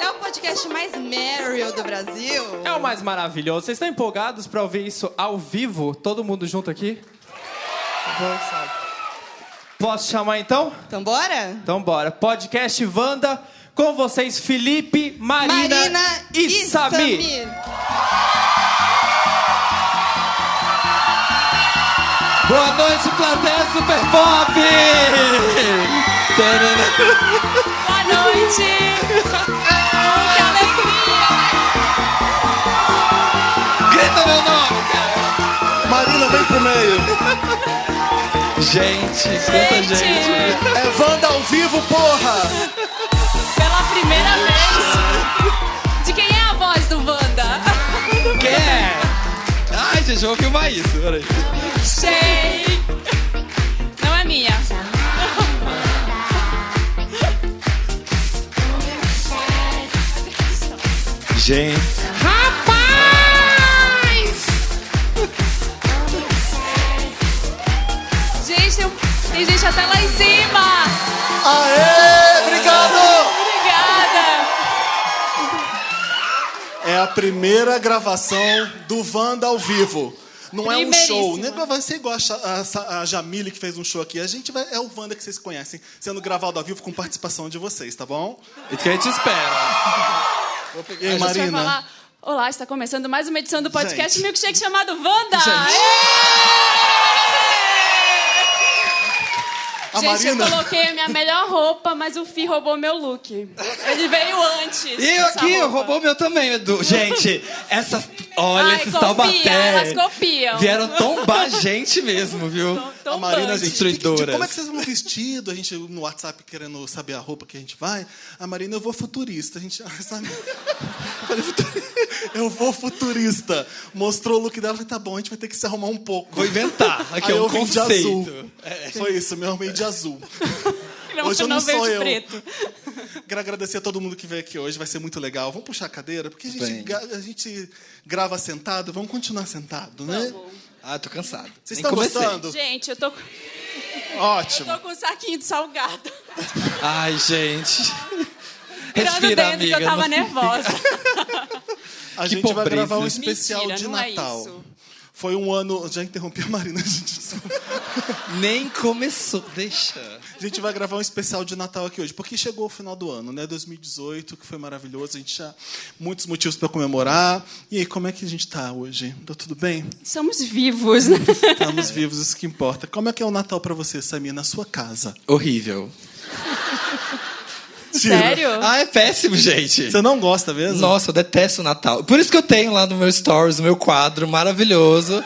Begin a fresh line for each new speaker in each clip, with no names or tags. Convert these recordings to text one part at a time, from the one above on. É
podcast mais Meryl do Brasil.
É o mais maravilhoso. Vocês estão empolgados pra ouvir isso ao vivo? Todo mundo junto aqui? Posso chamar então?
Então bora?
Então bora. Podcast Wanda, com vocês Felipe, Marina, e, Samir. Boa noite, plateia Super Pop! Tarana.
Boa noite! que alegria!
Grita meu nome!
Marina, vem pro meio.
Gente, quanta
Gente.
gente!
É Wanda ao vivo, porra!
Pela primeira vez! De quem é a voz do Wanda?
Quer? é? Ai, gente, eu vou filmar isso, peraí.
Sei! Não é minha.
Gente.
Gente, eu- tem gente até lá em cima!
Aê, obrigado!
Obrigada!
É a primeira gravação do Wanda ao vivo. Não é um show,
Primeiríssima.
nem vai ser igual a, Cha- a Sa- a Jamile que fez um show aqui. A gente vai, é o Wanda que vocês conhecem, sendo gravado ao vivo com participação de vocês, tá bom?
Isso que a gente espera.
E aí,
A gente vai
Marina?
falar... Olá, está começando mais uma edição do podcast
Gente.
Milkshake chamado Wanda!
A
Gente,
Marina?
eu coloquei a minha melhor roupa, mas o Fi roubou meu look. Ele veio antes.
E eu
dessa
aqui,
roupa.
roubou meu também, Edu. Gente, essas. Olha,
Ai,
esses
copiam,
taubaté.
elas copiam.
Vieram tombar a gente mesmo, viu?
Tô
A Marina,
bando.
gente, que- que-
Destruidoras.
como é que vocês vão vestido? A gente no WhatsApp querendo saber a roupa que a gente vai. A Marina, eu vou futurista. A gente, ah, sabe? Eu falei, "Futu- Eu vou futurista. Mostrou o look dela, eu falei, tá bom, a gente vai ter que se arrumar um pouco.
Vou inventar. Aqui
Aí
é um
eu vim de azul.
conceito. É.
Foi isso, me arrumei de azul.
é um
Não,
Hoje eu não
veio
sou
de
eu.
preto.
Quero agradecer a todo mundo que veio aqui hoje, vai ser muito legal. Vamos puxar a cadeira, porque a gente,
Bem.
ga- a gente grava sentado, vamos continuar sentado, né?
Ah, tô cansado.
Vocês
Nem
estão
comecei.
gostando?
Gente, eu tô,
Ótimo.
tô com um saquinho de salgado.
Ai, gente.
Tirando
Respira,
dentro
amiga.
que eu tava
não-
nervosa.
A
Que
gente vai
pobreza.
gravar um especial
Mentira,
de
não é
Natal.
isso.
Foi um ano. Já interrompi a Marina, gente. desculpa.
Nem começou. Deixa.
A gente vai gravar um especial de Natal aqui hoje, porque chegou o final do ano, né? 2018, que foi maravilhoso. A gente tinha muitos motivos para comemorar. E aí, como é que a gente tá hoje? Tá tudo bem?
Somos vivos, né?
Estamos vivos, isso que importa. Como é que é o Natal para você, Samir, na sua casa?
Horrível.
Tira.
Sério?
Ah, é péssimo, gente.
Você não gosta mesmo?
Nossa, eu detesto o Natal. Por isso que eu tenho lá no meu stories, o meu quadro maravilhoso.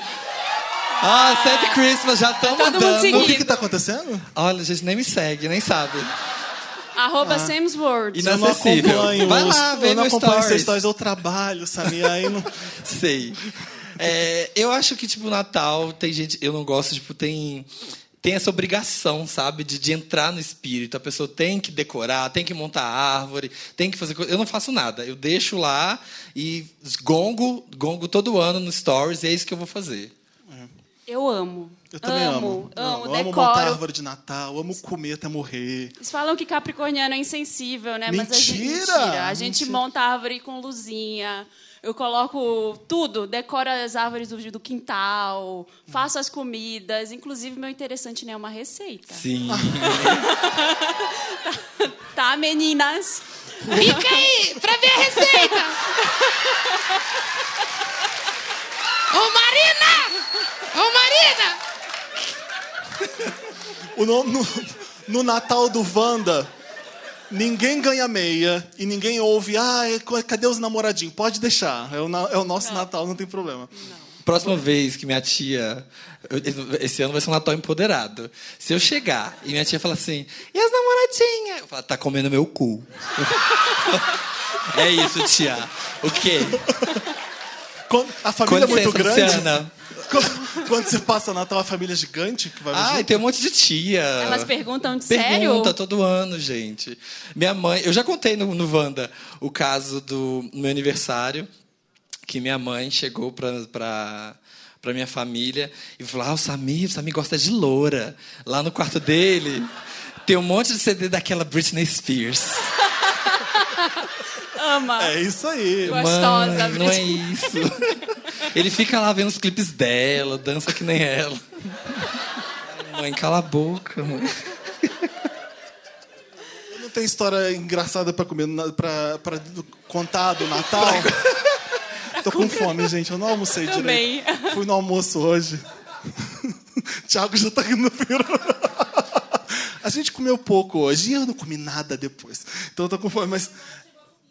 Ah, Santa Christmas, já estão
todo mundo
mandando.
seguindo.
O que, que tá acontecendo?
Olha, gente, nem me segue, nem sabe. Ah.
Arroba Sam's World.
E
Eu não
Inacessível.
acompanho.
Vai
os-
lá, vê
eu não
meu
acompanho
stories.
essas histórias, eu trabalho, Samir. Aí não.
Sei. É, eu acho que, tipo, Natal tem gente. Eu não gosto, tipo, tem. Tem essa obrigação, sabe, de, de entrar no espírito. A pessoa tem que decorar, tem que montar a árvore, tem que fazer coisa. Eu não faço nada. Eu deixo lá e gongo, gongo todo ano no stories, e é isso que eu vou fazer.
Eu amo.
Eu também amo.
Amo, amo,
eu amo montar
decoro.
árvore de Natal, amo comer até morrer.
Eles falam que capricorniano é insensível, né? Mas a gente,
Mentira!
mentira. A gente
Mentira.
monta a árvore com luzinha. Eu coloco tudo, decoro as árvores do, do quintal, faço as comidas. Inclusive, meu interessante né, é uma receita.
Sim.
Tá, meninas?
Clica aí pra ver a receita. Ô, Marina! Ô, Marina!
O nome, no, no Natal do Wanda, ninguém ganha meia e ninguém ouve, ah, é- cadê os namoradinhos? Pode deixar, é o, na- é o nosso Natal, não tem problema.
Próxima vez que minha tia. eu- Esse ano vai ser um Natal empoderado. Se eu chegar e minha tia falar assim, e as namoradinhas? Eu falo, tá comendo meu cu. é isso, tia. O quê?
Quando- a família
Com
é muito
licença,
grande.
Luciana.
Quando, quando você passa Natal, a família é gigante que vai
Ai, tem um monte de tia.
Elas perguntam de É, sério?
Pergunta todo ano, gente. Minha mãe. Eu já contei no, no Wanda o caso do meu aniversário, que minha mãe chegou pra. pra pra minha família e falou: Ah, o Samir, o Samir gosta de loura. Lá no quarto dele tem um monte de CD daquela Britney Spears.
ama.
É isso aí.
Ué. Gostosa,
Mãe, não é
mesmo.
isso. Ele fica lá vendo os clipes dela, dança que nem ela. Ai, mãe, cala a boca, mãe.
Não tem história engraçada pra comer, na- pra, pra contar do Natal? Tô com fome, gente. Eu não almocei
Também.
direito. Fui no almoço hoje. Tiago já tá rindo primeiro. A gente comeu pouco hoje e eu não comi nada depois. Então eu tô com fome, mas...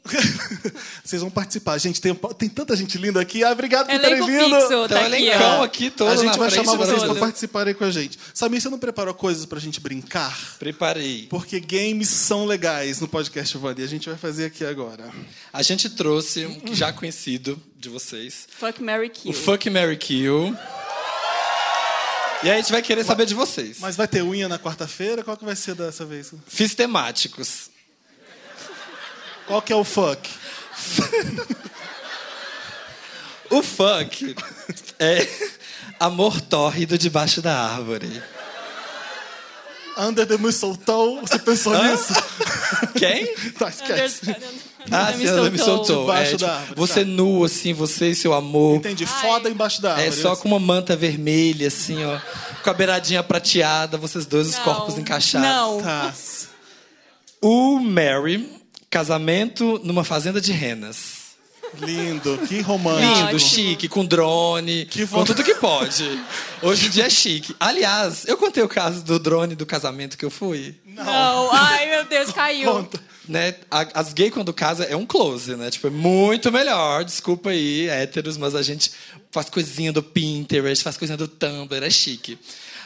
Vocês vão participar. Gente, tem, tem tanta gente linda aqui. Ah, obrigado por terem
Elenco
vindo.
fixo,
Então,
tá aqui,
elencão
ó.
aqui todo
a gente
na
vai
frente
chamar
do
vocês
todo.
pra participarem com a gente. Samir, você não preparou coisas pra gente brincar?
Preparei.
Porque games são legais no podcast Wanda. E a gente vai fazer aqui agora.
A gente trouxe um que já conhecido de vocês.
Fuck Mary Kill.
O Fuck Mary Kill. E aí a gente vai querer saber de vocês.
Mas vai ter unha na quarta-feira? Qual que vai ser dessa vez?
Fiz temáticos.
Qual que é o fuck?
O funk é amor tórrido debaixo da árvore.
Under the mistletoe? Você pensou nisso?
Quem?
Tá, esquece.
Ah,
Under-
sim, ela me soltou.
Debaixo
É, tipo,
da árvore,
você
tá.
nu, assim, você e seu amor.
Entendi. Foda embaixo da árvore.
É só com uma manta vermelha, assim, ó. Com a beiradinha prateada, vocês dois, os
Não.
corpos encaixados.
Não.
Tá.
O Mary, casamento numa fazenda de renas.
Lindo. Que romântico.
Lindo,
ótimo.
chique, com drone,
Que
com
vontade.
tudo que pode. Hoje em dia é chique. Aliás, eu contei o caso do drone do casamento que eu fui.
Não. Ai, meu Deus, caiu.
Conta.
Né? a- As gays quando casa é um close, né? Tipo, é muito melhor. Desculpa aí, héteros, mas a gente faz coisinha do Pinterest, faz coisinha do Tumblr, é chique.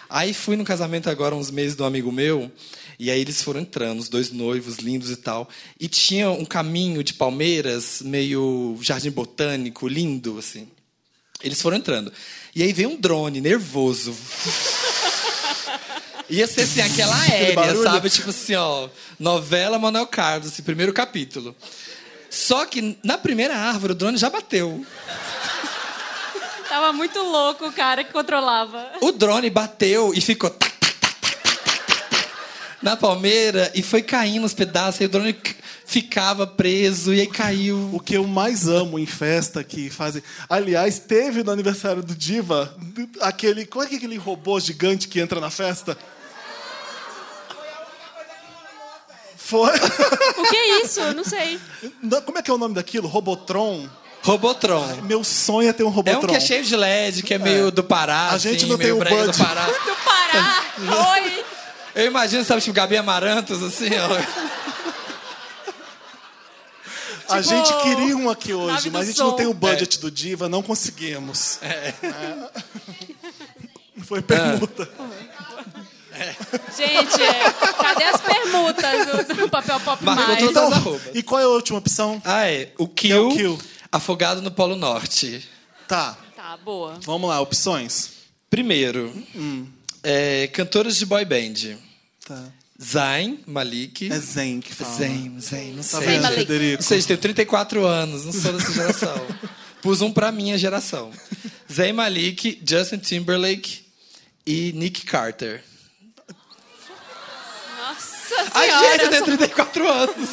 Aí fui no casamento agora uns meses de um amigo meu, e aí eles foram entrando, os dois noivos lindos e tal. E tinha um caminho de palmeiras, meio jardim botânico, lindo, assim. Eles foram entrando. E aí veio um drone nervoso. Ia ser assim, aquela aérea,
barulho.
sabe? Tipo assim, ó, novela Manuel Carlos, assim, primeiro capítulo. Só que na primeira árvore o drone já bateu.
Tava muito louco o cara que controlava.
O drone bateu e ficou tac, tac, tac, tac, tac, tac, tac, tac, na palmeira e foi caindo os pedaços, aí o drone c- ficava preso e aí caiu.
O que eu mais amo em festa que fazem. Aliás, teve no aniversário do Diva aquele. Qual é que é aquele robô gigante que entra na festa? Foi.
O que é isso? Eu não sei.
Não, Como é que é o nome daquilo? Robotron?
Robotron.
Meu sonho é ter um
É um
Robotron.
que é cheio de LED, que é meio do Pará.
A gente
assim,
não tem
meio
o
Brega do
budget.
Pará.
Do Pará. Oi.
Eu imagino, sabe, tipo, Gabi Amarantos, assim, ó.
A
tipo,
gente queria um aqui
nave
hoje,
do
mas a gente
som.
não tem o
É.
budget do Diva, não conseguimos. É. Foi permuta.
É.
Gente, é, cadê as permutas do, do papel pop
Marcou
mais?
todas as arrobas.
E qual é a última opção?
Ah, é. O Kill,
É o Kill.
afogado no Polo Norte.
Tá,
Tá, boa.
vamos lá, opções.
Primeiro, é, cantores de boy band.
Tá.
Zayn, Malik.
É Zen
Ah,
que fala.
Zayn, Zayn, não
Tá
sei.
vendo,
Malik.
Federico?
Não sei, tenho 34 anos, não sou dessa geração. Pus um pra minha geração. Zayn Malik, Justin Timberlake e Nick Carter.
Nossa
Ai, gente, eu
senhora.
tenho 34 anos.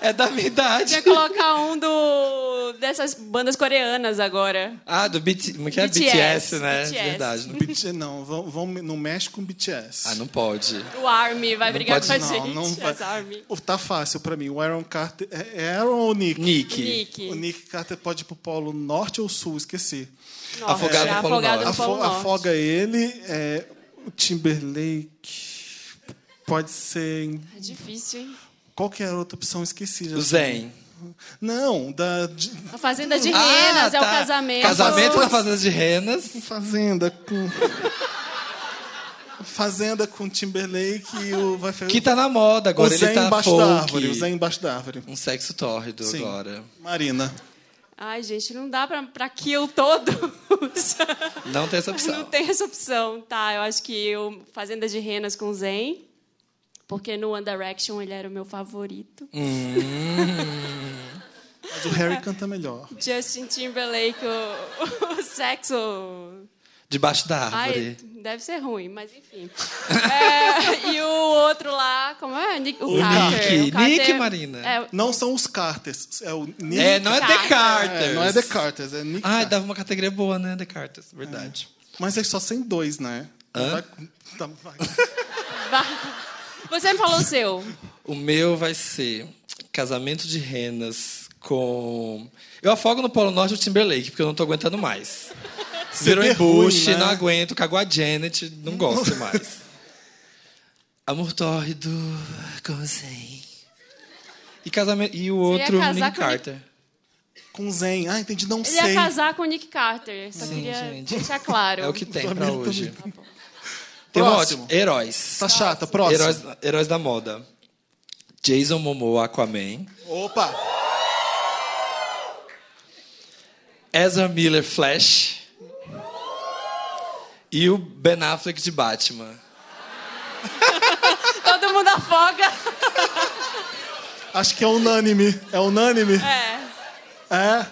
É da minha idade.
Tinha que colocar um do, dessas bandas coreanas agora.
Ah, do BT, como é que é?
BTS,
BTS, né?
BTS.
Verdade. não-
BT não, vão, vão- não mexe com BTS.
Ah, não pode.
O Army vai brigar
pode-
com a
não,
gente.
não vai.
As Army.
Oh, Tá fácil pra mim. O Aaron Carter. É é Aaron ou Nick?
Nick.
Nick.
O Nick Carter pode ir pro polo norte ou sul, esqueci.
Nossa, é,
Afogado no Polo
afogado
Norte.
no Polo
Afo-
Norte.
afoga ele. é, o Timberlake. Pode ser. em-
É difícil, hein?
Qual que era a outra opção? Esqueci. já.
O Zayn.
Não, da de-
A Fazenda de Renas
Ah,
é o
tá.
casamento.
Casamento na Fazenda de Renas.
Fazenda com. Fazenda com Timberlake e o. Vai
Que tá na moda
o
agora.
Zé
Ele tá
embaixo
folk.
da árvore. O Zé embaixo da árvore.
Um sexo tórrido
Sim.
agora.
Marina.
Ai, gente, não dá pra, pra kill todos.
Não tem essa opção.
Não tem essa opção, tá? Eu acho que eu, Fazenda de Renas com Zen, porque no One Direction ele era o meu favorito.
Hum.
Mas o Harry canta melhor.
Justin Timberlake, o, o sexo.
Debaixo da
Ai,
árvore.
deve ser ruim, mas enfim. É, e o outro lá, K, como é? Nick, o,
O
Carter.
Nick,
o Carter-
Nick, Marina.
É,
Não são os Carters, é o Nick.
É, não é The
Carter.
Carters.
É, não é The Carters, é Nick.
Ai,
Carter.
dava uma categoria boa, né? The Carters, verdade.
Mas é só sem dois, né?
Hã?
Tá- vai.
vai. Você me falou o seu.
O meu vai ser Casamento de Renas com. Eu afogo no Polo Norte o Timberlake, porque eu não tô aguentando mais. Virou
é
embuste,
ruim, né?
não aguento, cagou a Janet, não gosto mais. Amor tórrido, como sem. E, casamento... e o
ia
outro,
casar
Nick
com o Nick-
Carter.
Com Zen. Ah, entendi, não
Ele
sei.
ia casar com o Nick Carter. Só
Sim,
queria
gente.
deixar claro.
É o que tem pra
Flamengo
hoje.
também.
Tá
Tem um
Próximo.
ótimo. Heróis.
Tá chata, próximo.
Heróis, heróis da moda. Jason Momoa, Aquaman.
Opa!
Ezra Miller, Flash. E o Ben Affleck de Batman.
Todo mundo afoga.
Acho que é unânime. É unânime?
É.
É?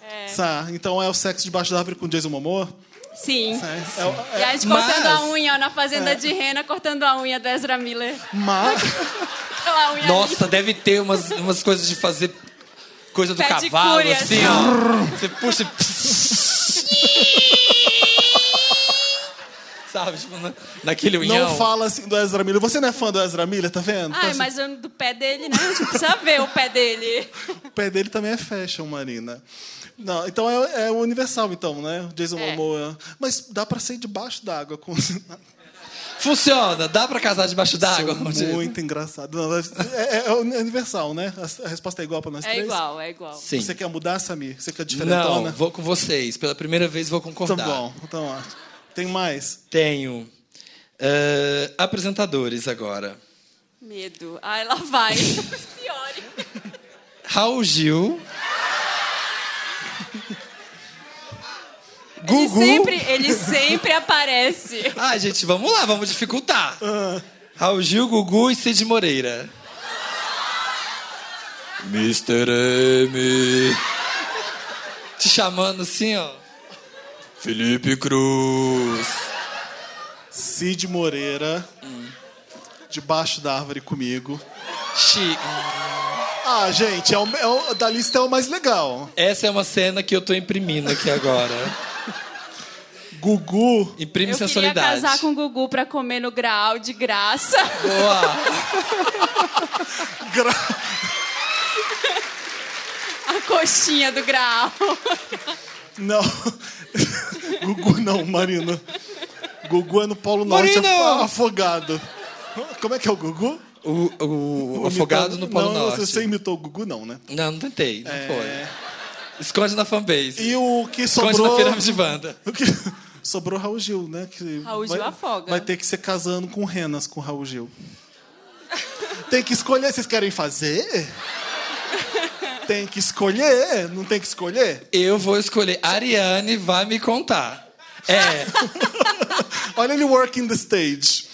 É. Tá, então é o sexo debaixo da árvore com Jason Momoa?
Sim.
É, é o-
E a gente
Mas- É.
cortando a unha na fazenda de rena, cortando a unha do Ezra Miller.
Mas
Aquela unha
Nossa, deve ter umas, umas coisas de fazer coisa do
Pedicure,
cavalo, assim,
assim,
ó. Você puxa. e- Sabe, tipo, na- naquele unhão.
não fala assim do Ezra Miller. Você não é fã do Ezra Miller, tá vendo?
então
Ai,
assim-
Tá-
Ah, mas o do pé dele, né? A gente precisa ver o pé dele.
O pé dele também é fashion, Marina. Não, então é, é o universal, então, né? O Jason
É.
Momoa. Mas dá pra ser debaixo d'água com...
Funciona, dá pra casar debaixo d'água? como diz?
Muito engraçado. Não, é, é- é universal, né? A- A resposta é igual pra nós
É
três?
igual, é igual.
Sim.
Você quer mudar, Samir? Você quer diferentona?
Não, vou com vocês. Pela primeira vez vou
Tá
concordar.
bom, então ó. Tem mais?
Tenho eh, apresentadores agora.
Medo. Ai, lá vai. Piore.
Raul Gil. Gugu.
Ele sempre, ele sempre aparece.
Ah, gente, vamos lá, vamos dificultar. Raul Gil, Gugu e Cid Moreira. Mr. M. Te chamando assim, ó. Felipe Cruz.
Cid Moreira. Debaixo da árvore comigo.
Chico.
Ah, gente, é o, é o- da lista é o mais legal.
Essa é uma cena que eu tô imprimindo aqui agora.
Gugu.
Imprime
Eu queria
sensualidade.
casar com o Gugu pra comer no grau de graça.
Boa.
Gra-
A coxinha do grau.
Não. Gugu não, Marina. Gugu é no Polo Norte
Marina!
af- ah, afogado. Como é que é o Gugu?
O, o afogado no Polo
não,
Norte.
Você imitou o Gugu, não, né?
Não, não tentei, não
É.
foi. Esconde na fanbase.
E o que
Esconde na
sobrou.
pirâmide de banda.
O que... Sobrou Raul Gil, né? Que
Raul Gil afoga.
Vai ter que ser casando com renas com Raul Gil. Tem que escolher, vocês querem fazer? Tem que escolher, não tem que escolher?
Eu vou escolher Ariane vai me contar. É,
Olha ele working the stage.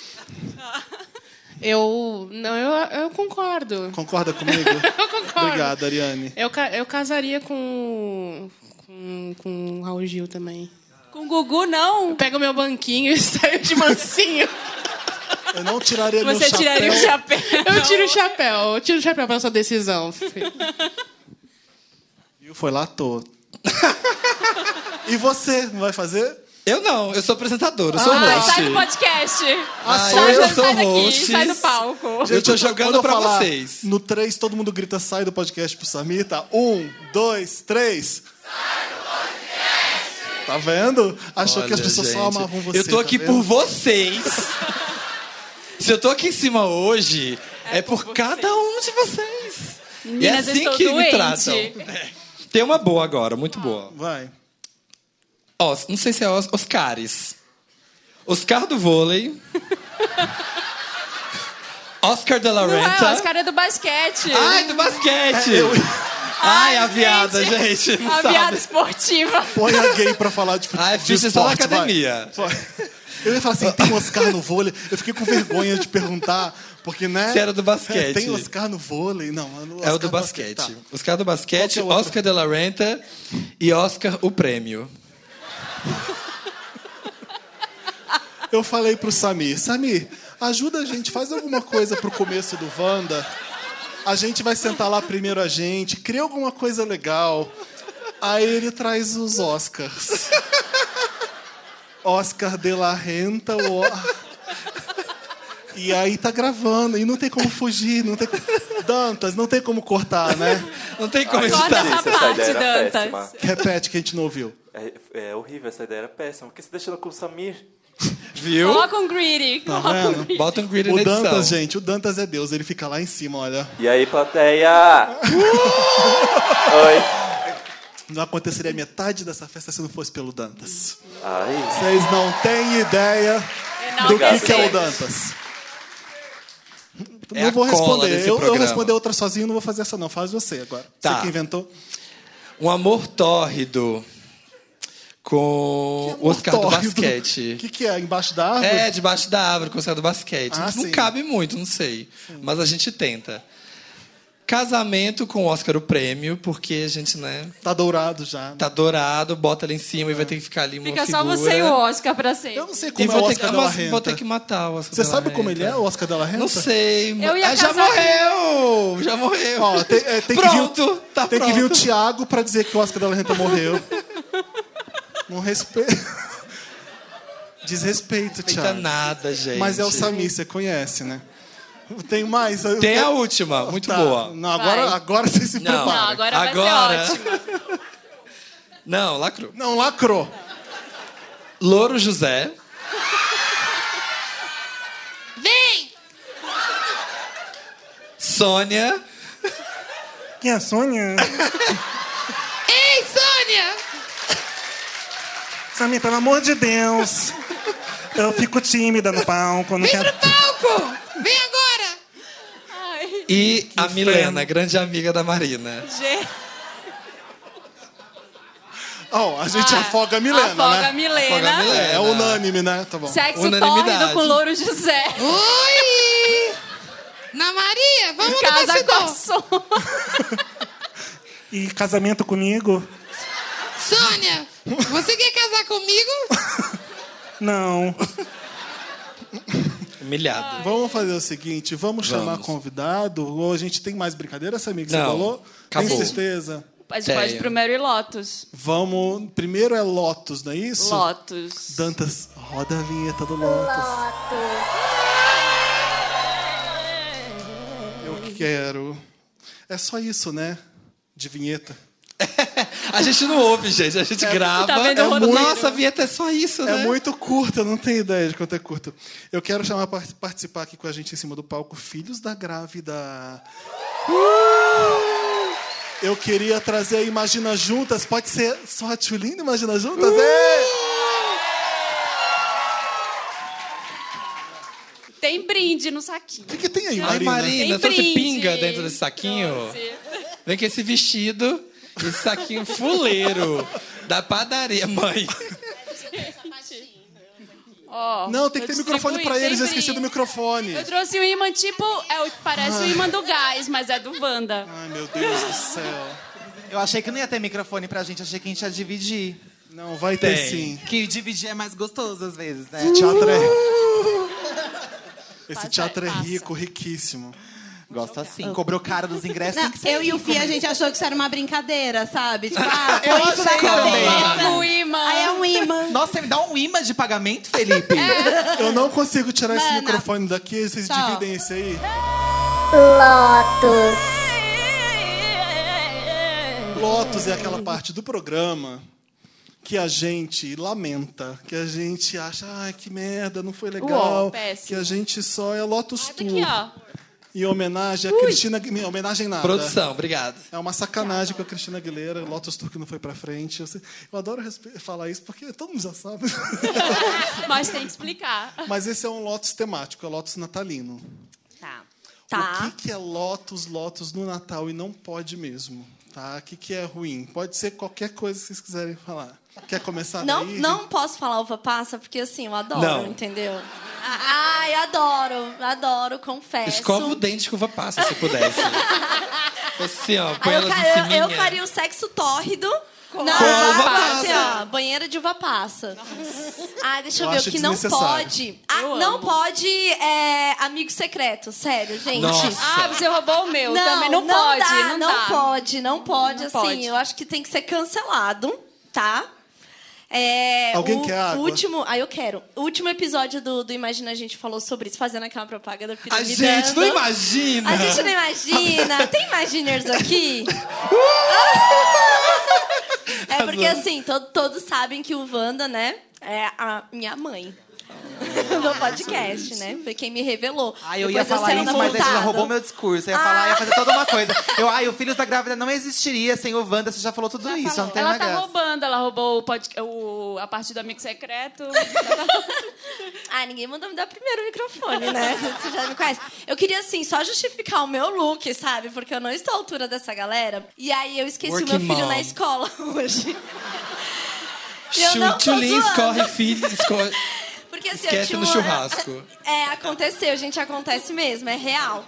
Eu. Não, eu, eu concordo.
Concorda comigo?
Eu concordo.
Obrigado, Ariane.
Eu, ca- eu casaria com. com, com o Raul Gil também.
Com o Gugu, não.
Pega o meu banquinho e saio de mansinho.
Eu não tiraria meu
Você
chapéu.
tiraria o chapéu.
Eu tiro o chapéu, eu tiro o chapéu pra sua decisão. filho.
Viu? Foi lá à toa. e você, não vai fazer?
eu não, eu sou apresentadora, eu sou
Ai,
host.
sai do podcast.
Ah,
sai,
eu
sai
sou
daqui,
host.
sai do palco.
Eu tô
quando-
jogando
quando eu
pra
falar
vocês.
No 3, todo mundo grita sai do podcast pro Samir, tá? Um, dois, três. Tá vendo? Achou que as
Olha,
pessoas só
gente,
amavam você.
Eu tô aqui
tá
por
vendo?
vocês. Se eu tô aqui em cima hoje, é, por, cada um de vocês. E é
Meninas, eu
assim
estou
que me
doente.
tratam. É. Tem uma boa agora, muito boa.
Vai.
Ó, não sei se é Os Oscares. Oscar do vôlei. Oscar de la
Não é,
Tá?
Renta.
ó, os caras do basquete.
Ai, do basquete!
eu-
Ai,
Ai,
a viada, gente. não
a
sabe.
piada esportiva.
Põe a gay pra falar tipo, de futebol.
Ah, é ficha só na academia.
Eu ia falar assim, tem Oscar no vôlei? Eu fiquei com vergonha de perguntar, porque, né?
Se era do basquete.
Tem Oscar no vôlei? Não, no
É o
Oscar
do
no
basquete.
tá.
Oscar do basquete,
Qual que é o outro?
Oscar de la Renta e Oscar o prêmio.
Eu falei pro Samir, Samir, Ajuda a gente, faz alguma coisa pro começo do Wanda. A gente vai sentar lá primeiro a gente, cria alguma coisa legal. Aí ele traz os Oscars. Oscar de la Renta, o... E aí tá gravando, e não tem como fugir, não tem Dantas, não tem como cortar, né?
Não tem como
Corta
editar.
essa
Essa
parte,
ideia era
Dantas.
péssima.
Repete que a gente não ouviu.
É, é horrível, essa ideia era péssima. Por que você deixando com o Samir?
Viu?
Coloca um greedy. Coloca um
Tá vendo?
greedy.
Bota um grid na
O
edição.
Dantas, gente, o Dantas é Deus, ele fica lá em cima, olha.
E aí, plateia? Oi.
Não aconteceria metade dessa festa se não fosse pelo Dantas.
Ai,
Vocês não têm ideia do
Obrigado,
que, que é o
gente.
Dantas.
É
não
a
vou
cola
responder.
desse
Eu, eu
programa.
responder outra sozinho, não vou fazer essa não. Faz você agora.
Tá.
Você que inventou?
Um amor tórrido com o Oscar do
Torre
basquete.
O que, que é? Embaixo da árvore?
É, debaixo da árvore, com o Oscar do basquete.
Ah,
não
sim.
cabe muito, não sei. Mas a gente tenta. Casamento com o Oscar o prêmio, porque a gente, né,
Tá dourado já. né?
tá dourado, bota ali em cima e vai ter que ficar ali uma
Fica
figura.
só você e o Oscar pra sempre.
Eu não sei
E
como é o
vou ter, que,
Oscar Della
mas vou ter
Renta.
que matar o Oscar
Você
de la
sabe como ele
Renta.
é, o Oscar Della Renta?
Não sei.
Eu ia
Ah, já
casar
morreu! Já morreu!
Ó, tem, é, tem que vir,
pronto!
o-
tá
tem
pronto.
que vir o Thiago pra dizer que o Oscar Della Renta morreu. Não respeita. Desrespeito,
Não
Thiago.
respeita nada, gente.
Mas é o Samir, você conhece, né? Tem mais? Eu-
Tem a
eu-
última, muito
Tá.
boa.
Não, agora,
Vai.
agora você se
Não.
prepara.
Não, agora,
Agora.
vai ser ótimo.
Não, lacrou.
Não, lacrou.
Louro José.
Vem!
Sônia.
Quem é a Sônia?
Ei, Sônia!
Samir, pelo amor de Deus. Eu fico tímida no palco. Não quero...
Palco! Vem agora!
Ai,
E a Milena, grande amiga da Marina.
gente.
Ó, a
Ah,
gente é afoga a Milena,
afoga
né?
a Milena.
Afoga a Milena.
É, é unânime, né? Tá bom.
Sexo
Unanimidade.
tórrido com louro José.
Oi! Ana Maria, vamos no
Casa com a
bastidor!
Sônia.
E casamento comigo?
Sônia, você quer casar comigo?
Não.
Humilhada.
Vamos fazer o seguinte, vamos, chamar
Vamos.
convidado. Ou a gente tem mais brincadeira, Samir, que você
Não,
falou? Tem
acabou.
certeza?
A gente pode ir pro Mary Lotus.
Vamos... Primeiro é Lotus, não é isso?
Lotus.
Dantas, roda a vinheta do Lotus. Eu quero. É só isso, né? De vinheta.
A gente não ouve, gente. A gente grava.
tá vendo
É
o roteiro?
Nossa, a vinheta é só isso,
É
né?
muito curta, eu não tenho ideia de quanto é curto. Eu quero chamar para participar aqui com a gente em cima do palco Filhos da Grávida.
Uh!
Eu queria trazer a Imagina Juntas. Pode ser só a Tchulinda Imagina Juntas? É!
Tem brinde no saquinho.
O que, que tem aí,
Ai,
Marina?
Marina,
Tem
trouxe
brinde.
pinga dentro desse saquinho. Vem com esse vestido, esse saquinho fuleiro da padaria. Mãe, Uh!
Ó,
Não, tem que
eu
ter microfone para
distribuí,
eles, eu
tem
esqueci do
brinde.
microfone.
Eu trouxe um imã tipo. É, o que parece o imã do gás, mas é do Wanda.
Ai, meu Deus do céu.
Eu achei que não ia ter microfone pra gente, achei que a gente ia dividir.
Não, vai ter
Tem.
sim.
Que dividir é mais gostoso às vezes, né?
Esse teatro é. Esse
Passa,
teatro é
passa.
rico, riquíssimos.
Gosto assim. Cobrou cara dos ingressos.
Não,
tem que ser
eu e o
rico,
Fih, a
né?
gente achou que isso era uma brincadeira, sabe? Tipo, ah,
Eu
põe isso na
achei também.
cabeça.
O imã.
Aí é um imã.
Nossa, me dá um imã de pagamento, Felipe?
É. Eu não consigo tirar esse
Mana.
microfone daqui, vocês
Tchau.
dividem esse aí. Lotus é aquela parte do programa que a gente lamenta, que a gente acha, ai, que merda, não foi legal.
Uou, péssimo.
que a gente só é Lotus
Ah, tá
Tour.
aqui, ó.
Em homenagem a Cristina Em homenagem nada.
produção, obrigado.
É uma sacanagem com a Cristina Aguilera, Lotus Tour que não foi pra frente. Eu, sei- eu adoro respe- falar isso porque todo mundo já sabe.
Mas tem que explicar.
Mas esse é um Lotus temático, é Lotus natalino.
Tá.
O que, que é Lotus, Lotus no Natal e não pode mesmo? Tá? O que, que é ruim? Pode ser qualquer coisa que vocês quiserem falar. Quer começar
Não,
daí?
não posso falar uva passa, porque assim, eu adoro,
Não.
entendeu? Ah, Ai, adoro, adoro, confesso.
Escova o dente com uva passa, se pudesse. Assim, ó, põe
Aí eu,
elas
ca- eu-
em cima.
eu faria o sexo tórrido Não,
Com a uva
uva passa.
passa.
ó, banheira de uva passa. Ah, deixa eu,
Eu
ver, o
acho
que não
desnecessário.
pode... Ah,
Eu
não
amo.
pode é, amigo secreto, sério, gente.
Nossa.
Ah, você roubou o meu. Também não, pode.
dá, não,
não, dá.
pode, não pode,
Não
assim,
pode.
eu acho que tem que ser cancelado, tá? É,
Alguém
o,
quer água?
o último, ah, eu quero. O último episódio do, do Imagina a gente falou sobre isso, fazendo aquela propaganda
A
piramidando.
gente não imagina.
A gente não imagina. Tem Imaginers aqui? é porque assim, to- todos sabem que o Wanda, né, é a minha mãe. No podcast, né? Foi quem me revelou.
Ai, Ah, eu ia
Depois da
falar
cena
isso, mas aí você já
montada.
roubou meu discurso. Eu ia falar, ia fazer toda uma coisa. Eu, ai, o Filhos da Grávida não existiria sem o Wanda. Você já falou tudo isso, não tem
Ela
mais
tá
graça.
roubando, ela roubou o podca- o- a parte do amigo secreto.
Ah, ninguém mandou me dar primeiro o microfone, né? Você já me conhece. Eu queria, assim, só justificar o meu look, sabe? Porque eu não estou à altura dessa galera. E aí eu esqueci o meu
Working
filho
mom.
na escola hoje. E eu não tô
Chutulin,
zoando.
escorre, filho, escorre.
Porque assim,
Esquece
eu tinha
no
uma-
churrasco.
É, aconteceu, gente, acontece mesmo, é real.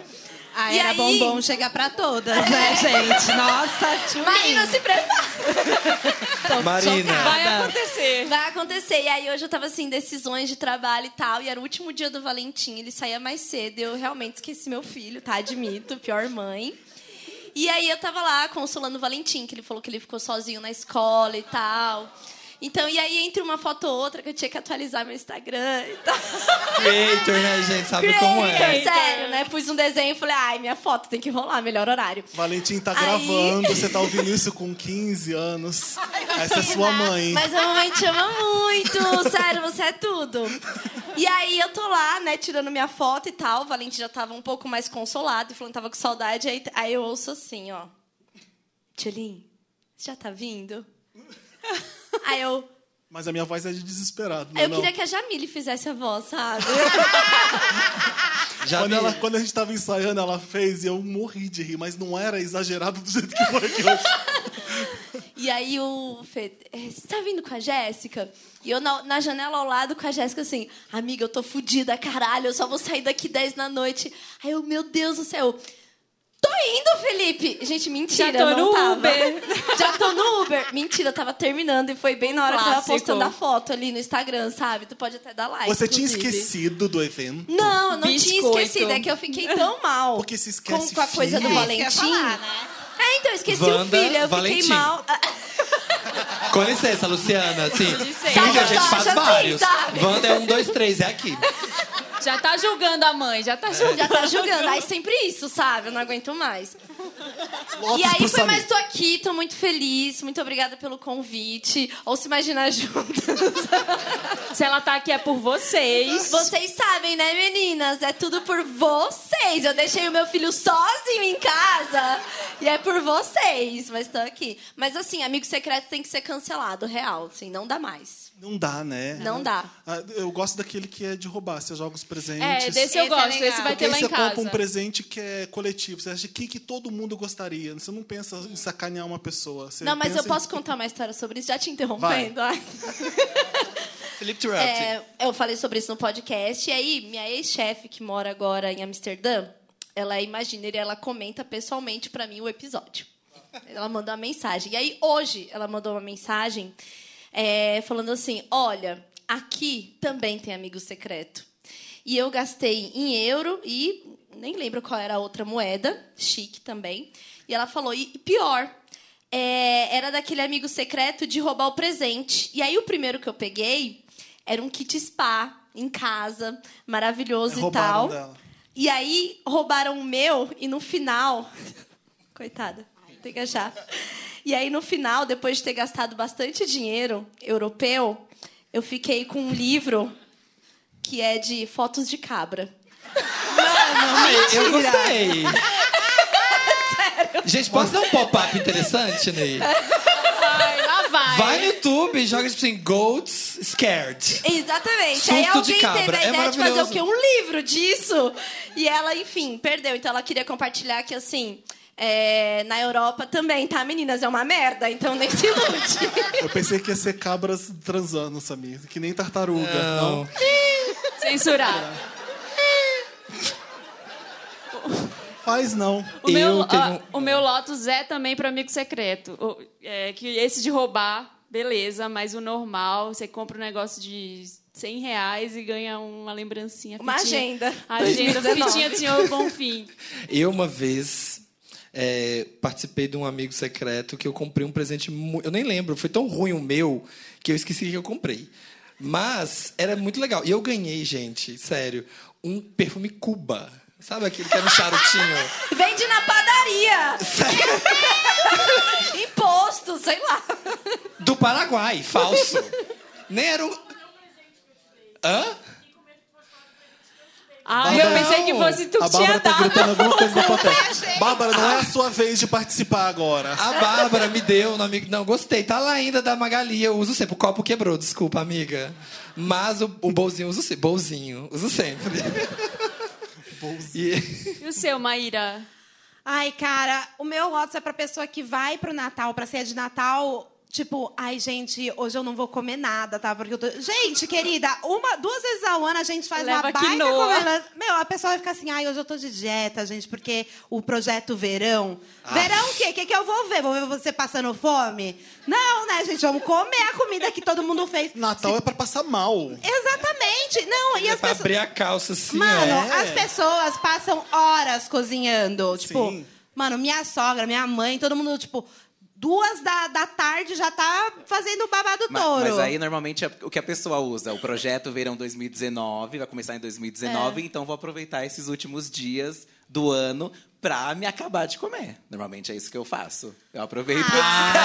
Ah,
E
era
aí?
bombom chegar pra todas, né, gente? Nossa, tio
Marina, se prepara!
Marina.
Vai acontecer.
Vai acontecer. E aí hoje eu tava assim, decisões de trabalho e tal. E era o último dia do Valentim, ele saía mais cedo. Eu realmente esqueci meu filho, tá? Admito, pior mãe. E aí eu tava lá consolando o Valentim, que ele falou que ele ficou sozinho na escola e tal. Então, e aí entre uma foto ou outra que eu tinha que atualizar meu Instagram e tal.
Creator, né, gente? Sabe como é?
Creator,
então.
Sério, né? Pus um desenho e falei, ai, minha foto tem que rolar, melhor horário.
Valentim tá
Aí-
gravando, você tá ouvindo isso com 15 anos. Essa é sua mãe.
Né? Mas a mamãe te ama muito, sério, você é tudo. E aí eu tô lá, né, tirando minha foto e tal. O Valente já tava um pouco mais consolado, falando que tava com saudade. Aí, aí eu ouço assim, ó. Tchulin, você já tá vindo? Aí eu.
Mas a minha voz é de desesperado.
Aí eu
não.
queria que a Jamile fizesse a voz, sabe?
Já
Quando,
vi-
ela- quando a gente tava ensaiando, ela fez e eu morri de rir, mas não era exagerado do jeito que foi aqui hoje.
E aí o Fê, eh, você tá vindo com a Jéssica? E eu na, na janela ao lado com a Jéssica assim, amiga, eu tô fodida, caralho, eu só vou sair daqui 10 na noite. Aí eu, meu Deus do céu, tô indo, Felipe! Gente, mentira,
Já tô
eu não
no
tava.
Uber.
Já tô no Uber. Mentira, eu tava terminando e foi bem na hora que eu
Clássico.
tava postando a foto ali no Instagram, sabe? Tu pode até dar like.
Você tinha
Ah, inclusive.
esquecido do evento?
Não, eu não tinha
Biscoito.
esquecido, é que eu fiquei tão mal.
Porque se
com,
esquece
com a coisa do
filho.
É
Valentim.
isso que eu ia falar, né?
É, então, eu esqueci o
Wanda,
filho, eu
Valentim.
fiquei mal.
Com licença, Luciana. Assim,
licença.
vídeo a gente
Sabe,
faz
assim,
vários.
sabe?
Wanda é um, dois, três, é aqui.
Já tá julgando a mãe, já tá julgando.
Já tá julgando. Aí sempre isso, sabe? Eu não aguento mais.
Lotus
e aí
pro
foi,
Samir.
mas tô aqui, tô muito feliz. Muito obrigada pelo convite. Ou se imaginar juntas.
Se ela tá aqui é por vocês.
Vocês sabem, né, meninas? É tudo por vocês. Eu deixei o meu filho sozinho em casa. E é por vocês, mas tô aqui. Mas assim, amigo secreto tem que ser cancelado, real. Assim, não dá mais.
Não dá, né?
Não dá.
Ah, Eu gosto daquele que é de roubar. Você joga os presentes.
É, desse
Esse
eu
é
gosto,
legal.
esse vai
Porque
ter
aí
lá
você
em
compra um
casa.
presente que é coletivo. Você acha que, que todo mundo gostaria. Você não pensa em sacanear uma pessoa. Você
Não, mas
pensa
eu
em-
posso contar uma história sobre isso, já te interrompendo. Ai.
Felipe Turapti.
É, eu falei sobre isso no podcast. E aí, minha ex-chefe, que mora agora em Amsterdã, ela imagina e ela comenta pessoalmente pra mim o episódio. Ela mandou uma mensagem. E aí, hoje, ela mandou uma mensagem é, falando assim: Olha, aqui também tem amigo secreto. E eu gastei em euro e nem lembro qual era a outra moeda, chique também. E ela falou: E e pior, é, era daquele amigo secreto de roubar o presente. E aí o primeiro que eu peguei era um kit spa em casa, maravilhoso e
Roubaram
tal.
dela.
E aí roubaram o meu e no final, coitada, tem que achar. E aí no final, depois de ter gastado bastante dinheiro europeu, eu fiquei com um livro que é de fotos de cabra.
Ai, eu gostei. Gente, posso dar um pop-up interessante, Ney?
Ai, lá vai.
Vai no YouTube e joga tipo assim, Goats Scared.
Exatamente.
Susto
Aí
de
alguém
cabra.
teve a
É
ideia de fazer o
maravilhoso.
quê? Um livro disso. E ela, enfim, perdeu. Então ela queria compartilhar que, assim, é, na Europa também, tá, meninas? É uma merda, então nem se ilude.
Eu pensei que ia ser cabras transando, Samir. Que nem tartaruga.
Não.
Censurar.
Faz não.
O meu,
Eu tenho-
ó, o meu Lotus é também para amigo secreto. O- é, que esse de roubar, beleza, mas o normal, você compra um negócio de 100 reais e ganha uma lembrancinha.
Uma
fitinha.
agenda.
Agenda,
2019.
fitinha do senhor Bonfim.
Eu, uma vez, é, participei de um amigo secreto que eu comprei um presente. mu- Eu nem lembro, foi tão ruim o meu que eu esqueci que eu comprei. Mas era muito legal. E eu ganhei, gente, sério, um perfume Cuba. Sabe aquele que era um charutinho?
Vende na padaria. Imposto, sei lá.
Do Paraguai, falso. Nem era um. Hã?
Ah, eu
Não.
pensei que fosse tu
a
que tinha
Bárbara tá
dado.
gritando alguma coisa no papel. Bárbara, não é a sua vez de participar agora.
A Bárbara me deu no amigo. Não, gostei. Tá lá ainda da Magali. Eu uso sempre. O copo quebrou, desculpa, amiga. Mas o, o bolzinho eu uso sempre. Bolzinho, uso sempre. E-
E o seu, Maíra?
Ai, cara, o meu Lotus é pra pessoa que vai pro Natal, pra ceia de Natal. Tipo, ai, gente, hoje eu não vou comer nada, tá? Porque eu tô. Gente, querida, uma, duas vezes ao ano a gente faz
Leva
uma baita
quinoa.
comida. Meu, a pessoa vai ficar assim, ai, hoje eu tô de dieta, gente, porque o projeto verão.
Ah.
Verão o quê? O que, que eu vou ver? Vou ver você passando fome? Não, né, gente? Vamos comer a comida que todo mundo fez.
Natal é pra passar mal.
Exatamente! Não, e
é
as
pra
pessoas.
abrir a calça assim,
Mano,
ó.
É.
as pessoas passam horas cozinhando. Tipo,
Sim.
mano, minha sogra, minha mãe, todo mundo, tipo, duas da, da tarde já tá fazendo o babado
Ma-
touro.
Mas aí, normalmente, é o que a pessoa usa? O projeto Verão 2019, vai começar em
É.
2019, então vou aproveitar esses últimos dias do ano pra me acabar de comer. Normalmente é isso que eu faço. Eu aproveito.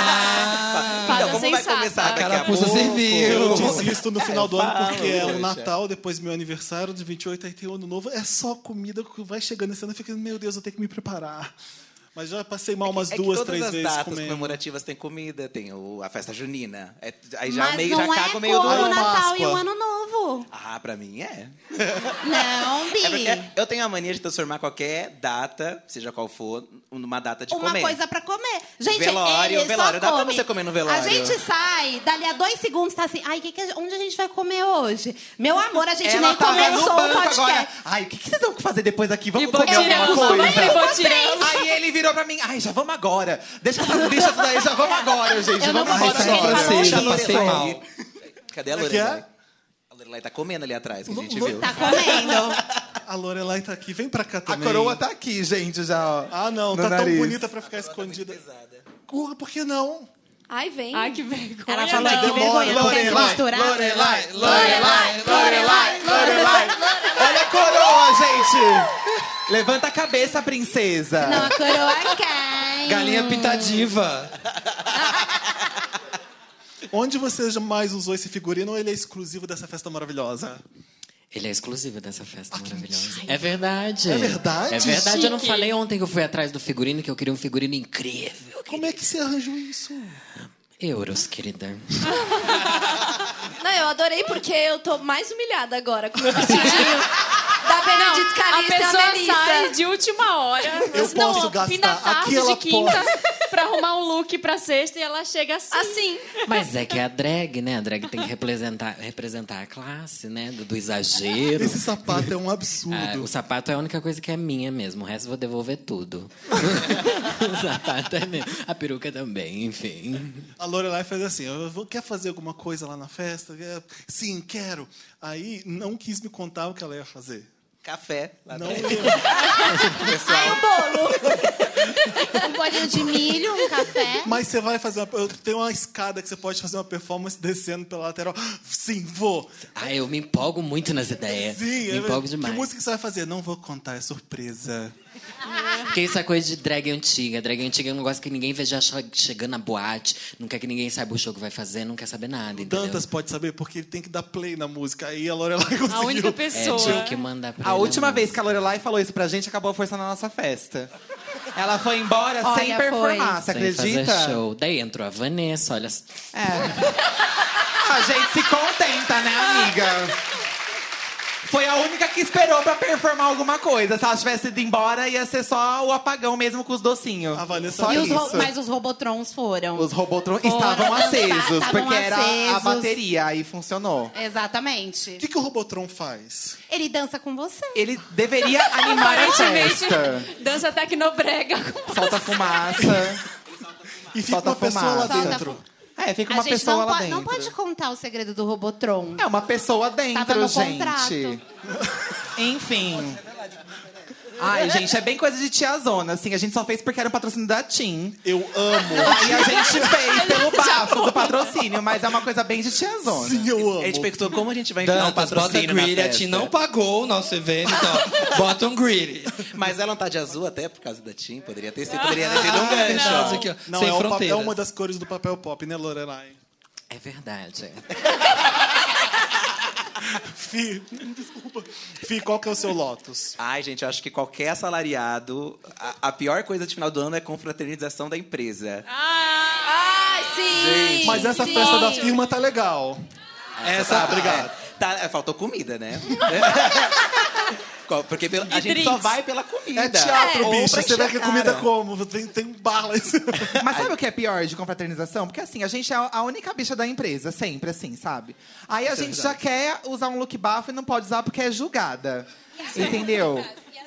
Ah!
então, como vai
sensata.
começar
tá
daqui a
Carapuça
pouco?
serviu.
Eu desisto no final do ano
fala,
porque é o
poxa.
Natal, depois meu aniversário de 28, aí tem o ano novo. É só comida que vai chegando esse ano. Eu fico, meu Deus, eu tenho que me preparar. Mas já passei mal umas
É que
duas,
todas
três
as
vezes
datas
comendo.
comemorativas tem comida, tem o- a festa junina. É- aí já
Mas
meio
não
já
é
cago tá meio do
como o
ano.
Natal e o
Páscoa.
Ano Novo.
Ah, pra mim é.
Não,
É
Bi.
porque eu tenho a mania de transformar qualquer data, seja qual for, numa data de
uma
comer.
coisa pra comer. Gente,
Velório,
ele
velório.
só
Dá pra
come.
você comer no velório.
A gente sai, dali a dois segundos, tá assim, ai, que que a- onde a gente vai comer hoje? Meu amor, a gente
Ela tá
nem
tava
começou o podcast.
Ai, o que, que vocês vão fazer depois aqui? Vamos
Pipoca
comer alguma
tiramos,
coisa?
vamos comer pipoca.
Aí ele virou pra mim, ai, já vamos agora. Deixa essas bichas daí, já vamos agora, gente.
Eu não
vamos
vou
agora.
comer
agora.
pipoca.
Deixa
Francesa,
a Lorelai.
passei mal.
Cadê a
Como é que é?
Lorelai? A Lorelai tá comendo ali atrás, que a gente
Lu-
viu.
Tá comendo.
A Lorelai tá aqui, vem pra cá
A
também.
coroa tá aqui, gente, já, ó.
Ah, não,
no
tá tão
nariz.
bonita pra ficar escondida. Cura, por que não?
Ai, vem.
Ai, que vergonha.
Ela falou que
não.
vergonha, não quer se
Lorelai,
misturar.
Lorelai,
Lorelai, Lorelai.
Lorelai. Olha a coroa, gente!
Levanta a cabeça, princesa.
Não, a coroa é cai.
Galinha pintadiva.
Onde você mais usou esse figurino ou ele é exclusivo dessa festa maravilhosa?
Ele é exclusivo dessa festa maravilhosa. É verdade. É
verdade?
É verdade. Eu não
Chique.
falei ontem que eu fui atrás do figurino, que eu queria um figurino incrível.
Como é que você arranjou isso?
Euros, querida.
Não, eu adorei porque eu tô mais humilhada agora com o meu vestidinho da Benedito
A
Calista e da
pessoa
é Melissa.
sai de última hora. assim,
Eu
não,
posso
Fim da
gastar. Aqui
tarde,
ela
de quinta, pra arrumar um look pra sexta e ela chega assim.
Assim.
Mas é que é a drag, né? A drag tem que representar, representar a classe, né? Do, do exagero.
Esse sapato é um absurdo.
Ah, o sapato é a única coisa que é minha mesmo. O resto eu vou devolver tudo. o sapato é meu. A peruca também, enfim.
A Lorelai faz assim: eu vou- quer fazer alguma coisa lá na festa? Quer- Sim, quero. Aí não quis me contar o que ela ia fazer.
Café. Lá
Não
atrás.
lembro.
Ai, o bolo.
é Um bolinho de milho, um café.
Mas você vai fazer uma. Eu tenho uma escada que você pode fazer uma performance descendo pela lateral. Sim, vou.
Ah, eu me empolgo muito nas ideias.
Sim,
me
é-
empolgo demais.
Que música você vai fazer? Não vou contar, é surpresa.
Ah.
Porque isso é coisa de drag antiga. Drag antiga é um negócio que ninguém vê já che- chegando na boate. Não quer que ninguém saiba o show que vai fazer, não quer saber nada, entendeu?
Dantas pode saber porque ele tem que dar play na música. Aí a Lorelai conseguiu.
A única
É,
pessoa.
tinha que mandar pra
A
ele
última
uma
vez que a Lorelai falou isso pra gente, acabou a força na nossa festa. Ela foi embora
Olha,
sem performar, você
música Sem
acredita? É.
fazer show. Daí entrou a Vanessa, olha...
Ah, A gente se contenta, né, amiga?
Foi a única que esperou pra performar alguma coisa. Se ela tivesse ido embora, ia ser só o apagão mesmo com os docinhos. A Vanessa só
E os
isso.
ro- mas Tá, os robotrons foram.
Os robôs
Foram,
estavam acesos,
estavam
porque era a
acesos.
bateria, aí funcionou.
Exatamente. O
que, o Robotron faz?
Ele dança com você.
Ele deveria animar a
Aparentemente,
festa.
Dança tecnobrega.
Solta fumaça.
E fica
solta
uma pessoa
fumaça.
lá dentro.
É, fica
a
uma
gente
pessoa
não,
lá
po-
dentro.
não pode contar o segredo do Robotron.
É uma pessoa dentro,
Tava no
gente.
contrato.
Enfim. Ai, gente, é bem coisa de tiazona, assim. A gente só fez porque era um patrocínio da TIM.
Eu amo.
Aí a gente fez pelo bafo do patrocínio, mas é uma coisa bem de tiazona. Sim,
eu amo.
A gente perguntou como a gente vai enfiar um
Dantas, bota
patrocínio na
greedy. A
festa.
Tim não pagou o nosso evento, então bota um greedy.
Mas ela não tá de azul até por causa da Tim. Poderia ter sido, poderia ter sido um
Ah,
gancho.
não.
ó.
Aqui, ó.
Não,
Sem
é, o papel- é
fronteiras.
uma das cores do papel pop, né, Lorelai?
É verdade.
Fi, desculpa. Fih, qual que é o seu Lotus?
Ai, gente, eu acho que qualquer assalariado, a, a pior coisa de final do ano é a confraternização da empresa.
Ai, sim!
Gente.
Mas essa
sim.
festa da firma tá legal.
Essa,
tá, obrigado.
é, tá, é, faltou comida, né? Qual- Porque pelo- a
E
gente
drinks.
só vai pela comida.
É teatro,
Ou pra
bicho. Você vai
encher
ter
a
comida
cara.
como? Tem, tem um bar lá em cima.
Mas sabe o que é pior de confraternização? Porque assim, a gente é a única bicha da empresa, sempre assim, sabe? Aí a
Isso é
gente
verdade.
já quer usar um look bafo e não pode usar porque é julgada. Entendeu?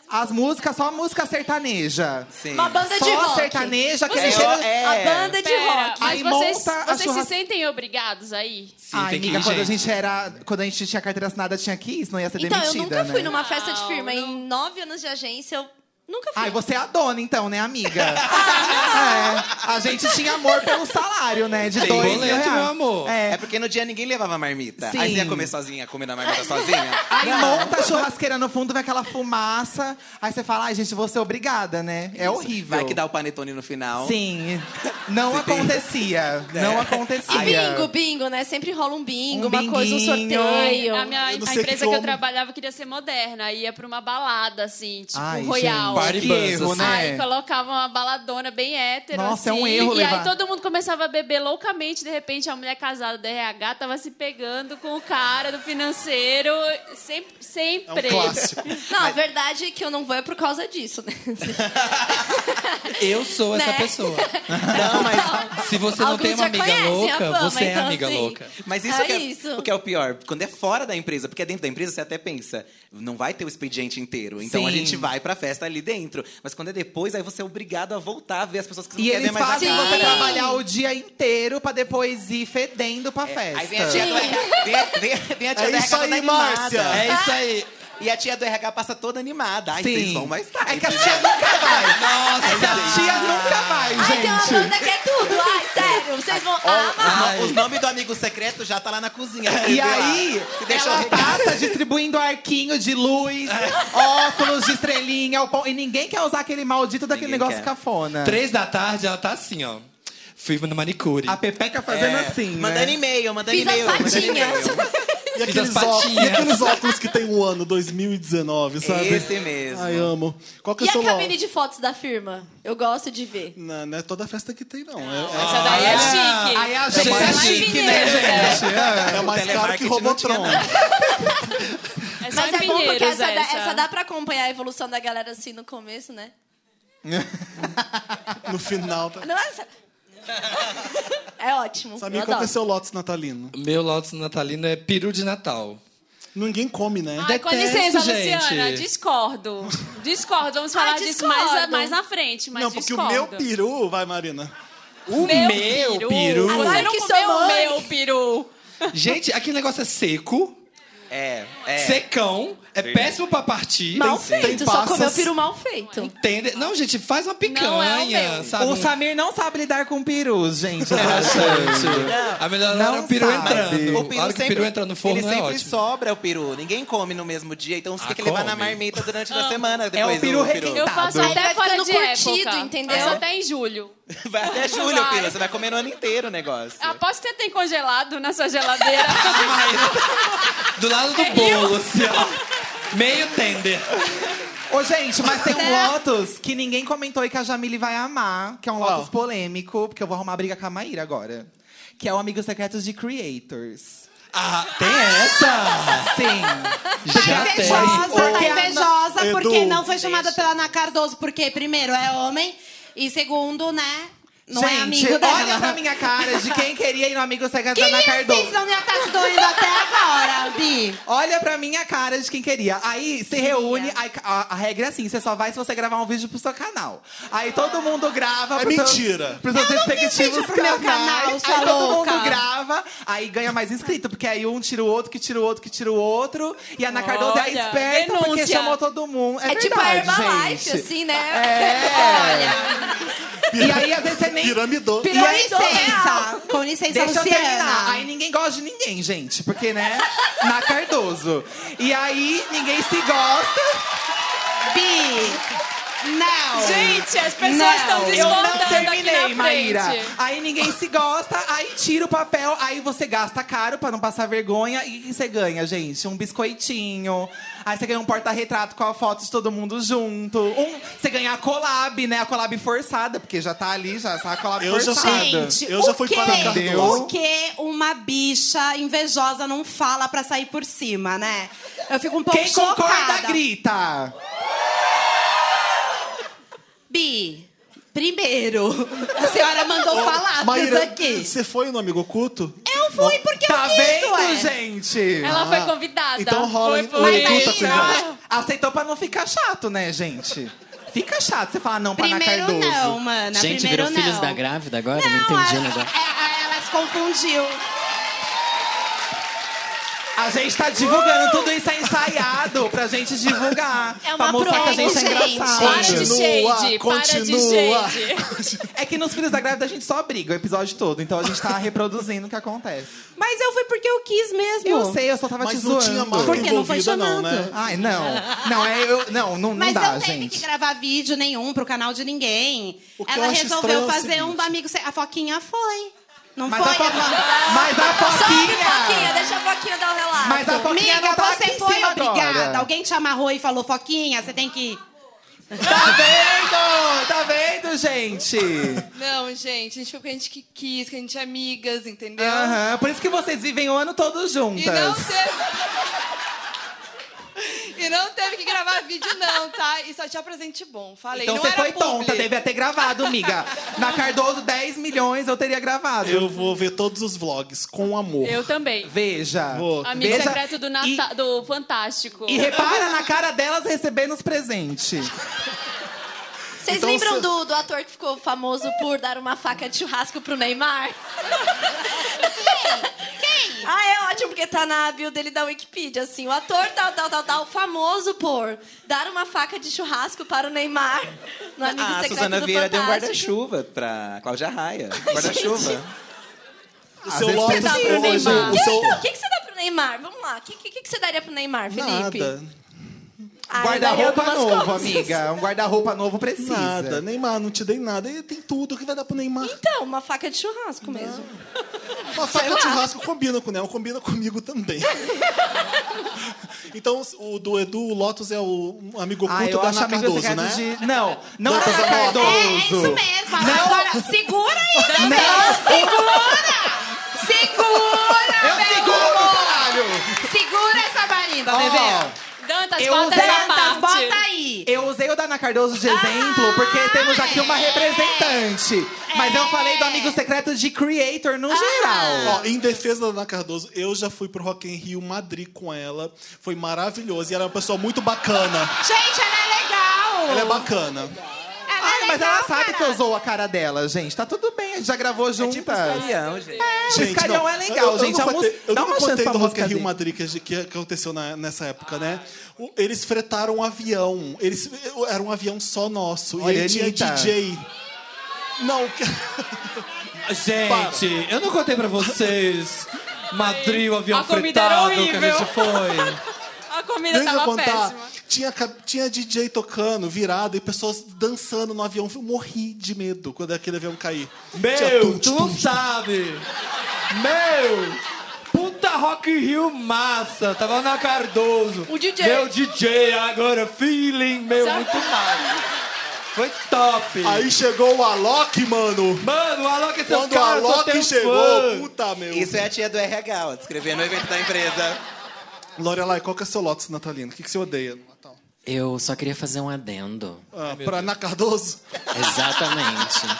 As músicas, só música sertaneja. Sim.
Uma banda de
só
rock.
sertaneja que
Vocês-
a gente-
É. A banda de
Pera,
rock.
Mas
Aí
vocês,
monta a
vocês
churras-
se sentem obrigados aí?
Ai,
tem que
amiga,
ir,
quando a
gente.
gente era. Quando a gente tinha carteira assinada, tinha que isso, não
é
ia ser
Então, eu
demitida.
nunca
né?
fui numa festa de firma. Em nove anos de agência, eu nunca fui.
Ai, você é a dona, então, né, amiga?
Ah,
é. A gente tinha amor pelo salário, né? De
Tem
dois mil
boleto,
reais.
meu amor.
É.
É. porque no dia ninguém levava marmita.
Sim.
Aí você ia comer sozinha, comer na marmita sozinha.
Aí monta a churrasqueira no fundo, vai aquela fumaça. Aí você fala, ai, gente, vou ser obrigada, né? É horrível.
Vai que dá o panetone no final.
Sim. Não acontecia.
É.
Não acontecia.
E bingo, bingo, né? Sempre rola um bingo,
Um
uma coisa, um
binguinho.
sorteio.
A, minha, a empresa que eu trabalhava queria ser moderna, ia pra uma balada, assim, tipo
Ai,
Royal.
gente, Party que bus, erro, assim. né?
Aí colocava uma baladona bem hétero,
Nossa, é
assim,
um erro
E
levar-
aí todo mundo começava a beber loucamente, de repente a mulher casada da RH tava se pegando com o cara do financeiro, sempre.
É
sempre.
um
Não, a verdade é que eu não vou é por causa disso, né?
Eu sou essa
Né?
pessoa. Não,
mas
se você não
Alguns
tem uma
já
amiga
conhecem a
louca,
fama,
você é
então,
amiga
assim,
louca.
Mas isso,
É
que é,
isso.
o que é o pior, quando é fora da empresa, porque é dentro da empresa você até pensa, não vai ter o expediente inteiro, então a
Sim.
gente vai pra festa ali dentro. Mas quando é depois, aí você é obrigado a voltar a ver as pessoas que você
E
não quer
eles
ver mais assim? na
fazem
cara.
você trabalhar o dia inteiro pra depois ir fedendo pra festa.
É, Aí vem a tia do RH, vem, a- vem, a- vem a tia
É
do
isso
RH toda
aí,
animada.
Márcia. É isso aí.
E a tia do RH passa toda animada. Ai,
Sim.
vocês vão mais tarde.
É que a tia nunca vai. Nossa. É que a tia nunca vai,
Ai, tem uma
gente.
banda que é tudo. Ai, sério, vocês vão amar.
Os nomes do amigo secreto já tá lá na cozinha.
E aí, ela passa distribuindo arquinho de luz, óculos de estrelinha, o pão- e ninguém quer usar aquele maldito daquele negócio cafona.
Três da tarde, ela tá assim, ó. Fui no manicure. É. A
Pepeca fazendo assim, né?
Mandando e-mail, mandando
Fiz as
e-mail. mandando
patinhas.
e-mail.
E
Fiz
aqueles,
as
ó-
patinhas.
e aqueles óculos que tem um ano, 2019, sabe?
Esse mesmo.
Ai, amo. Qual que é o
E
seu
a
Lotus?
cabine de fotos da firma? Eu gosto de ver.
Não, não é toda festa que tem, não. É-
Ah,
essa daí é chique.
Aí a
É
gente é
mais
chique,
chique,
né,
né?
gente?
É mais caro que
telemarketing não tinha
Robotron.
É só
Mas
em
é bom porque
Pinheiros
essa, dá,
essa.
essa dá pra acompanhar a evolução da galera assim no começo, né?
No final. Tá...
Não é essa- É ótimo.
Sabia qual
eu
que é
adoro.
seu Lotus natalino?
Meu Lotus natalino é peru de Natal.
Ninguém come, né?
Ai, com licença, Luciana, discordo. Discordo, vamos falar
Ai,
disso
discordo.
mais, mais na frente, mas
não, porque
discordo.
o meu peru... Vai, Marina.
O meu, peru.
Você não comeu o meu peru.
Gente, aquele negócio é seco.
É, é.
Secão. É péssimo pra partir.
Mal
Tem-
feito,
tem
só
passas.
comeu peru mal feito.
Entende? Não, gente, faz uma picanha,
Não é o meu.
sabe?
O Samir não sabe lidar com perus, gente.
É, gente. A melhor hora é o peru
sabe.
entrando.
O
a hora que o peru entra no forno
ele
é
sempre
ótimo. Ah,
sobra o peru. Ninguém come no mesmo dia, então você tem que levar na
come.
marmita durante a semana. Depois
Ah, é o peru requentado.
Eu
Tá,
faço
É
Aí
até
vai
É fora
ficando
de
curtido,
época.
entendeu?
Faço até em julho.
Vai até julho,
Vai.
Pila. Você vai comer no ano inteiro o negócio.
Aposto que você tem congelado na sua geladeira.
Do lado do bolo, assim, ó. Meio tender.
Ô, gente, mas tem um Lotus que ninguém comentou e que a Jamile vai amar, que é um Lotus polêmico, porque eu vou arrumar briga com a Maíra agora. Que é o Amigos Secretos de Creators.
Ah, tem essa?
Sim.
Já
tá
tem.
invejosa, tá
Ô,
invejosa,
Edu,
porque não foi chamada pela Ana Cardoso, porque, primeiro, é homem, e segundo, né, não é
Gente,
amigo dela.
olha pra minha cara de quem queria ir no Amigo Secreto da
Quem
Ana
eu
Cardoso.
fiz? Não ia tá se doendo até agora, Bi.
Olha pra minha cara de quem queria. Aí se reúne, aí a, a regra é assim, você só vai se você gravar um vídeo pro seu canal. Aí todo mundo grava.
É
pros seus-
mentira.
Pros seus
Eu não fiz
respectivos
vídeo pro meu canal,
canais.
sua
aí todo
louca.
mundo grava, aí ganha mais inscrito. Porque aí um tira o outro, que tira o outro, que tira o outro. E a Ana Cardoso é
Olha,
esperta porque
denúncia.
chamou todo mundo. É,
É tipo a
verdade,
Herbalife,
gente.
assim, né?
E aí, às vezes, você nem... Piramidou.
Com licença, com licença,
Deixa
Luciana.
eu terminar. Aí ninguém gosta de ninguém, gente. Porque, né? Na Cardoso. E aí, ninguém se gosta.
Bi, não.
Gente, as pessoas Não. estão
Eu
discordando
não
aqui
terminei,
na frente.
Maíra. Aí ninguém se gosta, aí tira o papel, aí você gasta caro pra não passar vergonha. E o que você ganha, gente? Um biscoitinho. Aí você ganha um porta-retrato com a foto de todo mundo junto. Um, você ganha a collab, né? A collab forçada, porque já tá ali, já tá a collab
Eu já
forçada.
fui- Gente, eu já fui para a Cardoso.
Por que é uma bicha invejosa não fala pra sair por cima, né? Eu fico um pouco
Quem
chocada.
concorda, grita!
Bi, primeiro, a senhora mandou
Ô,
falar
Maíra,
disso aqui.
Você foi no Amigo Oculto?
Eu fui porque
Tá
eu quis,
vendo,
ué.
gente?
Ela
Ah.
foi convidada.
Então rola
Foi
hein?
por
Mas
isso.
aí, não, Aceitou pra não ficar chato, né, gente? Fica chato você falar não pra Ana
Primeiro
Cardoso.
não, mana,
Gente,
primeiro
virou filhos
não.
da grávida agora? Não, entendi o negócio.
Ela se confundiu.
A gente tá divulgando, tudo isso é ensaiado pra gente divulgar.
É uma
pra mostrar que a gente,
promo,
é
gente.
engraçado.
Para de shade, Continua, para de continua.
É que nos Filhos da Grávida a gente só briga o episódio todo, então a gente tá reproduzindo o que acontece.
Mas eu fui porque eu quis mesmo.
Eu sei, eu só tava te
Mas
zoando.
não tinha marca
Tipo, Porque não foi envolvida, não,
chamando. né?
Ai, não. Não, é eu, não, não, não
Mas
dá,
não teve
gente.
que gravar vídeo nenhum pro canal de ninguém.
que eu
Ela
acho estranho é
resolveu
o
fazer um
seguinte.
do amigo. Se- A Foquinha foi. Não
Mas
foi?
a Fo-
Ela-
Mas a Foquinha-
Sobe, Foquinha, deixa a Foquinha dar o relato.
Mas a Foquinha
Amiga,
não tá
um você
aqui em
foi
cima
obrigada.
agora.
Alguém te amarrou e falou, Foquinha, você tem que.
Tá vendo? Tá vendo, gente?
Não, gente, a gente foi porque a gente que quis, que a gente é amigas, entendeu?
Aham, por isso que vocês vivem o ano todo juntas.
E não teve. E não teve que gravar vídeo, não, tá? E só tinha presente bom. Falei,
Então
não
você
era
foi tonta,
publi.
devia ter gravado, amiga. Na Cardoso, 10 milhões eu teria gravado.
Eu vou ver todos os vlogs com amor.
Eu também.
Veja.
Vou.
Amigo
Veja-
secreto do, Nata- do Fantástico.
E repara na cara delas recebendo os presentes.
Vocês
Então,
lembram
se-
do, do ator que ficou famoso por dar uma faca de churrasco pro Neymar? Quem? Quem? Ah, é ótimo, porque tá na bio dele da Wikipedia, assim. O ator tal, tal, tal, tal, famoso por dar uma faca de churrasco para o Neymar. No Amigo
Ah, a
Secreto
Suzana
do
Vieira deu um
Fantástico.
guarda-chuva pra Cláudia Raia. Guarda-chuva.
O seu Lopes
tá
Você dá
hoje,
pro Neymar.
o
Eu,
seu-
então, O que, que você dá pro Neymar? Vamos lá. O que, que, que você daria pro Neymar, Felipe?
Nada.
Ah, eu daria
Guarda-roupa
algumas
novo,
coisas.
amiga. Um guarda-roupa novo precisa.
Nada, Neymar, não te dei nada. E tem tudo o que vai dar pro Neymar.
Então, uma faca de churrasco mesmo.
Uma faca de churrasco combina com o Nel, combina comigo também. então, o do Edu, o Lotus é o amigo
Ah,
oculto
eu
da
acho
Ana
amigo
Cardoso,
secreto
né?
de- Não, não
Lotus
Ana
é
Cardoso.
Lotus.
É, isso
mesmo. Agora, segura aí, não, segura! Segura,
Eu
meu
seguro,
amor!
caralho!
Segura essa marimba,
Ó,
bebê!
Dantas,
Eu
bota
usei-
essa parte.
bota aí!
Eu usei o da Ana Cardoso de exemplo, porque temos aqui uma representante. Mas eu falei do amigo secreto de creator no geral.
Ó, em defesa da Ana Cardoso, eu já fui pro Rock in Rio Madrid com ela. Foi maravilhoso e era uma pessoa muito bacana.
Gente, ela é legal!
Ela é bacana.
Ai, mas ela sabe que eu usou a cara dela, gente. Tá tudo bem, a gente já gravou juntas. É tipo
escarião, gente.
É, o
Gente,
escarião
não,
é legal,
eu- eu
gente.
não
a
contei-
música-
eu
Dá
não
uma chance
contei
pra
do Rock in
música
Rio
dele.
Madrid que, que aconteceu na- nessa época, né?
Ah.
O- eles fretaram um avião. Eles, era um avião só nosso.
Olha,
e aí tinha
Anitta.
DJ. Não, que-
Gente, eu não contei pra vocês. Madrid, o avião
A comida era
fretado que a
horrível.
gente foi.
A comida
Deixa eu
tava
contar.
péssima.
Tinha, ca- tinha DJ tocando, virado, e pessoas dançando no avião. Eu morri de medo quando aquele avião cair. Tinha
Meu,
tum,
tu
tum,
não
tum.
sabe. Meu, puta Rock in Rio massa. Tava na Cardoso.
O DJ.
Meu DJ agora, feeling, meu,
Sabe-
muito massa. Foi top.
Aí chegou o Alok, mano.
Mano, o Alok é seu
Quando
cara,
o
sou
Alok
um
teu
chegou,
fã.
puta, meu.
Isso é a tia do RH, ó, descrevendo o evento da empresa.
Lorelai, qual que é seu Lotus natalino? O que, que você odeia no Natal?
Eu só queria fazer um adendo.
Ah, pra Ana Cardoso?
Exatamente.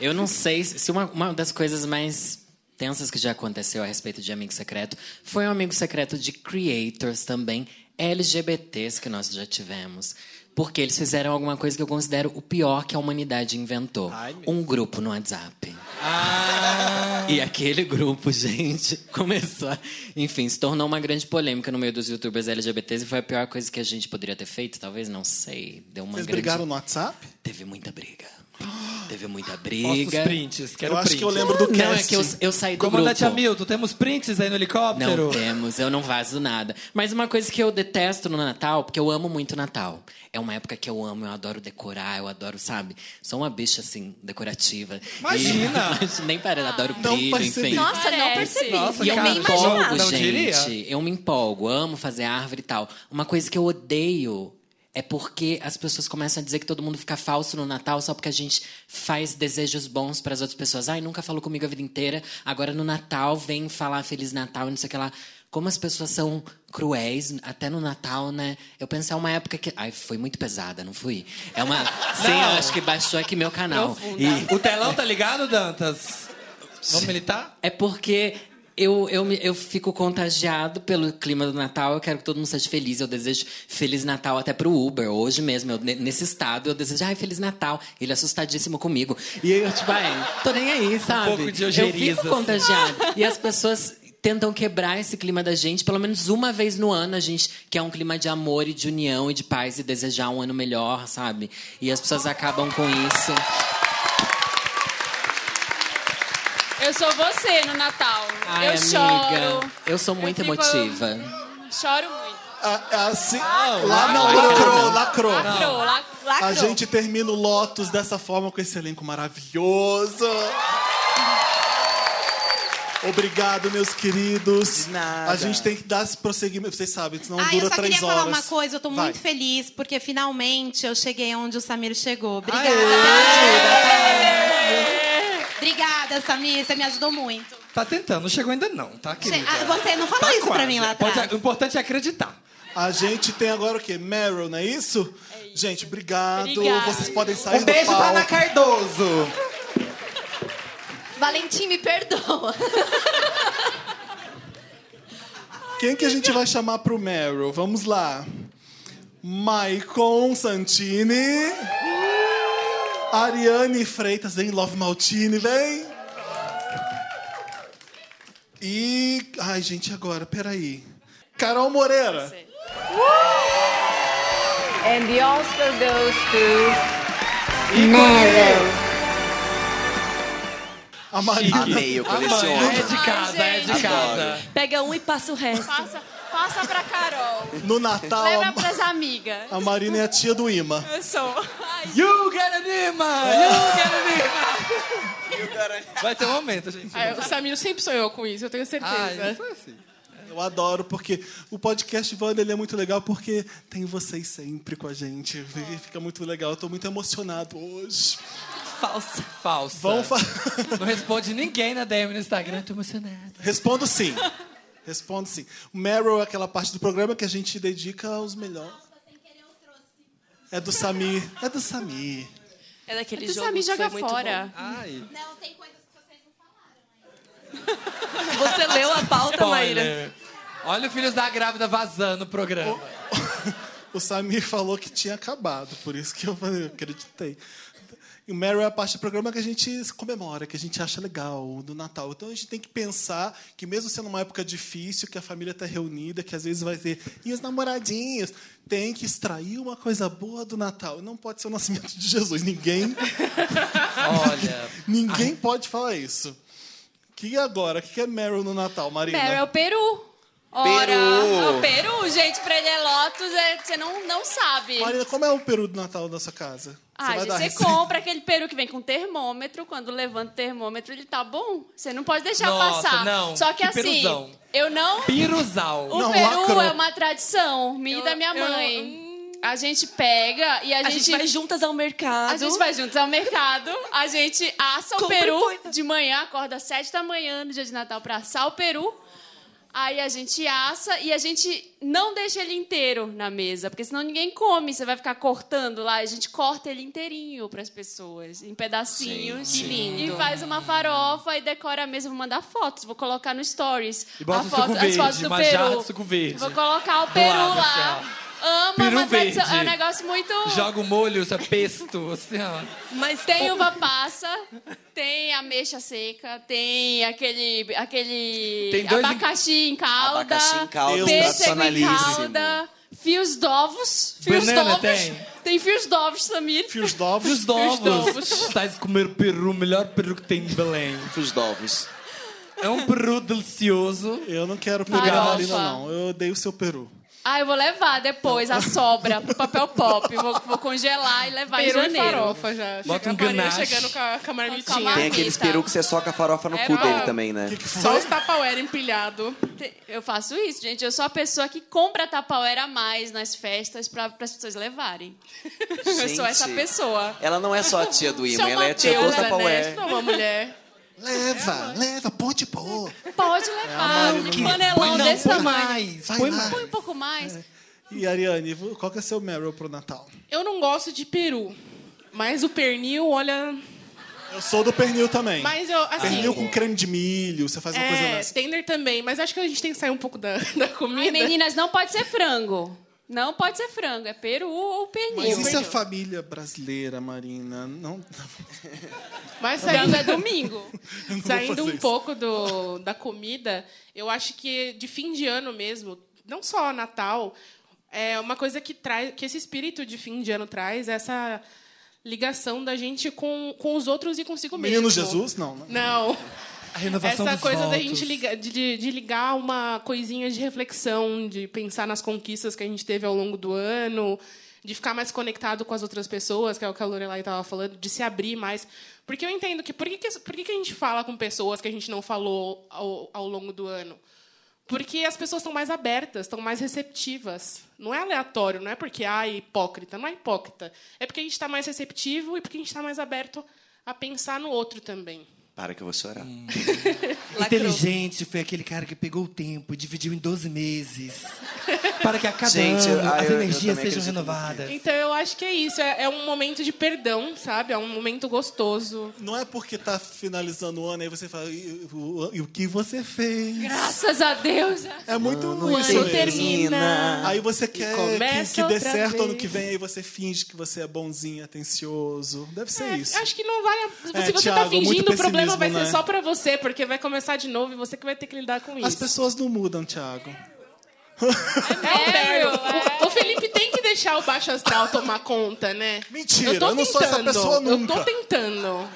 Eu não sei se se uma, uma das coisas mais tensas que já aconteceu a respeito de amigo secreto foi um amigo secreto de creators também LGBTs que nós já tivemos. Porque eles fizeram alguma coisa que eu considero o pior que a humanidade inventou. um grupo no WhatsApp.
Ah.
E aquele grupo, gente, começou. a- Enfim, se tornou uma grande polêmica no meio dos youtubers LGBTs e foi a pior coisa que a gente poderia ter feito, talvez, não sei. Deu uma
Vocês
grande-
brigaram no WhatsApp?
Teve muita briga. Teve muita
Mostra
briga.
os prints, quero
Eu acho
print.
que eu lembro do Não, é que eu- eu saí do
Comandante
grupo.
Hamilton, temos prints aí no helicóptero?
Não temos, eu não vazo nada. Mas uma coisa que eu detesto no Natal, porque eu amo muito Natal. É uma época que eu amo, eu adoro decorar, eu adoro, sabe? Sou uma bicha, assim, decorativa.
Imagina!
E- nem para, eu adoro
Não
brilho,
percebi.
enfim.
Nossa, não
Parece.
percebi.
Nossa,
eu
cara,
nem
empolgo,
imaginava.
Não diria.
gente. Eu me empolgo, amo fazer árvore e tal. Uma coisa que eu odeio é porque as pessoas começam a dizer que todo mundo fica falso no Natal só porque a gente faz desejos bons para as outras pessoas. Ai, nunca falou comigo a vida inteira, agora no Natal vem falar Feliz Natal e não sei o que lá. Como as pessoas são cruéis, até no Natal, né? Eu pensei, é uma época que. Ai, foi muito pesada, não fui? É uma. Sim, eu acho que baixou aqui meu canal.
Profunda.
E
O telão tá ligado, Dantas? Vamos militar?
é porque eu, eu, me- eu fico contagiado pelo clima do Natal. Eu quero que todo mundo seja feliz. Eu desejo Feliz Natal até pro Uber. Hoje mesmo, eu, ne- nesse estado, eu desejo, ai, Feliz Natal. Ele é assustadíssimo comigo. E eu, tipo, ai, tô nem aí, sabe?
Um pouco de
eu
ojeriza,
fico
assim.
contagiado. E as pessoas tentam quebrar esse clima da gente. Pelo menos uma vez no ano, a gente quer um clima de amor e de união e de paz e desejar um ano melhor, sabe? E as pessoas acabam com isso.
Eu sou você no Natal.
Ai,
eu
amiga,
choro.
eu sou muito
Eu fico-
emotiva.
Choro muito.
assim,
lá
lá não,
não,
lacrou,
não.
lacrou.
Lacrou,
Não.
lac- lacrou.
A gente tá- termina o Lotus dessa forma com esse elenco maravilhoso. Obrigado, meus queridos. A gente tem que dar esse prosseguimento. Vocês sabem, senão
Ah, eu
dura
só
três
queria
horas.
falar uma coisa, eu tô
Vai.
muito feliz, porque finalmente eu cheguei onde o Samir chegou. Obrigada. Obrigada, Samir, você me ajudou muito.
Tá tentando, não chegou ainda não, tá, querida? Tá
ah, você não falou isso pra mim lá
Pode-
atrás.
o importante é acreditar.
A gente tem agora o quê? Meryl, não é isso? Gente, obrigado.
Obrigada.
Vocês podem sair
Um beijo
do
pra
palco.
Ana Cardoso.
Valentim, me perdoa.
Quem que a gente vai chamar pro Meryl? Vamos lá. Maicon Santini. Ariane Freitas, vem. Love Maltini, vem. E... Ai, gente, agora, peraí. Carol Moreira.
Uh! And the Oscar goes to
é? A Maria.
Amei, eu coleciono.
É de casa, é de
Adoro.
casa.
Pega um e passa o resto. Passa, passa pra Carol.
No Natal,
Leva
a-
pras amigas.
a Marina é a tia do Ima.
Eu sou. Ai,
You get an Ima! You get an Ima! Vai ter um momento, gente.
Ah, o Samir sempre sonhou com isso, eu tenho certeza.
Ah, isso é assim.
Eu adoro, porque o podcast Wanda ele é muito legal, porque tem vocês sempre com a gente. E Fica muito legal. Eu tô muito emocionado hoje.
Falsa. Falsa.
Vão fa-
Não responde ninguém na DM no Instagram, tô emocionada.
Respondo sim. Respondo sim. O Meryl é aquela parte do programa que a gente dedica aos melhores. É do Samir. É do Samir.
É daquele
Mas o
jogo
Samir
que foi
joga
muito
fora.
bom.
Não, tem coisas que vocês
Você leu a pauta, Maíra?
Spoiler. Olha o Filhos da Grávida vazando o programa.
O Samir falou que tinha acabado, por isso que eu falei, eu acreditei. E o Meryl é a parte do programa que a gente comemora, que a gente acha legal, do Natal. Então a gente tem que pensar que, mesmo sendo uma época difícil, que a família está reunida, que às vezes vai ter. E os namoradinhos? Tem que extrair uma coisa boa do Natal. Não pode ser o nascimento de Jesus. Ninguém,
Olha.
ninguém pode falar isso. Que agora? O que que é Meryl no Natal, Marina?
Meryl é o Peru. Ora, é o Peru, gente, pra ele é Lotus, é- você não, não sabe.
Marina, como é o peru do Natal da sua casa? Você
Ah,
vai
gente,
dar
você
receita?
compra aquele peru que vem com termômetro. Quando levanta o termômetro, ele tá bom. Você não pode deixar
Nossa,
passar.
não.
Só que,
Que
assim,
peruzão.
eu não.
Piruzal.
é O peru é uma tradição minha e da minha
eu hum.
mãe. A gente pega e a,
A gente vai juntas ao mercado.
A gente vai juntas ao mercado. A gente assa o
Compra e
peru
põe-
de manhã, acorda às sete da manhã no dia de Natal pra assar o peru. Aí a gente assa e a gente não deixa ele inteiro na mesa, porque senão ninguém come. Você vai ficar cortando lá. A gente corta ele inteirinho pras pessoas, em pedacinhos.
Gente. Que lindo.
E faz uma farofa e decora a mesa. Vou mandar fotos, vou colocar no stories.
E bota
a
um
foto-
suco
as fotos
verde,
do
uma
peru.
jarra de suco verde.
Vou colocar o
Do
peru
lado,
lá.
assim,
Amo,
Peru
mas vai ser- é um
verde.
negócio muito.
ó. Joga o molho, você pesto, assim, ó.
Mas tem uva passa, tem ameixa seca, tem aquele aquele
Tem dois em-
abacaxi em calda,
Abacaxi em calda,
pêssego em
tradicionalíssimo.
calda, fios d'ovos, fios
Banana
d'ovos.
tem?
fios d'ovos, Samir.
Fios d'ovos?
Fios
d'ovos.
d'ovos. Estás a Tá comer peru, o melhor peru que tem em Belém.
Fios d'ovos.
É um peru delicioso.
Eu não quero peru
Farofa.
Marina, não. Eu odeio o seu peru.
Ah, eu vou levar depois a sobra pro papel pop. Vou, vou congelar e levar
Peru
em
e
janeiro.
farofa já.
Bota um
Chega a Marina
ganache.
chegando com É a, com a marmitinha.
Tem aqueles peru que você soca a farofa no
Era
cu
uma-
dele também, né?
Só os tapauera empilhado.
Te- Eu faço isso, gente. Eu sou a pessoa que compra tapauera a mais nas festas para as pessoas levarem. Eu sou essa
Gente.
pessoa.
Ela não é só a tia do
Isso é
imã,
uma
ela é a tia do
deusa,
Tupperware.
né? Não, uma mulher.
Leva, leva, ponte pô.
Pode levar um
Marina.
panelão
Põe não,
desse
põe
tamanho.
mais, É, vai
põe,
mais. É.
põe um pouco mais.
E Ariane, vo- qual que é seu Meryl pro Natal?
Eu não gosto de peru. Mas o pernil, olha.
Eu sou do pernil também.
Mas eu, assim.
Pernil com creme de milho, você faz uma coisa
É,
dessa.
tender também, mas acho que a gente tem que sair um pouco da, da comida.
Ai, meninas, não pode ser frango. Não pode ser frango. É peru ou pernil.
Mas isso é família brasileira, Marina. Não.
Mas
Frango
saindo
é domingo.
não vou
saindo
fazer
um
isso.
pouco do, da comida, eu acho que de fim de ano mesmo, não só Natal, é uma coisa que traz, que esse espírito de fim de ano traz é essa ligação da gente com, com os outros e consigo mesmo.
Menino Jesus? Não, né?
Não.
A renovação
Essa
dos
coisa da
votos.
gente ligar, de- de, de ligar uma coisinha de reflexão, de pensar nas conquistas que a gente teve ao longo do ano, de ficar mais conectado com as outras pessoas, que é o que a Lorelai estava falando, de se abrir mais. Porque eu entendo que por que, que- por que, que a gente fala com pessoas que a gente não falou ao, ao longo do ano? Porque as pessoas estão mais abertas, estão mais receptivas. Não é aleatório, não é porque ah, é hipócrita, não é hipócrita. É porque a gente está mais receptivo e porque a gente está mais aberto a pensar no outro também.
Para que eu vou chorar.
Hum. Inteligente foi aquele cara que pegou o tempo e dividiu em 12 meses. Para que a cada
Gente,
ano
eu- ah,
as
eu- eu
energias
também
sejam
acredito muito
renovadas.
Então eu acho que é isso. É, é um momento de perdão, sabe? É um momento gostoso.
Não é porque tá finalizando o ano aí você fala, e, o- e o que você fez?
Graças a Deus.
É muito
Ano
ruim.
termina. termina.
Aí você quer que,
começa
que dê
outra
certo
vez.
ano que vem, aí você finge que você é bonzinho, atencioso. Deve ser é isso.
É, Acho que não vale. a-
É,
Se você tá
Thiago, muito
fingindo, o problema vai ser
pessimismo, né?
só pra você, porque vai começar de novo e você que vai ter que lidar com
As
isso.
pessoas não mudam, Thiago.
É, Meryl. O, o Felipe tem que deixar o baixo astral tomar conta, né?
Mentira,
tô
eu não sou essa
tentando,
pessoa
Eu tô
nunca.
tentando.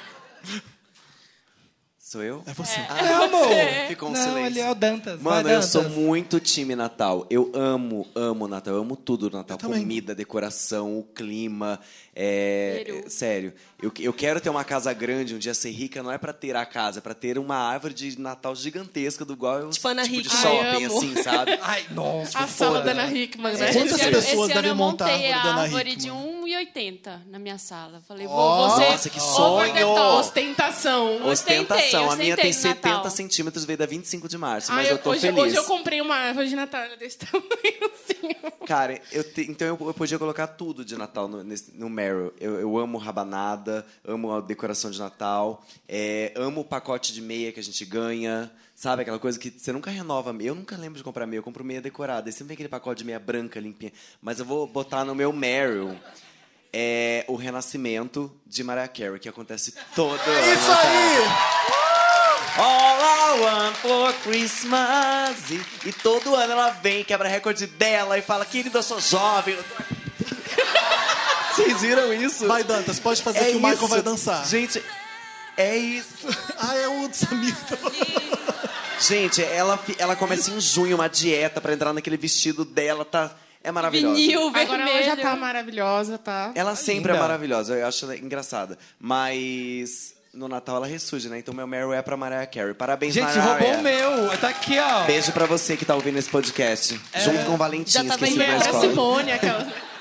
Sou eu? É
você.
Ah,
Não, amor.
Ficou um
Não,
silêncio.
ele é o Dantas.
Mano,
Vai,
eu
Dantas.
sou muito time Natal. Eu amo, amo Natal. Eu amo tudo do Natal.
também.
Comida, decoração, o clima. É... é, Sério. Eu, que- eu quero ter uma casa grande, um dia ser rica. Não é pra ter a casa, é pra ter uma árvore de Natal gigantesca, do igual eu tipo,
Ana
tipo de
Hickman. Ai,
shopping,
amo.
assim, sabe?
Ai, nossa.
A sala da Ana Hickman, né?
Quantas
Esse ano-
pessoas
esse ano
devem
eu
montar a
montei
árvore da
a
Ana
árvore de 1,80 na minha sala. Falei, vou,
Oh,
você.
nossa, que sonho!
Ostentação.
Ostentação. A minha tem 70
Natal.
centímetros, veio da 25 de março,
Ah,
mas
eu,
eu tô
hoje,
feliz.
hoje eu comprei uma árvore de Natal desse tamanho.
Cara, eu te- então eu, eu podia colocar tudo de Natal no, nesse- no Meryl. Eu, eu amo rabanada, amo a decoração de Natal, é, amo o pacote de meia que a gente ganha. Sabe aquela coisa que você nunca renova a meia? Eu nunca lembro de comprar meia, eu compro meia decorada. E sempre vem aquele pacote de meia branca, limpinha. Mas eu vou botar no meu Meryl é, o renascimento de Mariah Carey, que acontece todo ano.
isso aí!
All I want for Christmas. E, e todo ano ela vem, quebra recorde dela e fala: Querida, eu sou jovem. eu tô-" Vocês viram isso?
É Vai, Dantas, pode fazer
É
que o Michael
isso.
vai dançar.
Gente, é isso.
ah, é o Samir.
Gente, ela, fi- ela começa em junho uma dieta pra entrar naquele vestido dela, tá? É maravilhosa.
Agora ela já tá maravilhosa, tá?
Ela sempre é
Então,
Linda.
maravilhosa, eu acho ela engraçada. Mas no Natal ela ressurge, né? Então meu Meryl é pra Mariah Carey. Parabéns,
Gente,
Mariah.
roubou o meu. Tá aqui, ó. É.
Beijo pra você que tá ouvindo esse podcast. Junto com o Valentim,
Já tava
esqueci
indo
da
pra
escola.
Simone, aquela.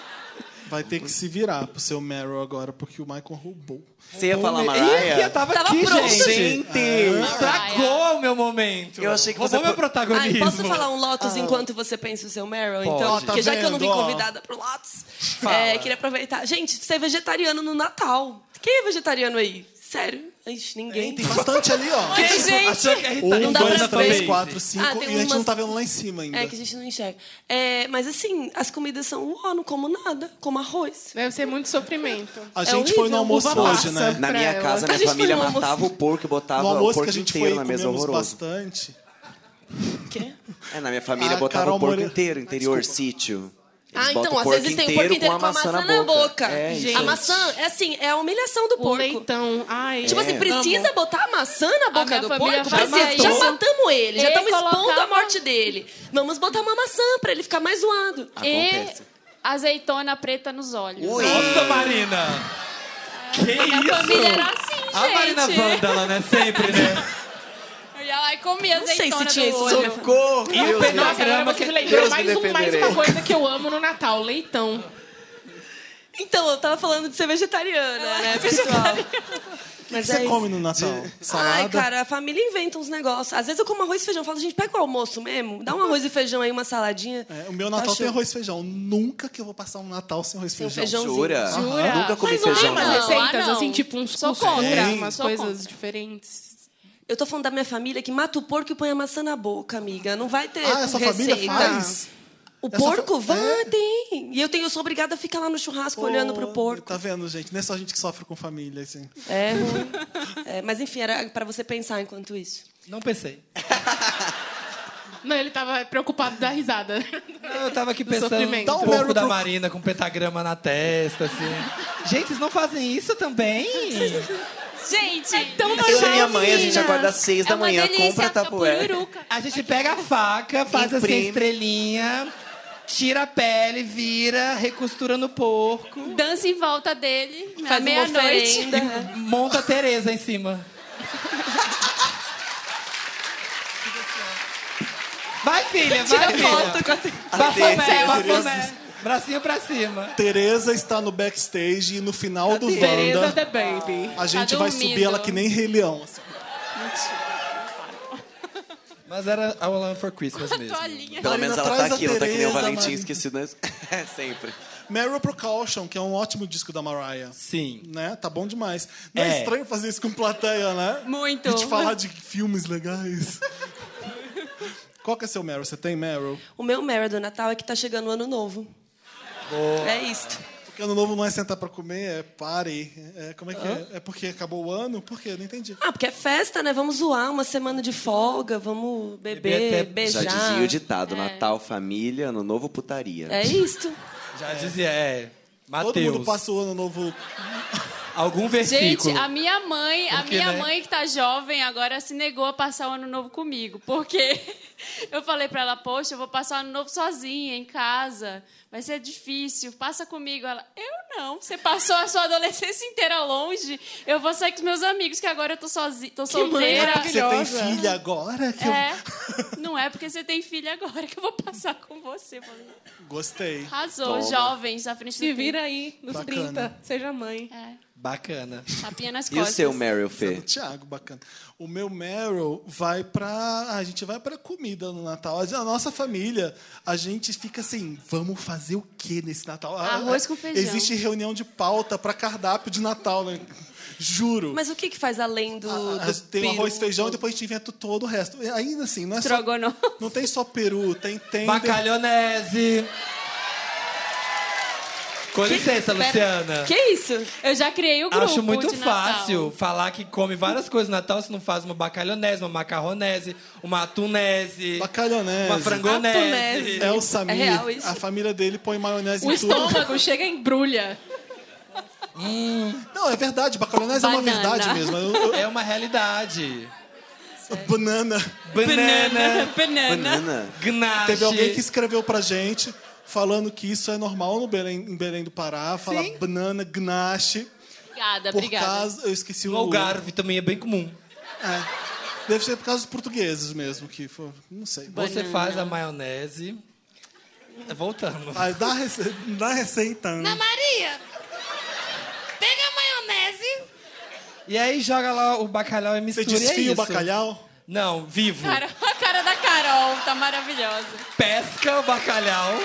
Vai ter que se virar pro seu Meryl agora, porque o Michael roubou.
Você ia falar
Roubou-
Mariah?
Ih, eu tava,
Tava
aqui,
pronto.
gente. É.
Gente,
estragou o meu momento.
Eu achei que
Roubou
você
meu
po-
protagonismo.
Ai, posso falar um Lotus
Ah.
enquanto você pensa o seu Meryl,
Pode.
então?
Ó, tá
Porque já que eu não vim
vendo, ó.
convidada pro Lotus,
Fala.
é, queria aproveitar. Gente, você é vegetariano no Natal. Quem é vegetariano aí? Sério? Ixi, ninguém.
Tem bastante ali, ó.
Ai, gente.
Um,
Não dá pra
dois, três,
ver.
quatro, cinco.
Ah,
e
tem
a gente
umas-
não tá vendo lá em cima ainda.
É, que a gente não enxerga. É, mas assim, as comidas são, ó, não como nada, como arroz. É
Deve ser muito sofrimento.
A gente foi no almoço hoje, né?
Na minha casa, minha família matava o porco e botava
No
o
almoço
porco
que a gente
inteiro
foi
na mesa,
comemos
horroroso.
bastante.
É, na minha família
A
botava
Ah, Carol
o porco
Moreira-
inteiro, interior, sítio. Eles
Ah,
botam
então,
o
às
porco
vezes tem o porco inteiro com a maçã na boca.
É, isso.
A maçã, é assim, é a humilhação do porco. Leitão.
Ai,
tipo
É.
assim, precisa botar a maçã na boca
minha
do
família
porco?
fazia
Precisa. Já
isso. É,
matamos ele, já
E
estamos expondo
colocava-
a morte dele. Vamos botar uma maçã pra ele ficar mais zoado.
E azeitona preta nos olhos.
Nossa, Marina! Que
Minha
isso?
família era assim, gente.
Ah,
A Marina Vandala, né? Sempre, né?
Eu ia lá e comia
Não sei se
azeitona
tinha
do
isso.
olho.
Socorro! E o
Nossa, agora
pentagrama
você
que...
me lembrou mais, um- mais uma coisa que eu amo no Natal, leitão.
Então, eu tava falando de ser vegetariana, né, pessoal?
O que
Mas
você
é
come no Natal? Salada?
Ai, cara, a família inventa uns negócios. Às vezes eu como arroz e feijão. Eu falo, gente, pega o almoço mesmo. Dá um arroz e feijão aí, uma saladinha.
É, o meu Natal
Tá
tem
show.
arroz e feijão. Nunca que eu vou passar um Natal sem arroz e
Sem
feijão.
feijãozinho. Jura?
Aham.
Jura?
Nunca comi
Mas não tem
feijão.
mais
não.
Receitas,
ah, não.
assim, tipo uns
Sou
cuscos,
contra.
umas
Sou
coisas
contra.
diferentes.
Eu tô falando da minha família que mata o porco e põe a maçã na boca, amiga. Não vai ter
Ah, essa
receita.
família faz?
O
Essa
porco
fa-
vai, tem. E eu tenho, eu sou obrigada a ficar lá no churrasco olhando pro porco.
Tá vendo, gente? Não é só a gente que sofre com família, assim.
É ruim. É, mas enfim, era pra você pensar enquanto isso.
Não pensei.
Não, ele tava preocupado da risada.
Eu tava aqui
Do
pensando
sofrimento.
um pouco da Marina com pentagrama na testa, assim. Gente, vocês não fazem isso também?
Gente, é
tão
Eu e minha mãe, a gente acorda às seis da manhã, compra a tapoeira.
A gente pega a faca, faz assim
Imprime.
a estrelinha, tira a pele, vira, recostura no porco.
Dança em volta dele, à
Faz uma
É meia-noite. É.
oferenda.
E monta a Tereza em cima. Vai, filha,
Tira
vai, filha.
foto com a
Bafomé,
Tereza.
bafomé. Bracinho pra cima.
Tereza está no backstage e no final do Wanda...
Tereza
é
the Baby.
Tá
A gente vai subir ela que nem Rei Leão. assim.
Mas era All Alone for Christmas mesmo.
Toalhinha.
Pelo menos
Marina,
ela
traz
tá
a
aqui, não tá que nem o
Tereza,
Valentim
Marina.
esquecido. né? É, sempre.
Meryl Precaution, que é um ótimo disco da Mariah.
Sim.
Né? Tá bom demais. Não é,
É.
estranho fazer isso com plateia, né?
Muito.
E te falar de filmes legais. Qual que é seu Meryl? Você tem Meryl?
O meu Meryl do Natal é que tá chegando o ano novo. É isso.
Porque ano novo não é sentar pra comer, é party. É, como é que é? É porque acabou o ano? Por quê? Não entendi.
Ah, porque é festa, né? Vamos zoar uma semana de folga, vamos beber, beijar.
Já dizia o ditado, Natal, família, ano novo, putaria.
É isso.
Já dizia, é.
Todo mundo
Mateus.
passa o ano novo.
Algum
Gente,
versículo.
a minha mãe, a
Porque,
minha
né?
mãe que tá jovem agora se negou a passar o ano novo comigo, porque eu falei pra ela, poxa, eu vou passar o ano novo sozinha em casa, vai ser difícil, passa comigo. Ela, eu não, você passou a sua adolescência inteira longe, eu vou sair com os meus amigos que agora eu tô sozinha, tô solteira.
É porque você tem filha agora? Que eu-
É, não é porque você tem filha agora que eu vou passar com você. Eu falei,
Gostei.
Arrasou,
Toma.
jovens à frente do
Se
tempo. É,
vira aí, nos
Bacana.
30, seja mãe.
Bacana.
Tapinha nas
E o seu Meryl,
Essa é
Fê?
do Thiago, bacana. O meu Meryl vai pra. A gente vai pra comida no Natal. A nossa família, a gente fica assim, vamos fazer o que nesse Natal? Ah,
Arroz com feijão.
Existe reunião de pauta pra cardápio de Natal, né? Juro.
Mas o que que faz além do,
A-
do
tem o
peru?
arroz, feijão e depois a gente inventa todo o resto. E Ainda assim, não é só,
Estrogonofe.
não tem só peru, tem tem
Bacalhonese. Com licença,
Pera-
Luciana.
Que isso? Eu já criei o grupo
Acho muito
de Natal.
fácil falar que come várias coisas no Natal se não faz uma bacalhonese, uma macarronese, uma atunese.
Bacalhonese.
Uma frangonese.
Atunese. É o Samir.
É real isso?
A família dele põe maionese
O
em tudo.
estômago chega e embrulha.
Hum.
Não, é verdade, bacalhonese é uma
Banana.
verdade mesmo. Eu- eu-
É uma realidade.
Banana.
Banana.
Banana.
Banana.
Gnache.
Teve alguém que escreveu pra gente falando que isso é normal no Belém, em Belém do Pará, falar banana, gnache.
Obrigada,
por
obrigada.
causa. Eu esqueci o
No Algarve também é bem comum.
É. Deve ser por causa dos portugueses mesmo, que foi, não sei.
Você faz a maionese. Voltando.
Ah, dá, a rece... dá a receita. né?
Ana Maria, pega a maionese.
E aí joga lá o bacalhau e mistura. e é
desfia o
isso.
bacalhau?
Não, vivo.
Cara, a cara da Carol tá maravilhosa.
Pesca o bacalhau.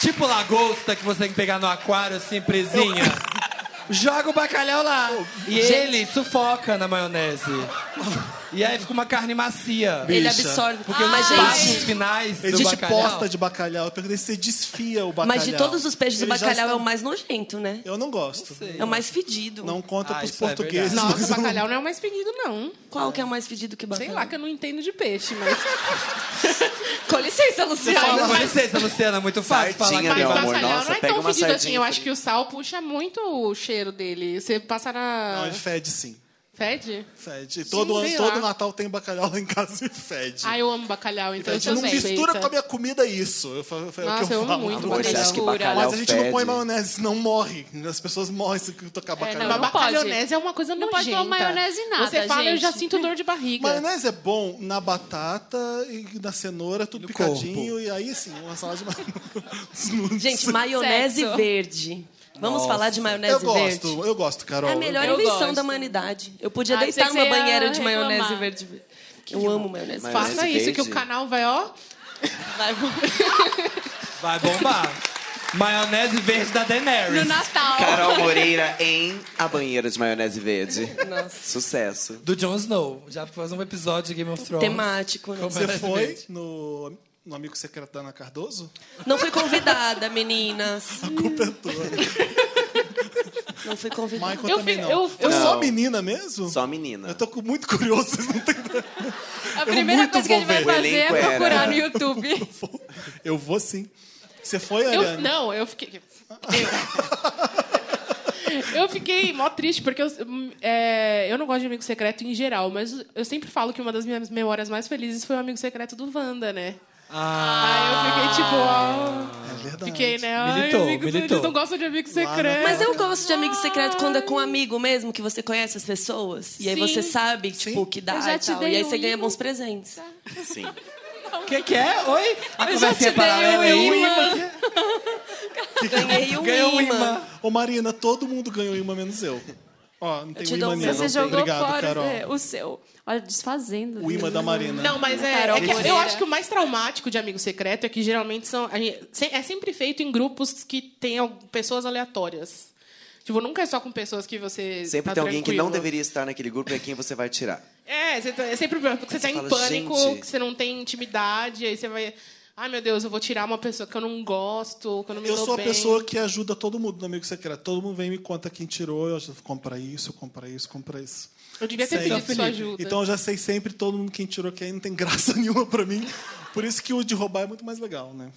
tipo lagosta que você tem que pegar no aquário, assim, presinha. Joga o bacalhau lá. E
Gente.
ele sufoca na maionese. E aí fica uma carne macia.
Ele Bicha.
um
absorve,
Porque
Ah,
mas,
os
gente,
passos finais do
Existe
bacalhau...
posta de bacalhau. Eu perguntei se você desfia o bacalhau.
Mas de todos os peixes, o
Eles já
bacalhau é
estão-
o mais nojento, né?
Eu não gosto.
É o mais fedido.
Não conta
Ah,
pros
isso é
portugueses.
verdade.
mas
Nossa,
eu não-
bacalhau não é o mais pedido, não.
Qual que é o mais pedido que bacalhau?
Sei lá, que eu não entendo de peixe, mas...
Com licença, Luciana.
Fala, com licença, Luciana, muito fácil falar
Sardinha,
que
meu
é
amor,
Bacalhau
nossa,
não é
pega
tão
uma
fedido
sardinha.
assim. Eu acho que o sal puxa muito o cheiro dele. Você passa na...
Não, ele fede sim.
Fede?
Fede.
Sim,
Todo, ano,
sei
todo
lá.
Natal tem bacalhau lá em casa e fede.
Ah, eu amo bacalhau, então eu
Fede. não
também.
mistura com a minha comida isso. Eu, fa- eu, fa- é o
Nossa,
que eu,
eu amo
falo.
muito Amor, você acha que bacalhau. bacalhau
Mas a gente não
fede?
põe maionese, senão morre. As pessoas morrem se
É,
tocar bacalhau.
Mas bacalhonese é uma coisa
Não pode
nojenta.
pôr maionese em nada,
Você fala, eu já
gente.
sinto dor de barriga.
Maionese é bom na batata e na cenoura, tudo picadinho. E aí, sim, uma salada de maionese.
Gente, maionese
Sexo.
verde. Vamos
Nossa.
falar de maionese
eu gosto,
verde?
Eu gosto, Carol.
É a melhor
eu
invenção
gosto.
da humanidade. Eu podia
Ah, pensei
deitar
que
numa
você ia
banheira de maionese
reclamar.
verde. Eu amo maionese verde.
Faça isso, que o canal vai, ó...
Vai
Vai bombar. Maionese verde da Daenerys.
No Natal.
Carol Moreira em A Banheira de Maionese Verde. Sucesso.
Do Jon Snow. Já faz um episódio de Game of Thrones.
Temático, né?
Com
Você
maionese
foi
verde.
no, no Amigo Secreto da Ana Cardoso?
Não fui convidada, meninas. A
culpa é
Não fui convidada.
Michael também não. Foi só menina mesmo? Só menina. Eu tô com- muito curioso, vocês não têm
A
Eu
primeira
muito
coisa que a gente
vou
vai
ver.
fazer é
O elenco
procurar
era.
no YouTube.
Eu vou sim. Você foi,
Eu,
Ariane?
não, eu fiquei. Eu, eu fiquei mó triste, porque eu, hum, é, eu não gosto de amigo secreto em geral, mas eu sempre falo que uma das minhas memórias mais felizes foi o amigo secreto do Wanda, né?
Ah.
Aí eu fiquei tipo, ó. Fiquei, né? Ai,
Militou,
amigo,
militou.
Eles não gostam de amigo secreto.
Mas eu gosto de amigo secreto quando é com um amigo mesmo, que você conhece as pessoas. E aí
Sim.
você sabe, tipo, que dá
Eu já
e
te
tal.
dei
E aí
um
você ganha bons presentes.
Sim.
O que, que é? Oi? A
Eu já
conversinha
te dei
paralela é
um
aí.
imã.
Ganhei
um
ganhou
imã.
Ô, Marina, todo mundo ganhou imã, menos eu. Ó, não tem
te
imã
dou um
nenhum.
Você jogou
Obrigado,
fora
Carol.
Zé, o seu. Olha, desfazendo. né?
O imã da Marina.
Não, mas é,
Carol
é que eu
Moreira.
acho que o mais traumático de amigo secreto é que geralmente são a gente- se- é sempre feito em grupos que tem al- pessoas aleatórias. Tipo, nunca é só com pessoas que você
Sempre
tá
tem alguém que não
tranquilo.
deveria estar naquele grupo e é quem você vai tirar.
É, você tá- é sempre o problema, porque você tá
Você
em
fala,
pânico,
"Gente."
que você não tem intimidade, aí você vai. Ai, meu Deus, eu vou tirar uma pessoa que eu não gosto, que eu não me
Eu
dou
sou a
bem.
pessoa que ajuda todo mundo no Amigo Secreto. Todo mundo vem e me conta quem tirou. Eu ajudo, compra isso, compra isso, compra isso.
Eu devia ter
Sei.
pedido sua
Felipe.
ajuda.
Então eu já sei sempre todo mundo quem tirou quem. Não tem graça nenhuma pra mim. Por isso que o de roubar é muito mais legal, né?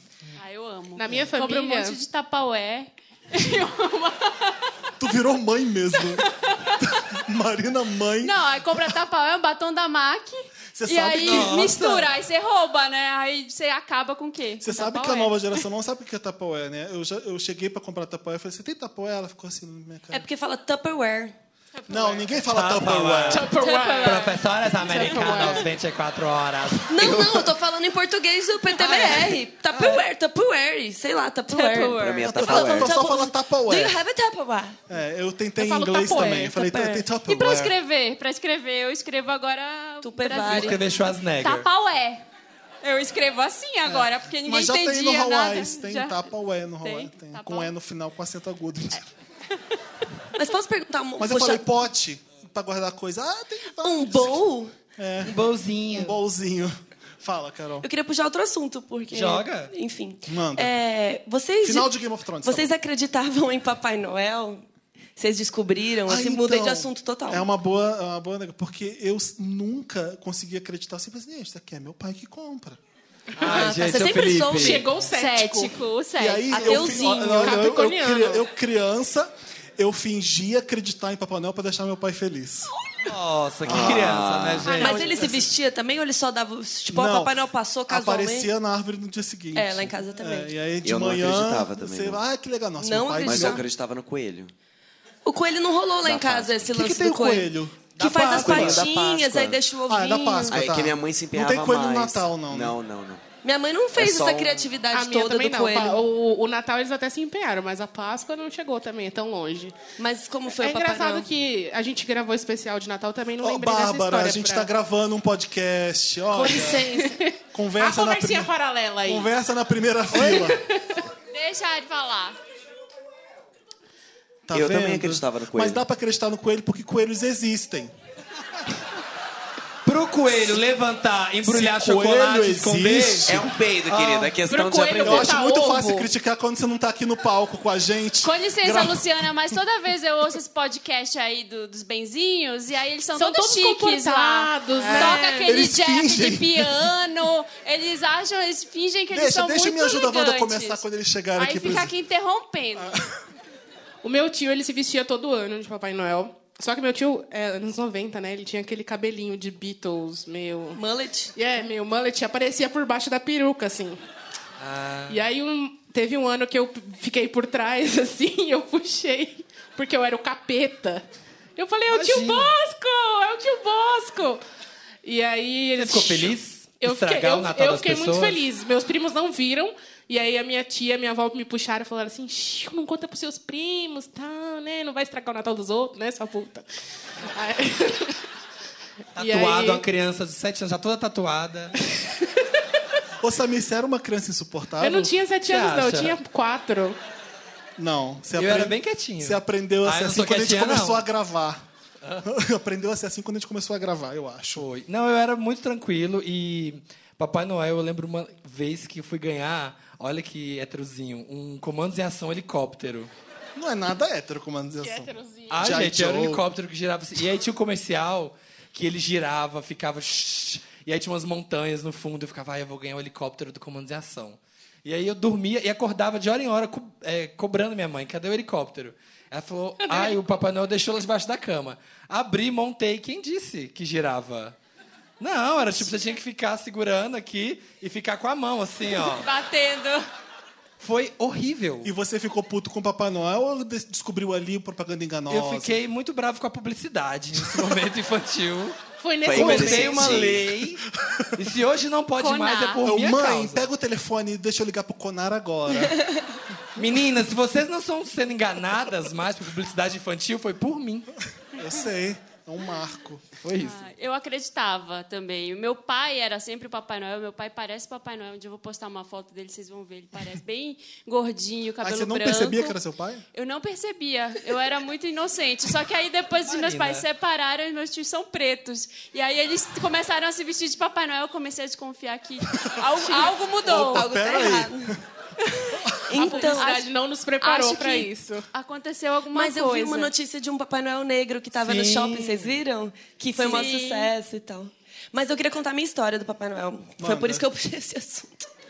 Ah, eu amo.
Na minha
Compro um
família-
monte de tapaué.
Tu virou mãe mesmo. Marina, mãe.
Não, aí compra tapaué, um batom da MAC.
Você
e
sabe
aí
que- Nossa.
mistura, aí você rouba, né? Aí você acaba com o quê?
Você
Com
sabe que a
tapaué.
nova geração não sabe o que é tapaué, né? Eu, já, eu cheguei pra comprar tapaué e falei, você tem tapaué? Ela ficou assim na minha cara.
É porque fala Tupperware.
Não, ninguém fala tapaué.
Tupperware.
Professoras americanas, 24 horas.
Não, não, eu tô falando em português do
Ah, é.
PTBR. Tupperware, Tupperware, sei lá, Tupperware.
Tupperware. Pra mim é
Eu tô
Tupperware.
falando
O pessoal
Tupper-
fala Tupperware.
Do you have a Tupperware?
É, eu tentei
Eu
em
falo
inglês
tapoé,
também. Eu falei, tem tapaué.
E pra escrever? Pra escrever, eu escrevo agora.
Vou
Brasil.
escrever Schwarzenegger.
Tapaué. Eu escrevo assim agora, porque ninguém
É. Mas já tem no
entendia
Hawaii,
nada.
tem tá.
Já.
tapaué no Hawaii.
Tem,
Tem, com E no final, com acento agudo.
Mas posso perguntar uma
Mas eu
puxa-
falei pote pra guardar coisa. Ah, tem que
Um bowl?
É. Um
bolzinho.
Um bolzinho. Fala, Carol.
Eu queria puxar outro assunto, porque.
Joga.
Enfim.
Manda.
É, vocês.
Final de Game of Thrones, tá
Vocês acreditavam em Papai Noel? Vocês descobriram?
Ah,
assim, mudei de
então,
assunto total.
É uma boa, é uma boa nega- porque eu s- nunca consegui acreditar. Eu Sempre assim, gente, isso aqui é meu pai que compra.
Ah,
Ai,
tá, gente, você é o sempre Felipe. soube.
Chegou o cético.
Cético, o
E aí,
cético.
eu, fi- olha, olha, eu, eu,
Capricorniano.
cri- eu criança, eu fingi acreditar em Papai Noel pra deixar meu pai feliz.
Nossa, que criança,
Ah,
né, gente?
Ah. Mas ele se vestia também ou ele só dava. Tipo,
Não,
o Papai Noel passou casualmente?
Aparecia na árvore no dia seguinte.
É, lá em casa também.
É, e aí de
Eu não
manhã.
acreditava também,
Você,
não.
ah, que legal. Nossa,
Não
meu pai
Mas eu
deixou-
acreditava no coelho.
O coelho não rolou lá em
Da
casa,
Páscoa.
esse
Que
lance
que tem
do
o
coelho.
coelho?
Que faz as
Coelhinho da
patinhas,
Páscoa.
aí deixa o ovinho.
Aí que minha mãe se empenhava mais. Não, não, não.
Minha mãe não
fez É só essa um-
criatividade
A minha
toda
também
do
não.
coelho.
Pa- O, o Natal eles até se empenharam, mas a Páscoa não chegou também, é tão longe.
Mas como foi
é
o Papai
engraçado
Noel?
que a gente gravou o especial de Natal também, não
Ó,
lembrei dessa
Bárbara,
história. é
a gente
pra-
tá gravando um podcast.
Com
Olha,
licença.
conversa
a
na
conversinha
primeira...
paralela aí.
Conversa na primeira fila.
Deixa ele falar.
Tá
Eu também
vendo?
acreditava no
Mas
coelho.
dá pra acreditar no coelho porque coelhos existem.
Pro coelho levantar, embrulhar
Se
chocolate,
coelho
esconder.
existe-
um peido, querida, é questão
pro
de
coelho
aprender.
Eu
tá
acho
botar
muito
ovo.
fácil criticar quando você não tá aqui no palco com a gente.
Com licença,
Gra-
Luciana, mas toda vez eu ouço esse podcast aí do- dos benzinhos e aí eles são,
São
todos
todos
chiques lá.
comportados, né?
Toca aquele
Eles
jazz
fingem.
de piano, eles acham, eles fingem que eles
Deixa,
são
deixa eu
muito
me ajudar a Wanda
elegantes.
começar quando eles chegarem
Aí
aqui.
fica aqui interrompendo.
O meu tio, ele se vestia todo ano de Papai Noel. Só que meu tio, é, anos 90, né? Ele tinha aquele cabelinho de Beatles, meio...
Mullet?
É, meio mullet. Aparecia por baixo da peruca, assim.
Ah.
E aí um- teve um ano que eu fiquei por trás, assim, e eu puxei, porque eu era o capeta. Eu falei, é o tio
Imagina.
Bosco! É o tio Bosco! E aí eles.
ficou feliz?
Eu fiquei,
Estragar
eu,
o Natal
eu
das
fiquei muito
pessoas?
feliz. Meus primos não viram. E aí a minha tia, minha avó me puxaram e falaram assim: Chico, não conta pros seus primos, tal, né? Não vai estragar o Natal dos outros, né, sua puta? Aí- E
Tatuado,
aí-
uma criança de 7 anos, já toda tatuada.
Ô, Samir, você era uma criança insuportável?
Eu não tinha sete anos, não, eu tinha quatro.
Não, você
Eu
apren-
era bem quietinho.
Você aprendeu a
Ah, eu
ser
não
assim
sou
quando a gente
quietinha, não.
começou a gravar. aprendeu a ser assim quando a gente começou a gravar, eu acho.
Foi. Não, eu era muito tranquilo e Papai Noel, eu lembro uma vez que eu fui ganhar, olha que heterozinho, um comandos em ação helicóptero.
Não é nada hétero, comandização.
Ah,
G.I.
gente, era um
Joe.
helicóptero que girava assim. E aí tinha um comercial que ele girava, ficava. shhh, E aí tinha umas montanhas no fundo. Eu ficava, ai, eu vou ganhar o helicóptero do Comandos em Ação. E aí eu dormia e acordava de hora em hora co- eh, cobrando minha mãe: cadê o helicóptero? Ela falou: ai, o Papai Noel deixou ela debaixo da cama. Abri, montei. Quem disse que girava? Não, era tipo, você tinha que ficar segurando aqui e ficar com a mão assim, ó.
Batendo.
Foi horrível.
E você ficou puto com o Papai Noel ou des- descobriu ali propaganda enganosa?
Eu fiquei muito bravo com a publicidade nesse momento infantil.
Foi
nesse
Comecei
momento.
uma lei. E se hoje não pode mais, é por
Ô,
minha
Mãe,
causa.
pega o telefone e deixa eu ligar pro Conar agora. É
Meninas, se vocês não estão sendo enganadas mais por publicidade infantil, foi por mim.
Eu sei. É um marco.
Foi isso.
Eu acreditava também. O meu pai era sempre o Papai Noel. Meu pai parece Papai Noel. Um dia eu vou postar uma foto dele, vocês vão ver. Ele parece bem gordinho, cabelo
Mas você não
branco.
percebia que era seu pai?
Eu não percebia. Eu era muito inocente. Só que aí, depois de meus
Marina.
pais separarem, meus tios são pretos. E aí eles começaram a se vestir de Papai Noel. Eu comecei a desconfiar que algo, algo mudou.
Opa,
algo tá
peraí.
errado. Então,
a publicidade não nos preparou
acho
pra
que
isso.
Aconteceu alguma
Mas
coisa.
eu vi uma notícia de um Papai Noel negro que tava no
Sim.
shopping, vocês viram? Que foi um maior
Sim.
sucesso e tal. Mas eu queria contar a minha história do Papai Noel. Foi
Manda.
por isso que eu puxei esse assunto.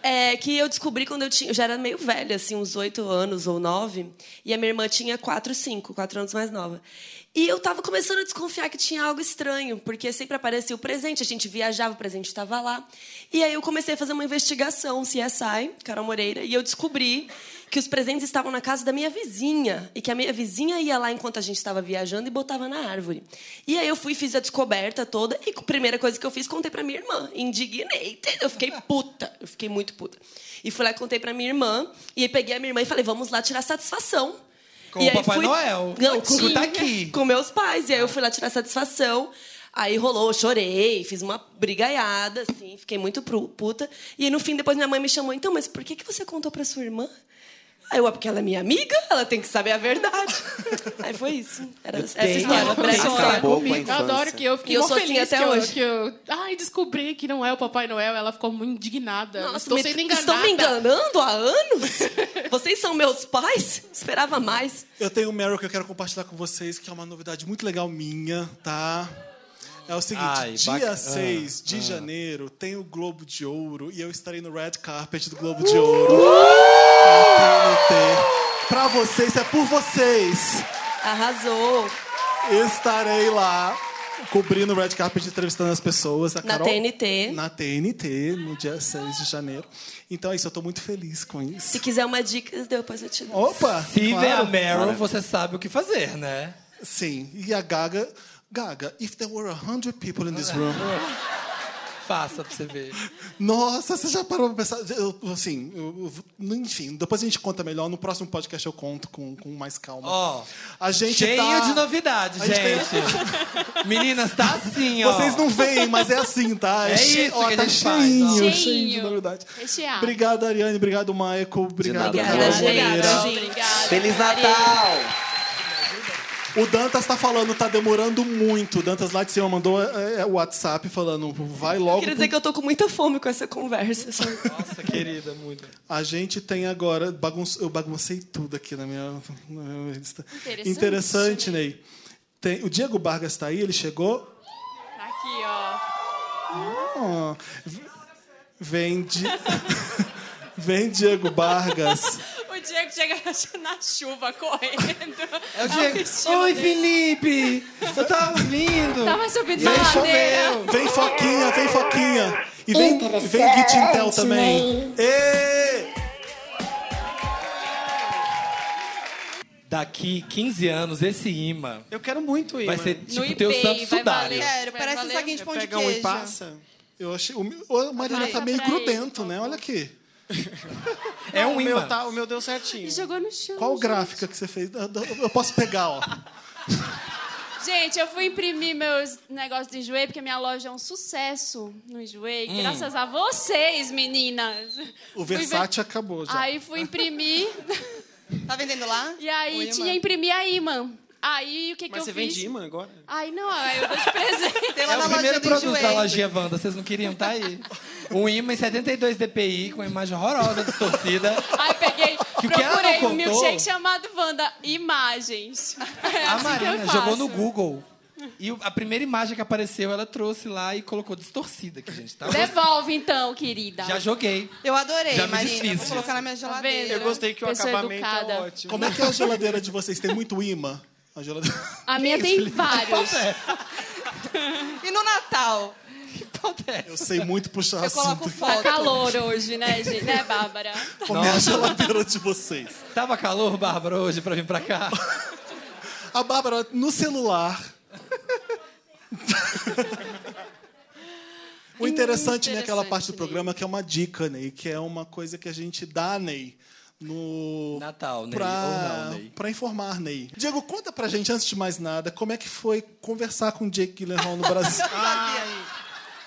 É, que eu descobri quando eu tinha. Eu já era meio velha, assim, uns oito anos ou nove. E a minha irmã tinha quatro, cinco, quatro anos mais nova. E eu tava começando a desconfiar que tinha algo estranho, porque sempre aparecia o presente, a gente viajava, o presente estava lá. E aí eu comecei a fazer uma investigação, CSI, Carol Moreira, e eu descobri que os presentes estavam na casa da minha vizinha e que a minha vizinha ia lá enquanto a gente estava viajando e botava na árvore. E aí eu fui fiz a descoberta toda e a primeira coisa que eu fiz contei pra minha irmã, indignei, entendeu? eu fiquei puta, eu fiquei muito puta. E fui lá e contei pra minha irmã e aí peguei a minha irmã e falei: "Vamos lá tirar satisfação".
Com o Papai Noel.
Não,
Tadinha.
com,
Tá aqui.
com meus pais. E aí eu fui lá tirar satisfação. Aí rolou, eu chorei, fiz uma brigaiada, assim, fiquei muito pru- puta. E aí, no fim, depois minha mãe me chamou, então, mas por que, que você contou pra sua irmã? Aí eu, "Ah, porque ela é minha amiga, ela tem que saber a verdade. aí foi isso. Era essa
tenho-
história.
ela tem
breve
que
história.
acabar com a Eu infância. adoro que eu fiquei
E eu
mó
sou assim
feliz
até
que eu-
hoje.
que eu- Ai, descobri que não é o Papai Noel. Ela ficou muito indignada.
Nossa,
Estou
me-
sendo enganada.
estão me enganando há anos? Vocês são meus pais? Esperava mais.
Eu tenho um Meryl que eu quero compartilhar com vocês, que é uma novidade muito legal minha, tá? É o seguinte,
Ai,
dia
bacana.
6 de
Ah.
janeiro tem o Globo de Ouro e eu estarei no red carpet do Globo de Ouro.
Uh!
Na TNT. Pra vocês, é por vocês.
Arrasou.
Estarei lá cobrindo o red carpet, entrevistando as pessoas. A
Na
Carol-
TNT.
Na TNT, no dia 6 de janeiro. Então é isso, eu tô muito feliz com isso.
Se quiser uma dica, depois eu te dou.
Opa!
Se
claro.
vê a Meryl, você sabe o que fazer, né?
Sim, e a Gaga. Gaga, if there were a hundred people in this room,
Faça pra você ver.
Nossa, você já parou pra pensar? Eu, assim, eu- eu- enfim, depois a gente conta melhor. No próximo podcast eu conto com, com mais calma.
Ó,
a gente
cheio
tá-
de novidades,
A
gente.
gente tem-
Meninas, tá assim, ó.
Vocês não veem, mas é assim, tá?
É
che-
isso
ó,
que a
tá
gente faz,
cheinho,
ó.
cheio de novidade.
é
Recheado.
Obrigado, Ariane. Obrigado, Maico. Obrigado,
nada.
Carol
Obrigada,
Moreira.
gente.
Obrigada.
Feliz Natal!
O Dantas tá falando, tá demorando muito. O Dantas lá de cima mandou é, é, o WhatsApp falando, vai logo.
Queria dizer que eu tô com muita fome com essa conversa. só-
Nossa, querida, muito.
A gente tem agora. bagunço- eu baguncei tudo aqui na minha, na minha lista.
Interessante.
Interessante, Ney. Tem- o Diego Bargas tá aí, ele chegou.
Tá aqui, ó.
Ah, v- vem, Di- vem Diego Bargas.
O Diego chega na chuva correndo.
É o
um
Diego.
estilo
Oi,
dele.
Felipe! Eu tava vindo!
Tava subindo
Vem,
na ladeira.
choveu.
Vem Foquinha, vem Foquinha. E vem, vem Git Intel também. Ê!
Daqui 15 anos, esse imã
Eu quero muito
vai ser tipo teu É santo sudário.
É,
parece um saquinho de pão de
Pega um e
queijo.
passa. Eu achei. O, meu- ô, Marina
Passa
tá meio
pra ele,
grudento, né? Olha aqui.
É um
O meu
imã.
tá-
o meu deu certinho.
Jogou no chão.
Qual
gente.
gráfica que você fez? Eu- eu- Eu posso pegar, ó.
Gente, eu fui imprimir meus negócios do Enjoei, porque minha loja é um sucesso no Enjoei.
Hum.
Graças a vocês, meninas.
O
Fui ver-
Versace acabou já.
Aí fui imprimir.
Tá vendendo lá?
E aí
O imã?
tinha imprimir a imã. Aí o que, que
Mas você
eu fiz?
vende imã agora?
Ai, não, aí eu dou de presente.
Tem
É o primeiro produto da lojinha Wanda, vocês não queriam tá aí. Um imã em 72 dpi, com uma imagem horrorosa, distorcida.
Aí peguei,
Que o que ela não
procurei um
contou-
milkshake chamado Wanda Imagens. É
a
assim que eu
Marina
faço.
jogou no Google. E o- a primeira imagem que apareceu, ela trouxe lá e colocou distorcida aqui, gente. Tá?
Devolve então, querida.
Já joguei.
Eu adorei,
Já me
Marina.
desfiz
Vou colocar na minha geladeira.
Tá vendo? Eu gostei que o Pessoa acabamento é educada. ótimo.
Como é que é a geladeira de vocês? Tem muito imã? A geladeira.
A minha tem vários.
é?
E no Natal?
Eu sei muito puxar
Eu coloco
assunto.
foto.
Tá calor hoje, né, gente? Né, Bárbara?
Como é a geladeira de vocês?
Tava calor, Bárbara, hoje pra vir pra cá?
A Bárbara, no celular. o interessante, né, aquela parte do programa que é uma dica, Ney, que é uma coisa que a gente dá, Ney, no.
Natal, Ney,
Pra,
ou não, Ney.
pra informar, Ney. Diego, conta pra gente, antes de mais nada, como é que foi conversar com o Jake Gyllenhaal no Brasil?
Sabia aí.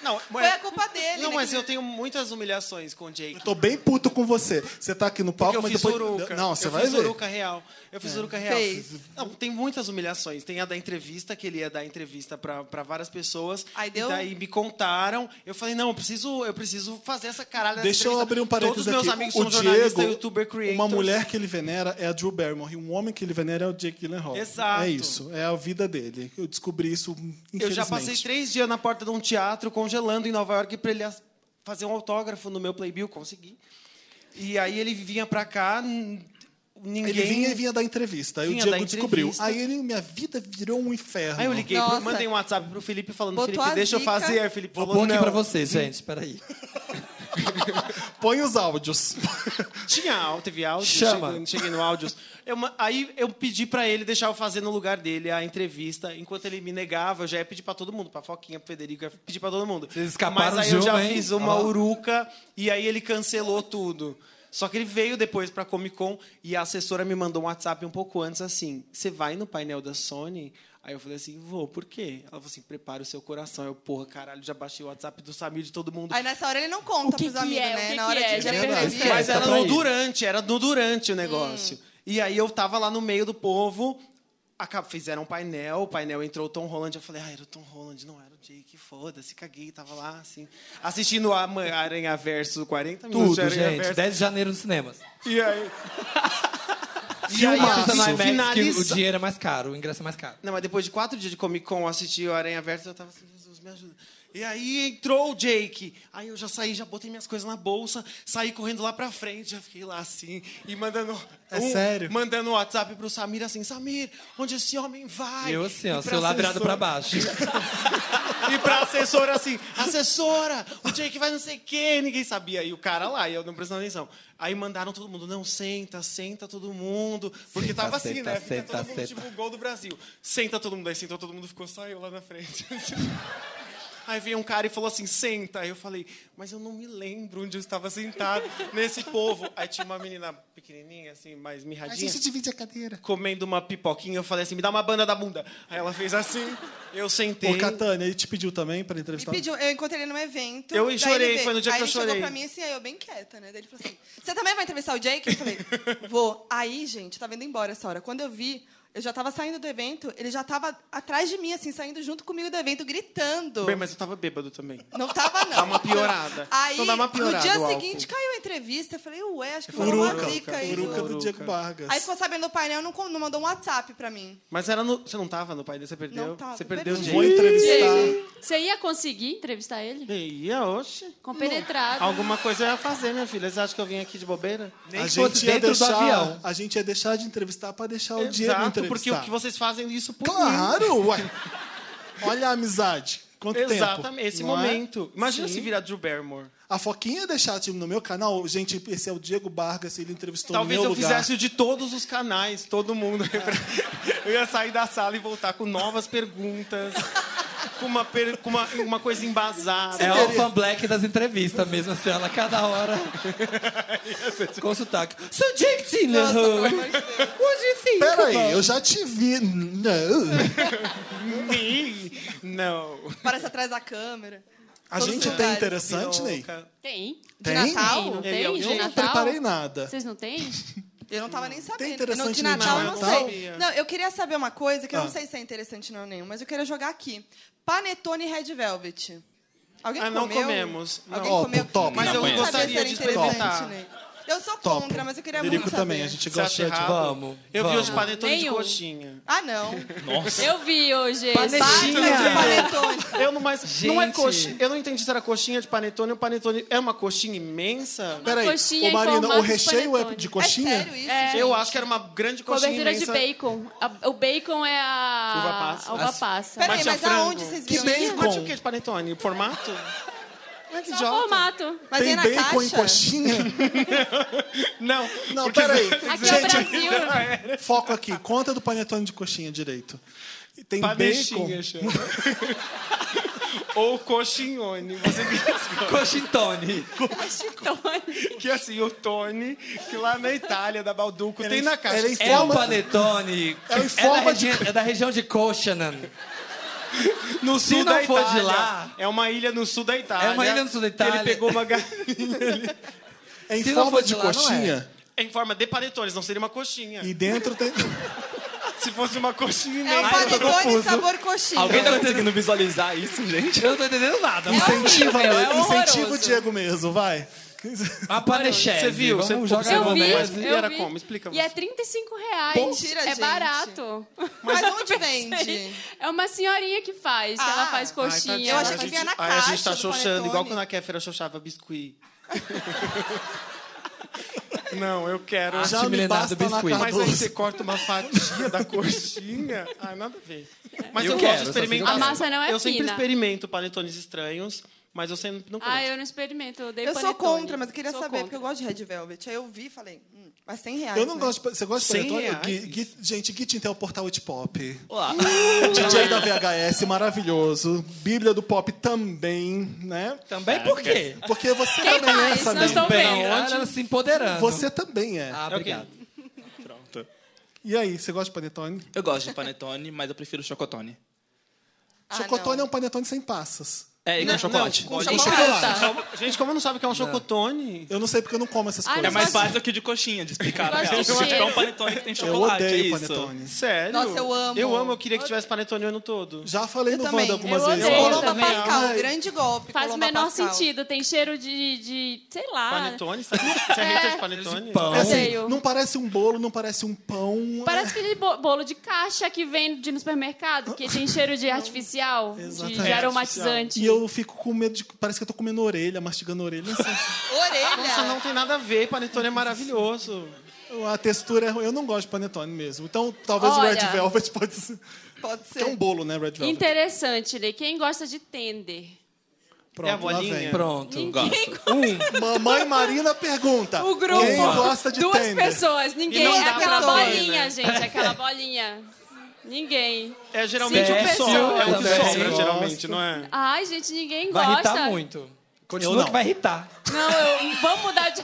Não, foi a culpa dele. Não, né, mas que- eu tenho muitas humilhações com o Jake.
Tô bem puto com você. Você tá aqui no palco,
Porque eu
mas
fiz
depois.
Uruca.
Não, você
eu
vai
fiz
ver.
Uruca real. Eu fiz
É.
Uruca real.
Fez.
Não, tem muitas humilhações. Tem a da entrevista, que ele ia dar entrevista pra pra várias pessoas.
Aí deu-
E daí me contaram. Eu falei, não, eu preciso, eu preciso fazer essa caralho dessa
Deixa eu
entrevista.
abrir um parênteses
Todos os meus
aqui.
amigos
o
são
Diego,
jornalistas, youtuber creators.
uma mulher que ele venera é a Drew Barrymore. E um homem que ele venera é o Jake Gyllenhaal.
Exato.
É isso. É a vida dele. Eu descobri isso, infelizmente.
Eu já passei três dias na porta de um teatro congelando em Nova York pra ele as- fazer um autógrafo no meu Playbill, consegui. E aí ele vinha pra cá, n- ninguém.
Ele vinha e vinha da entrevista. Aí
Vinha
o
da
Diego descobriu.
entrevista.
Aí ele, minha vida virou um inferno.
Aí eu liguei, pro-
Nossa.
mandei um WhatsApp pro Felipe falando,
Botou a
Felipe, deixa eu
zica.
fazer. Aí o Felipe
Vou
falou,
pôr aqui
não.
pra vocês, gente, peraí.
Põe os áudios.
Tinha áudio, teve áudio.
Chama.
Cheguei, cheguei no áudios. Eu ma- aí eu pedi pra ele deixar eu fazer no lugar dele a entrevista. Enquanto ele me negava, eu já ia pedir pra todo mundo, pra Foquinha, pro Federico, eu ia pedir pra todo mundo. Vocês
escaparam
Mas aí
de
eu já
uma, hein?
fiz uma
Ó.
uruca e aí ele cancelou tudo. Só que ele veio depois pra Comic Con e a assessora me mandou um WhatsApp um pouco antes assim: "Você vai no painel da Sony?" Aí eu falei assim: "Vou, por quê?" Ela falou assim: "Prepara o seu coração". Eu, porra, caralho, já baixei o WhatsApp do Samir de todo mundo.
Aí nessa hora ele não conta pros amigos,
é?
né?
O que
Na
que
hora
é?
de
Já
ver né?
perdeu.
entrevista.
Mas
Só
era
pra
no
ir.
durante, era no durante o negócio. E aí eu tava lá no meio do povo, acab- fizeram um painel, o painel entrou o Tom Holland, eu falei, ah, era o Tom Holland, não era o Jake, foda-se, caguei, tava lá, assim, assistindo a Ma- Aranha Verso 40 minutos de
Tudo,
Aranha
gente.
Verso.
10 de janeiro nos cinemas.
E aí...
E aí, assista no IMAX,
finaliza-
que o dinheiro é mais caro, o ingresso é mais caro.
Não, mas depois de quatro dias de Comic Con, eu assisti o Aranha Verso, eu tava assim, Jesus, me ajuda. E aí entrou o Jake. Aí eu já saí, já botei minhas coisas na bolsa, saí correndo lá pra frente, já fiquei lá assim, e mandando.
É sério?
Mandando um WhatsApp pro Samir assim, Samir, onde esse homem vai?
eu assim,
E
ó,
pra
celular virado pra
assessora-
baixo.
E pra assessora assim, assessora, o Jake vai não sei o quê, ninguém sabia. E o cara lá, e eu não prestando atenção. Aí mandaram todo mundo, não, senta, senta todo mundo. Porque
Senta,
tava assim,
senta,
né? Fica
senta,
todo mundo
senta.
tipo o gol do Brasil. Senta todo mundo, aí sentou todo mundo, ficou só eu lá na frente. Aí veio um cara e falou assim, senta. Aí eu falei, mas eu não me lembro onde eu estava sentado nesse povo. Aí tinha uma menina pequenininha, assim, mais mirradinha.
divide a cadeira.
Comendo uma pipoquinha, eu falei assim, me dá uma banda da bunda. Aí ela fez assim, eu sentei.
Ô, Catânia, ele te pediu também pra entrevistar?
Pediu, eu encontrei ele num evento.
Eu
daí ele
chorei,
veio.
foi no dia
aí
que eu
ele
chorei.
chegou pra mim assim, aí eu bem quieta, né? Daí ele falou assim: Você também vai entrevistar o Jake? Eu falei: Vou. Aí, gente, eu tava indo embora essa hora. Quando eu vi, eu já tava saindo do evento, ele já tava atrás de mim, assim, saindo junto comigo do evento, gritando.
Bem, mas eu tava bêbado também.
Não tava, não.
Dá uma piorada.
Aí,
então dá uma piorada.
no dia
o álcool.
seguinte, caiu a entrevista. Eu falei, ué, acho que foi uma
É Furuca,
zica aí.
furuca do
Furuca.
Diego Vargas.
Aí ficou sabendo do painel, não, con- não mandou um WhatsApp pra mim.
Mas era no... você não tava no pai dele, você perdeu?
Não tava,
Você perdeu
perdi.
o
Vou entrevistar.
Você ia conseguir entrevistar ele?
Ia, oxe.
Compenetrado.
Alguma coisa eu ia fazer, minha filha. Vocês acham que eu vim aqui de bobeira?
a gente ia deixar, A gente ia deixar de entrevistar pra deixar o Diego
Exato,
entrevistar.
porque o que vocês fazem isso por mim.
Claro, uai. Olha a amizade. Quanto tempo.
Exatamente, esse
não é?
momento. Imagina
Sim.
se virar Drew Barrymore.
A Foquinha ia deixar tipo, no meu canal. Gente, esse é o Diego Vargas, ele entrevistou
Talvez
no
eu
meu lugar.
fizesse o de todos os canais, todo mundo. Eu ia sair da sala e voltar com novas perguntas, com uma, per- com uma, uma coisa embasada.
É o fan black das entrevistas mesmo, assim, ela cada hora. com sotaque. So Jake Taylor, what do you think?
Peraí,
about-
eu já te vi. Não.
Me? Não.
Parece atrás da câmera.
A
Todos
gente
os
tem
lugares.
interessante, Ney?
Tem. De
Tem?
Natal?
Não
É, eu
tem? De
não
Natal?
preparei nada.
Vocês não têm?
Eu não tava nem sabendo.
interessante
não, de
no
Natal, eu não
Natal?
sei. Não, eu queria saber uma coisa que eu
Ah.
não sei se é interessante não nenhum, mas eu queria jogar aqui. Panetone Red Velvet. Alguém
Ah,
comeu?
não comemos. Não.
Alguém
Ó,
comeu?
top.
Mas
Não
eu
conheço.
gostaria de experimentar.
Né? Eu sou
Top.
contra, mas eu queria
Delico
muito
também,
saber.
a gente
Você acha
gosta de...
errado?
Vamos,
Eu vi
vamos.
os panetones de
Nenhum.
coxinha.
Ah, não.
Nossa.
Eu vi hoje.
Panetinha.
Panetone.
Eu não mais. Não é
Gente.
coxinha. Eu não entendi se era coxinha de panetone ou panetone. É uma coxinha imensa?
Peraí, ô Marina, o recheio é de coxinha?
isso, É. gente?
Eu acho que era uma grande coxinha
Cobertura de
imensa.
bacon. A- o bacon é a
Uva passa.
a uva
As-
passa.
Peraí, Mas tinha mas frango. aonde vocês
Que
viram isso?
bacon?
Mas tinha o quê de panetone? Formato? Mas
Só o formato.
Mas
Tem
é na
bacon
caixa?
em coxinha?
não.
Não, peraí.
Aqui é o
Gente, foco aqui. Conta do panetone de coxinha direito. E Tem bacon.
Panechinha, chama. Ou coxinhone. Você que escolhe.
Coxintone.
Que assim, o Tony, que lá na Itália, da Balduco, tem na caixa.
É, é um panetone.
É em
da
forma de
regi- é da região de Cochanan.
No
Se
sul
não
da
for de
Itália.
lá-
É uma ilha no sul da Itália.
É uma ilha no sul da Itália.
Ele pegou uma galinha.
É em
Se não
forma
fosse
de
lá, não é.
coxinha.
É em forma de panetones, não seria uma coxinha.
E dentro tem...
Se fosse uma coxinha
É um
imensa.
panetone sabor coxinha.
conseguindo visualizar isso, gente? Eu não tô entendendo nada.
Incentiva,
É
mesmo,
horroroso.
incentiva o Diego mesmo, vai.
A panecheve.
Você viu? Você
Vamos jogar
Eu
observou,
vi,
né? Mas
eu
era
vi.
como? Explica
E é 35 reais.
Mentira,
é
gente.
barato.
Mas
Eu
onde
pensei,
vende?
É uma senhorinha que faz, que ela
Ah,
faz coxinha.
Eu achei que vinha na
Aí então é tá a gente
caixa
tá
do
xoxando,
panetone.
igual quando a Kéfera xoxava biscuit. Não, eu quero.
Já me basta na
Mas aí você
Cardoso.
corta uma fatia da coxinha. Ah, nada a ver. Mas
Eu
eu,
quero,
gosto de
só sei que eu
experimentar.
quero. A massa não é
Eu sempre
fina.
experimento panetones estranhos, mas eu sempre não conheço.
Ah, eu não experimento. Eu, odeio
Eu sou
panetone.
contra, mas eu queria
Sou
saber, porque
contra.
eu gosto de Red Velvet. Aí eu vi e falei, hum, mas 100 reais.
Eu não
né?
gosto de... Você gosta de
Cem
panetone?
reais.
Gui- Gui- Gente, Gitintel é o portal de pop.
Olá.
DJ da VHS, maravilhoso. Bíblia do pop também,
É?
né?
Também por quê?
Porque você
Quem
também é
mais?
essa,
Não estou
Ney.
vendo.
Olha, ela se empoderando.
Você também é.
Ah, obrigado.
Pronto.
E aí, você gosta de panetone?
Eu gosto de panetone, mas eu prefiro chocotone.
Chocotone é um panetone sem passas.
É, e com
Não,
chocolate.
não,
Com
com
chocolate.
chocolate. Gente, como não sabe o que é um chocotone?
Eu não sei porque eu não como essas
É
coisas.
mais fácil que o de coxinha de explicar.
Eu gosto
né?
do cheiro.
É um panetone que tem
Eu
chocolate, é
odeio
isso.
panetone.
Sério?
Nossa, eu amo.
Eu amo, eu queria que tivesse panetone o ano todo.
Já falei
Eu
no
também.
Wanda algumas
Eu
vezes.
odeio
Colomba
também.
Pascal.
Pascal,
Ai,
é um grande golpe.
Faz o
Colomba
menor
Pascal.
sentido. Tem cheiro de, de sei lá.
Panetone? Sabe? Você é hater de panetone?
É
Pão.
assim,
Odeio.
não parece um bolo, não parece um pão.
Parece que de bo- bolo de caixa que vende no supermercado, que tem cheiro de artificial, de- de,
Exatamente.
aromatizante.
E eu fico com medo de. Parece que eu tô comendo orelha, mastigando orelha. não sei.
Nossa,
Orelha.
não tem nada a ver, panetone é maravilhoso.
a textura é ruim. Eu não gosto de panetone mesmo. Então, talvez o
Olha.
Red Velvet pode ser.
Pode
Que é um
ser.
bolo, né, Red Velvet?
Interessante, né? Quem gosta de tender?
Pronto,
É a bolinha?
lá vem.
Pronto.
Gosto.
Um.
Mamãe Marina pergunta.
O grupo.
Quem gosta de
Duas
tender?
pessoas, ninguém.
não
É
dá
aquela
pra ver,
bolinha,
né?
gente, é aquela bolinha. Ninguém.
É geralmente
Cinco
o que
pessoas.
sobra, é o que
Também
sobra,
gosto.
geralmente, não é?
Ai, gente, ninguém
Vai
gosta.
irritar muito. Continua
Eu não.
que vai irritar.
Não, eu, vamos mudar de.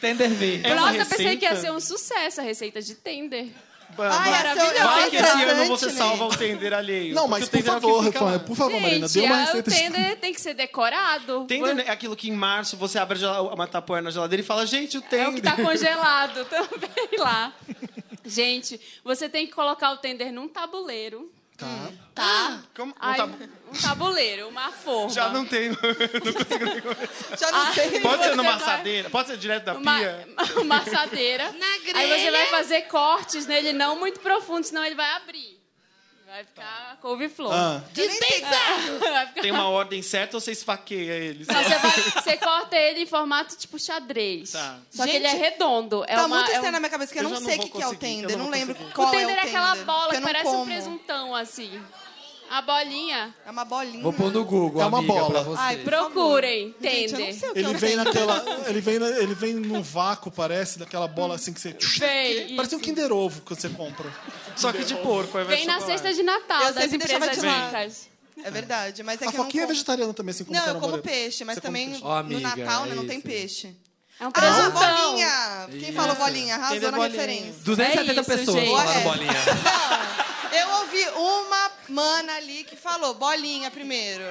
Tender V.
Nossa,
é
eu pensei que ia ser um sucesso a receita de Tender.
Ai,
Maravilhoso.
Vai que esse ano você salva o Tender alheio.
Não,
porque
mas
o
por
Tender é o que
favor,
fica
Fábio,
lá.
por favor, Marina, dê
Gente,
uma
ah, o
receita de
Tender tem que ser decorado.
Tender é aquilo que em março você abre a gel- uma tapoeira na geladeira e fala, gente, o Tender.
É o que tá congelado também lá. Gente, você tem que colocar o tender num tabuleiro.
Tá.
Tá?
Como? Um,
Aí,
tabu-
um tabuleiro, uma forma.
Já Ah, não tem. não consigo nem começar.
Já não Ah, sei.
Pode ser
você
numa
vai-
assadeira? Pode ser direto da
uma,
pia?
uma assadeira. Aí você
grelha.
vai fazer cortes nele não muito profundos, senão ele vai abrir. Vai ficar couve-flor.
Ah.
Dispensado! Vai ficar-
Tem uma ordem certa ou você esfaqueia eles?
Não, você, vai- você corta ele em formato tipo xadrez.
Tá.
Só que
Gente,
ele é redondo. É
tá
uma-
muito
é
estranho
um-
na minha cabeça que eu, não sei o que, que é o Tender. Eu não, lembro
O
qual é o
tender
Tender.
é aquela bola
porque
que
eu não
parece um
como.
presuntão, assim. A bolinha.
É uma bolinha.
Vou pôr no Google,
É uma
amiga,
bola.
pra você.
Ai, procurem,
Gente, eu
tender.
não sei o que
Ele
é o
vem
Tender.
naquela. Ele vem, na- ele vem num vácuo, parece, daquela bola assim que você.
Vem,
parece um Kinder Ovo quando você compra.
Só que de
é
porco, é
Vem na cesta de Natal
Eu
das
sempre deixava
empresas
de lado.
ricas.
É verdade, mas é
A
que eu não
Foquinha é
como.
vegetariana também, assim como
Não, eu
Carol
como
Moreira.
peixe, mas
Você come
também
peixe.
no Natal né, não tem peixe.
É um
Ah,
presuntão.
bolinha! Quem
Isso.
falou bolinha? Arrasou
Tender
na
bolinha.
referência.
270
É isso,
pessoas
gente.
falaram
É.
bolinha.
Eu ouvi uma mana ali que falou bolinha primeiro.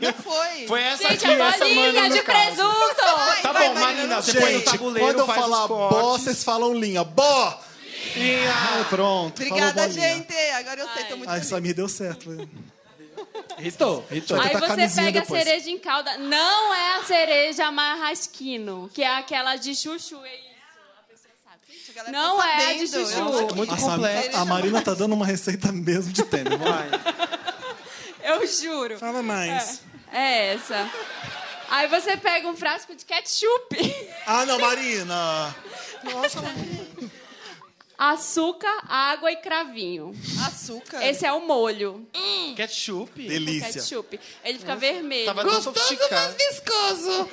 Não foi.
Foi essa
Gente,
aqui,
é
a
essa
bolinha
mana, no
de
caso.
presunto!
Tá
Vai,
bom,
vai,
Marina, você põe no
Gente,
tabuleiro,
quando eu
faz os
um
falar bó,
cortes.
vocês falam linha. Bó!
Linha!
Ah, pronto,
Obrigada,
falou bolinha.
gente. Agora eu sei, tô muito
Ai,
feliz.
Samir deu certo. Tá
Ritou, ritou.
Aí você pega a cereja em calda. Não é a cereja marrasquino, que é aquela de chuchu. é isso. A pessoa sabe. Não
tá
é a de
sabendo.
chuchu.
a, Samir- a Marina tá dando uma receita mesmo de tênis. Vai.
Eu juro.
Fala mais.
É, é essa. Aí você pega um frasco de ketchup,
Ah, não, Marina!
Nossa,
açúcar, água e cravinho.
Açúcar?
Esse é o molho.
Hum.
Ketchup?
Ketchup. Ele fica vermelho.
Tava tão Gostoso, sofisticado.
mas viscoso.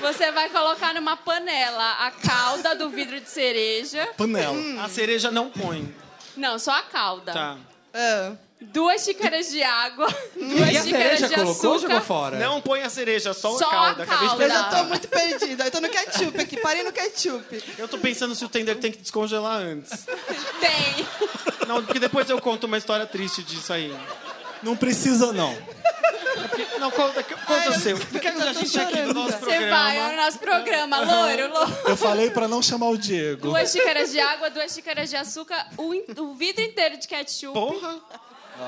Você vai colocar numa panela a calda do vidro de cereja.
Panela.
Hum,
A cereja não põe.
Não, só a calda.
Tá.
Duas xícaras de água, duas
E a
xícaras é de
cereja colocou ou
açúcar.
jogou fora? Não põe a cereja, só,
Só
a
a
calda. Acabei de
calda.
Eu já tô
perguntar.
muito perdida. Eu tô no ketchup aqui. Parei no ketchup.
Eu tô pensando se o Tender tem que descongelar antes.
Tem.
Não, porque depois eu conto uma história triste disso aí.
Não precisa, não.
Não, conta, conta o seu. Porque a gente é aqui no nosso
Você
programa.
vai ao nosso programa, Tá loiro, loiro.
Eu falei pra não chamar o Diego.
Duas xícaras de água, duas xícaras de açúcar, o, in- o vidro inteiro de ketchup.
Porra!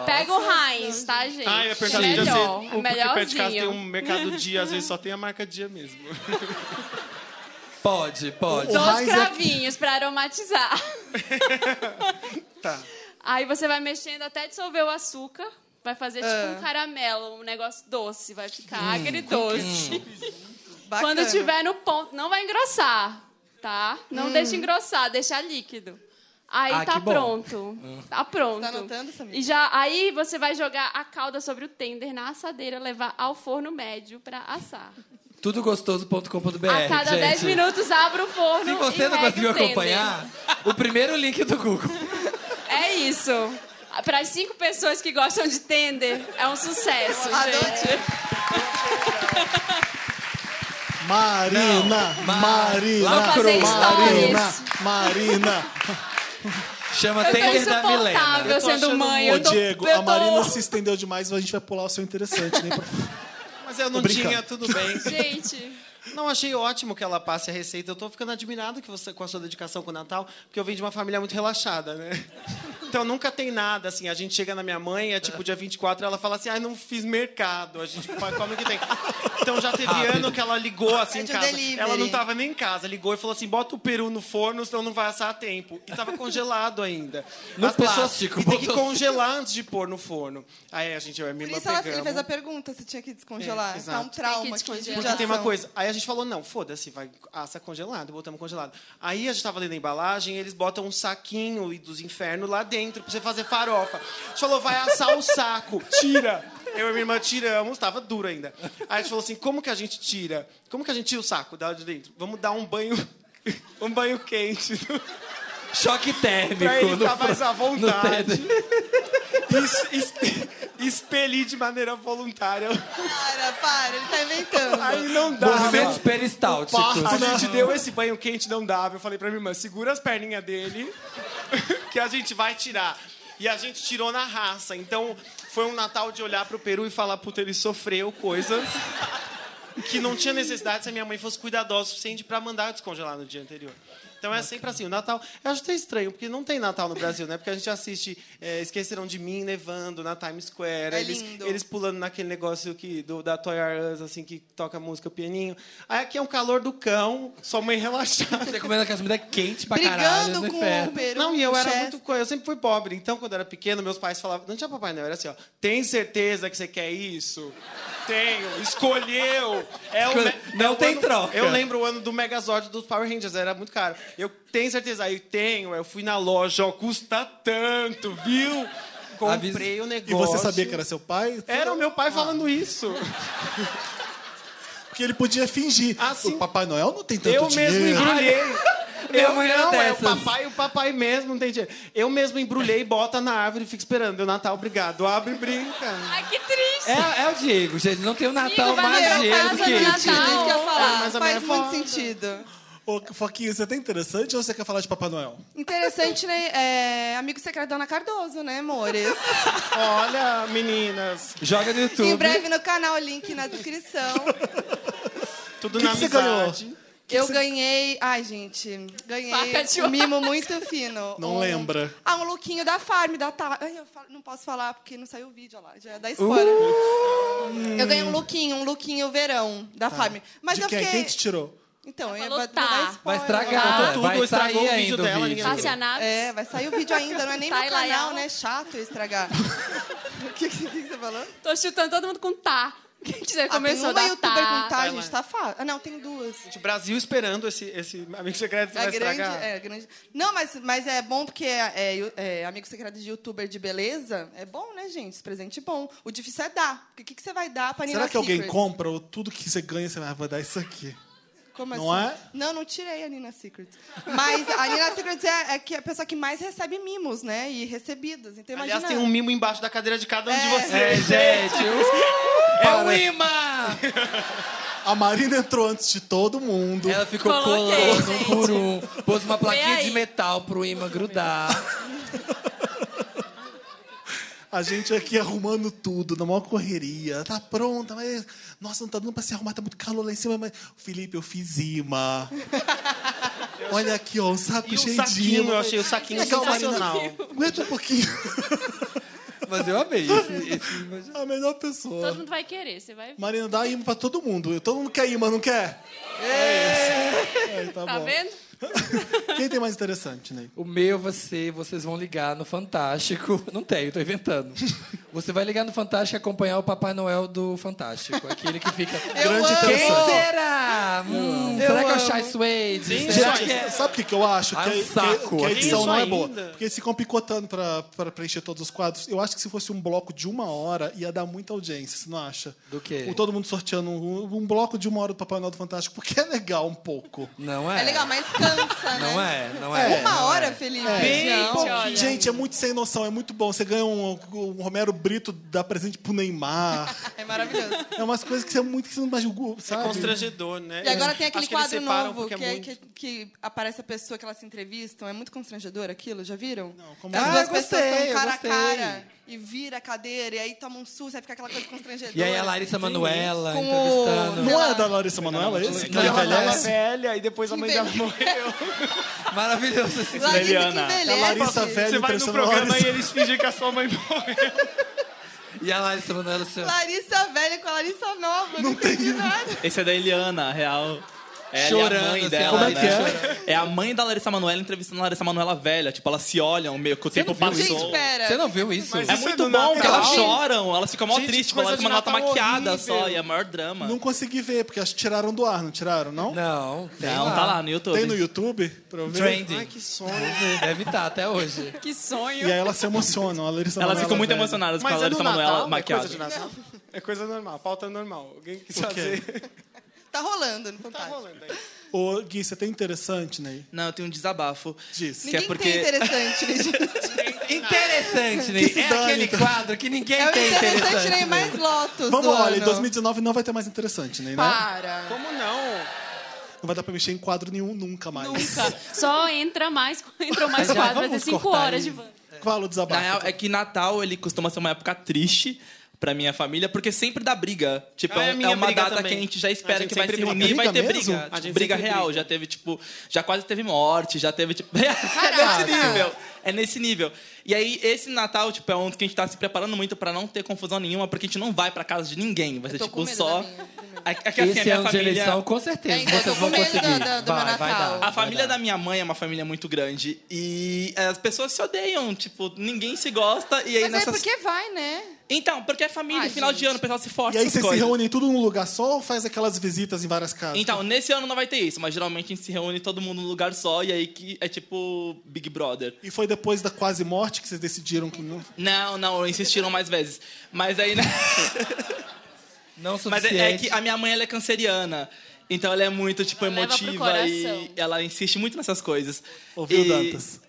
Pega o Heinz, tá, gente?
Ah, eu ia perguntar se já sei, o
melhor,
porque perto de casa tem
melhorzinho.
um mercado dia, às vezes só tem a marca dia mesmo.
Pode, pode.
Dois
é
cravinhos pra aromatizar.
Tá.
Aí você vai mexendo até dissolver o açúcar. Vai fazer tipo
Ah.
um caramelo, um negócio doce. Vai ficar
Hum,
agridoce.
Bacana.
Quando tiver no ponto, não vai engrossar, tá? Não
Hum.
deixa engrossar, deixa líquido. Aí
Ah,
tá
que bom.
pronto. Tá pronto.
Tá anotando, Samir?
E já aí você vai jogar a calda sobre o tender na assadeira, levar ao forno médio pra assar.
Tudogostoso.com.br.
a cada
É, gente.
10 minutos abre o forno.
Se você
e
não
regue o
conseguiu
tender.
acompanhar, o primeiro link do Google.
É isso. Para as cinco pessoas que gostam de tender, é um sucesso, gente.
Marina,
Ma-
Marina,
Lacrou.
Marina,
Stories.
Marina.
Chama
Eu tô
Tender da Milena.
insuportável sendo mãe.
Ô,
Eu tô,
Diego,
eu
a
tô-
Marina se estendeu demais, mas a gente vai pular o seu interessante, né?
Mas eu não
Tô brincando.
tinha, tudo bem.
Gente.
Não, achei ótimo que ela passe a receita. Eu tô ficando admirado que você, com a sua dedicação com o Natal, porque eu vim de uma família muito relaxada, né? Então nunca tem nada, assim. A gente chega na minha mãe, é tipo dia 24, ela fala assim, ai, não fiz mercado. A gente fala, como que tem? Então já teve
Rápido.
ano que ela ligou, assim, em
Pede um
casa.
delivery.
Ela não tava nem em casa. Ligou e falou assim, bota o peru no forno, senão não vai assar a tempo. E tava congelado ainda.
No
pessoas-
plástico,
E tem que
botou-
congelar antes de pôr no forno. Aí a gente, eu e a minha
Por
irmã
isso ela, ele
pegamos.
fez a pergunta se tinha que descongelar.
É,
tá
exato.
um trauma
Tem que
aqui de
descongelar.
Porque tem uma
geração.
coisa. Aí a gente falou, não, foda-se, vai assa congelado, botamos congelado. Aí a gente tava lendo a embalagem, eles botam um saquinho e dos infernos lá dentro pra você fazer farofa. A gente falou, vai assar o saco, tira. Eu e minha irmã tiramos, tava duro ainda. Aí a gente falou assim, como que a gente tira? Como que a gente tira o saco da de dentro? Vamos dar um banho, um banho quente.
Choque térmico.
Pra ele ficar
no-
mais à
no
vontade.
térmico.
Es- es- Expelir de maneira voluntária.
Para, para, ele tá inventando.
Aí não dá.
Movimentos peristálticos.
A gente deu esse banho quente, não dava. Eu falei pra minha irmã, segura as perninhas dele, que a gente vai tirar. E a gente tirou na raça. Então, foi um Natal de olhar pro Peru e falar, puta, ele sofreu coisas que não tinha necessidade se a minha mãe fosse cuidadosa o suficiente pra mandar descongelar no dia anterior. Então é sempre assim, o Natal. Eu acho até estranho, porque não tem Natal no Brasil, né? Porque a gente assiste é, Esqueceram de Mim, nevando na Times Square.
É
eles,
lindo.
eles pulando naquele negócio que, do, da Toy R Us, assim, que toca música, pianinho. Aí aqui é um calor do cão, sua mãe relaxada. Você
comendo aquelas comidas quentes pra
Brigando caralho, no com inferno. o um peru,
Não, e eu
com o
era
chefe.
muito. co- Eu sempre fui pobre, então quando eu era pequeno, meus pais falavam. Não tinha Papai Noel, era assim, ó. Tem certeza que você quer isso? Tenho, escolheu. É o
Escolhe-
me-
Não
é o
tem
ano-
troca.
Eu lembro o ano do Megazord dos Power Rangers, era muito caro. Eu tenho certeza, aí tenho, eu fui na loja, ó, custa tanto, viu? Comprei o
E
negócio.
você sabia que era seu pai?
Era o meu pai
Ah.
falando isso.
Porque ele podia fingir. O Papai Noel não tem tanto
Ah, eu
dinheiro.
mesmo embrulhei.
Minha
Eu
mãe era
não, é o
dessas.
papai, o papai mesmo, não tem dinheiro. Eu mesmo embrulhei, bota na árvore e fico esperando. É o Natal, obrigado. Abre e brinca.
Ai, que triste.
É, é o Diego, gente. Não tem o Natal
Amigo, vai
mais
pra
Diego
casa né?
do
no
que
Natal.
isso.
É isso que eu ia
É,
falar.
mas a minha
Faz
é
muito
foda.
sentido.
Ô, Foquinha, você tá interessante ou você quer falar de Papai Noel?
Interessante, né? É, amigo secreto da Ana Cardoso, né, amores?
Olha, meninas.
Joga no YouTube.
Ah, Em breve no canal, link na descrição.
Tudo
Que
na
que você
amizade.
eu ganhei. Ai, gente. Ganhei
Faca de
um mimo muito fino.
Não
Um-
lembra.
Ah, um lookinho da Farm, da Ta... Ai, eu falo- não posso falar porque não saiu o vídeo, olha lá. Já dá spoiler. Eu ganhei um lookinho, um lookinho verão da
Uh! Tá.
Farm. Mas
de
eu
quem?
fiquei.
Quem que te tirou?
Então, eu
falou,
vou
tá.
dar spoiler.
Vai estragar,
Contou
né? vai sair ainda o vídeo.
É, vai sair o vídeo ainda, não é nem
Tá,
meu
Ilaiá.
canal, né? Chato estragar. O que, que- que você falou?
Tô chutando todo mundo com tá. Quem quiser começou
ah, tem
a
uma
dar
youtuber
tá.
com tá,
Vai
gente,
lá.
tá fácil. Ah, não, tem duas.
O Brasil esperando esse, esse amigo secreto que vai
É grande,
estragar.
é grande. Não, mas, mas é bom porque é, é, é, amigo secreto de youtuber de beleza é bom, né, gente? Esse presente é bom. O difícil é dar. Porque o que, que você vai dar pra Nina
Será que alguém
Secrets?
compra ou tudo que você ganha, você vai vai dar isso aqui?
Como
Não
assim?
é?
Não, não tirei a Nina Secrets. Mas a Nina Secrets é, é que a pessoa que mais recebe mimos, né? E recebidas. Então, imagina...
Aliás, tem um mimo embaixo da cadeira de cada um de
É.
vocês.
É, gente.
é
Uh,
o
para.
imã!
A Marina entrou antes de todo mundo.
Ela ficou colando um por um. Pôs uma plaquinha de metal pro imã grudar.
A gente aqui arrumando tudo, na maior correria. Tá pronta, mas. Nossa, não tá dando pra se arrumar, tá muito calor lá em cima. Mas... Felipe, eu fiz imã. Olha aqui, ó, um saco
E o
cheio de
saquinho,
imã.
eu achei o saquinho
Legal,
sensacional.
Marina, Aguenta um pouquinho.
Mas eu amei esse, esse imã.
A melhor
Todo
pessoa.
mundo tá- vai querer, você vai ver.
Marina, dá imã pra todo mundo. Todo mundo quer imã, não quer? É, tá
tá
bom.
vendo?
Né?
Quem tem mais interessante, Ney?
O meu vai ser, vocês vão ligar no Fantástico. Não tenho, tô inventando. Você vai ligar no Fantástico e acompanhar o Papai Noel do Fantástico. Aquele que fica.
Eu Grande amo.
Quem
atração.
será? Hum,
Eu
será que é o
amo.
Chai Suede?
Será que é- Sabe o que, que eu acho?
Ah,
que, a-
um saco.
que- que a
Tem
edição
isso
não é
ainda?
boa. Porque eles ficam picotando pra, pra preencher todos os quadros. Eu acho que se fosse um bloco de uma hora, ia dar muita audiência, você não acha?
Do quê?
Com todo mundo sorteando um, um bloco de uma hora do Papai Noel do Fantástico, porque é legal um pouco.
Não
É legal, mas cansa, né?
Não é, não é.
Uma
não
hora,
é.
Felipe.
Bem
Não.
pouquinho. Gente, é muito sem noção, é muito bom. Você ganha um, um Romero Brito, dá presente pro Neymar.
É maravilhoso.
É umas coisas que você é muito que você não imagina,
É
sabe?
Constrangedor, né?
E agora tem
Acho
aquele
que eles
quadro
separam
novo
porque
que,
é
é-
muito-
que, que aparece a pessoa que elas se entrevistam. É muito constrangedor aquilo, já viram? Não,
como
As
é?
duas
Ah, eu gostei,
pessoas estão
eu
cara a
gostei.
cara e vira a cadeira e aí toma um susto, aí fica aquela coisa constrangedora.
E aí a Larissa Manoela
É Com o-
entrevistando.
Não é da Larissa Manoela esse?
Não,
Que
ela
envelhece?
tava
tá velha e depois a mãe dela morreu.
Maravilhoso esse
Larissa que Eliana.
É a Larissa velha
Você vai no
impressionando a
programa
Larissa.
e eles fingem que é a sua mãe morreu.
E a Larissa Manoela assim, ó.
Larissa velha com a Larissa nova. Não, entendi nada.
Esse é da Eliana, a real. Ela
Chorando,
é a mãe
assim,
dela,
como é
né?
que
é? a mãe da Larissa Manoela entrevistando a Larissa Manoela velha. Tipo, elas se olham meio que o tempo passou.
Gente,
espera.
Você não viu isso?
É muito bom, porque elas choram, elas ficam mó
Gente,
tristes, tipo, a
coisa
Larissa
de
Manoela tá
Natal
maquiada
horrível.
só, e é o maior drama.
Não consegui ver, porque acho que tiraram do ar, não tiraram, não?
Não,
Não, lá. tá lá no YouTube.
Tem no YouTube? Pra eu ver?
Trending.
Ai, que sonho.
Deve estar até hoje.
Que sonho.
E aí elas se emocionam, a Larissa
Elas
Manoela
ficam muito
velha.
emocionadas com
Mas
a
é
Larissa
do Natal?
Manoela
É coisa de
maquiada.
Natal? É coisa normal, pauta normal. Alguém quis
O quê?
fazer.
Tá rolando no Fantástico. Tá
rolando aí.
Ô, Gui, você tem interessante, né?
Não, eu tenho um desabafo.
Diz.
Que é porque...
Interessante, né?
Que se
É
dane,
aquele
então.
quadro que ninguém tem interessante.
Ney mais Lotus
Vamos
do
lá, olha, em
ano.
2019 não vai ter mais interessante, Ney, né?
Para.
Como não?
Não vai dar pra mexer em quadro nenhum nunca mais.
Nunca. Só entra mais, entrou
Mas
mais
já
quatro, vai
vamos
ter cinco
cortar
horas de
isso.
banda.
Qual o
Na
desabafo?
real, é que Natal ele costuma ser uma época triste pra minha família, porque sempre dá briga. Tipo,
Ah, é
é,
a
um-
minha
é uma
briga
data
também.
que a gente já
A
espera
gente
que vai se
sempre
reunir e
briga.
vai ter
Briga
briga.
mesmo? A
Tipo,
gente
briga
sempre
real.
briga.
Já teve, tipo, já quase teve morte, já teve, tipo. é
Caraca!
nesse nível. É nesse nível. E aí, esse Natal, tipo, é um que a gente tá se preparando muito pra não ter confusão nenhuma, porque a gente não vai pra casa de ninguém. Vai ser, tipo, só. É que, é que, assim, a
Esse
minha
ano de
família-
eleição, com certeza, Bem,
É
vocês eu tô vão com medo conseguir. do- do- do Vai, meu vai Natal. dar,
a família
vai dar.
da minha mãe é uma família muito grande e é, as pessoas se odeiam, tipo, ninguém se gosta e aí
Mas é
nessas...
porque vai, né?
Então, porque é família,
Ai,
final de
gente.
ano, o pessoal se força
E aí
essas
vocês se
coisas.
reúnem tudo num lugar só ou faz aquelas visitas em várias casas?
Então, nesse ano não vai ter isso, mas geralmente a gente se reúne todo mundo num lugar só e aí que é tipo Big Brother.
E foi depois da quase morte que vocês decidiram que não.
Não, não, insistiram mais vezes. Mas aí. né?
Não
Mas
suficiente.
é, é que a minha mãe ela é canceriana. Então ela é muito, tipo,
Ela leva pro
emotiva
coração.
e ela insiste muito nessas coisas.
Ouviu,
e...
Dantas?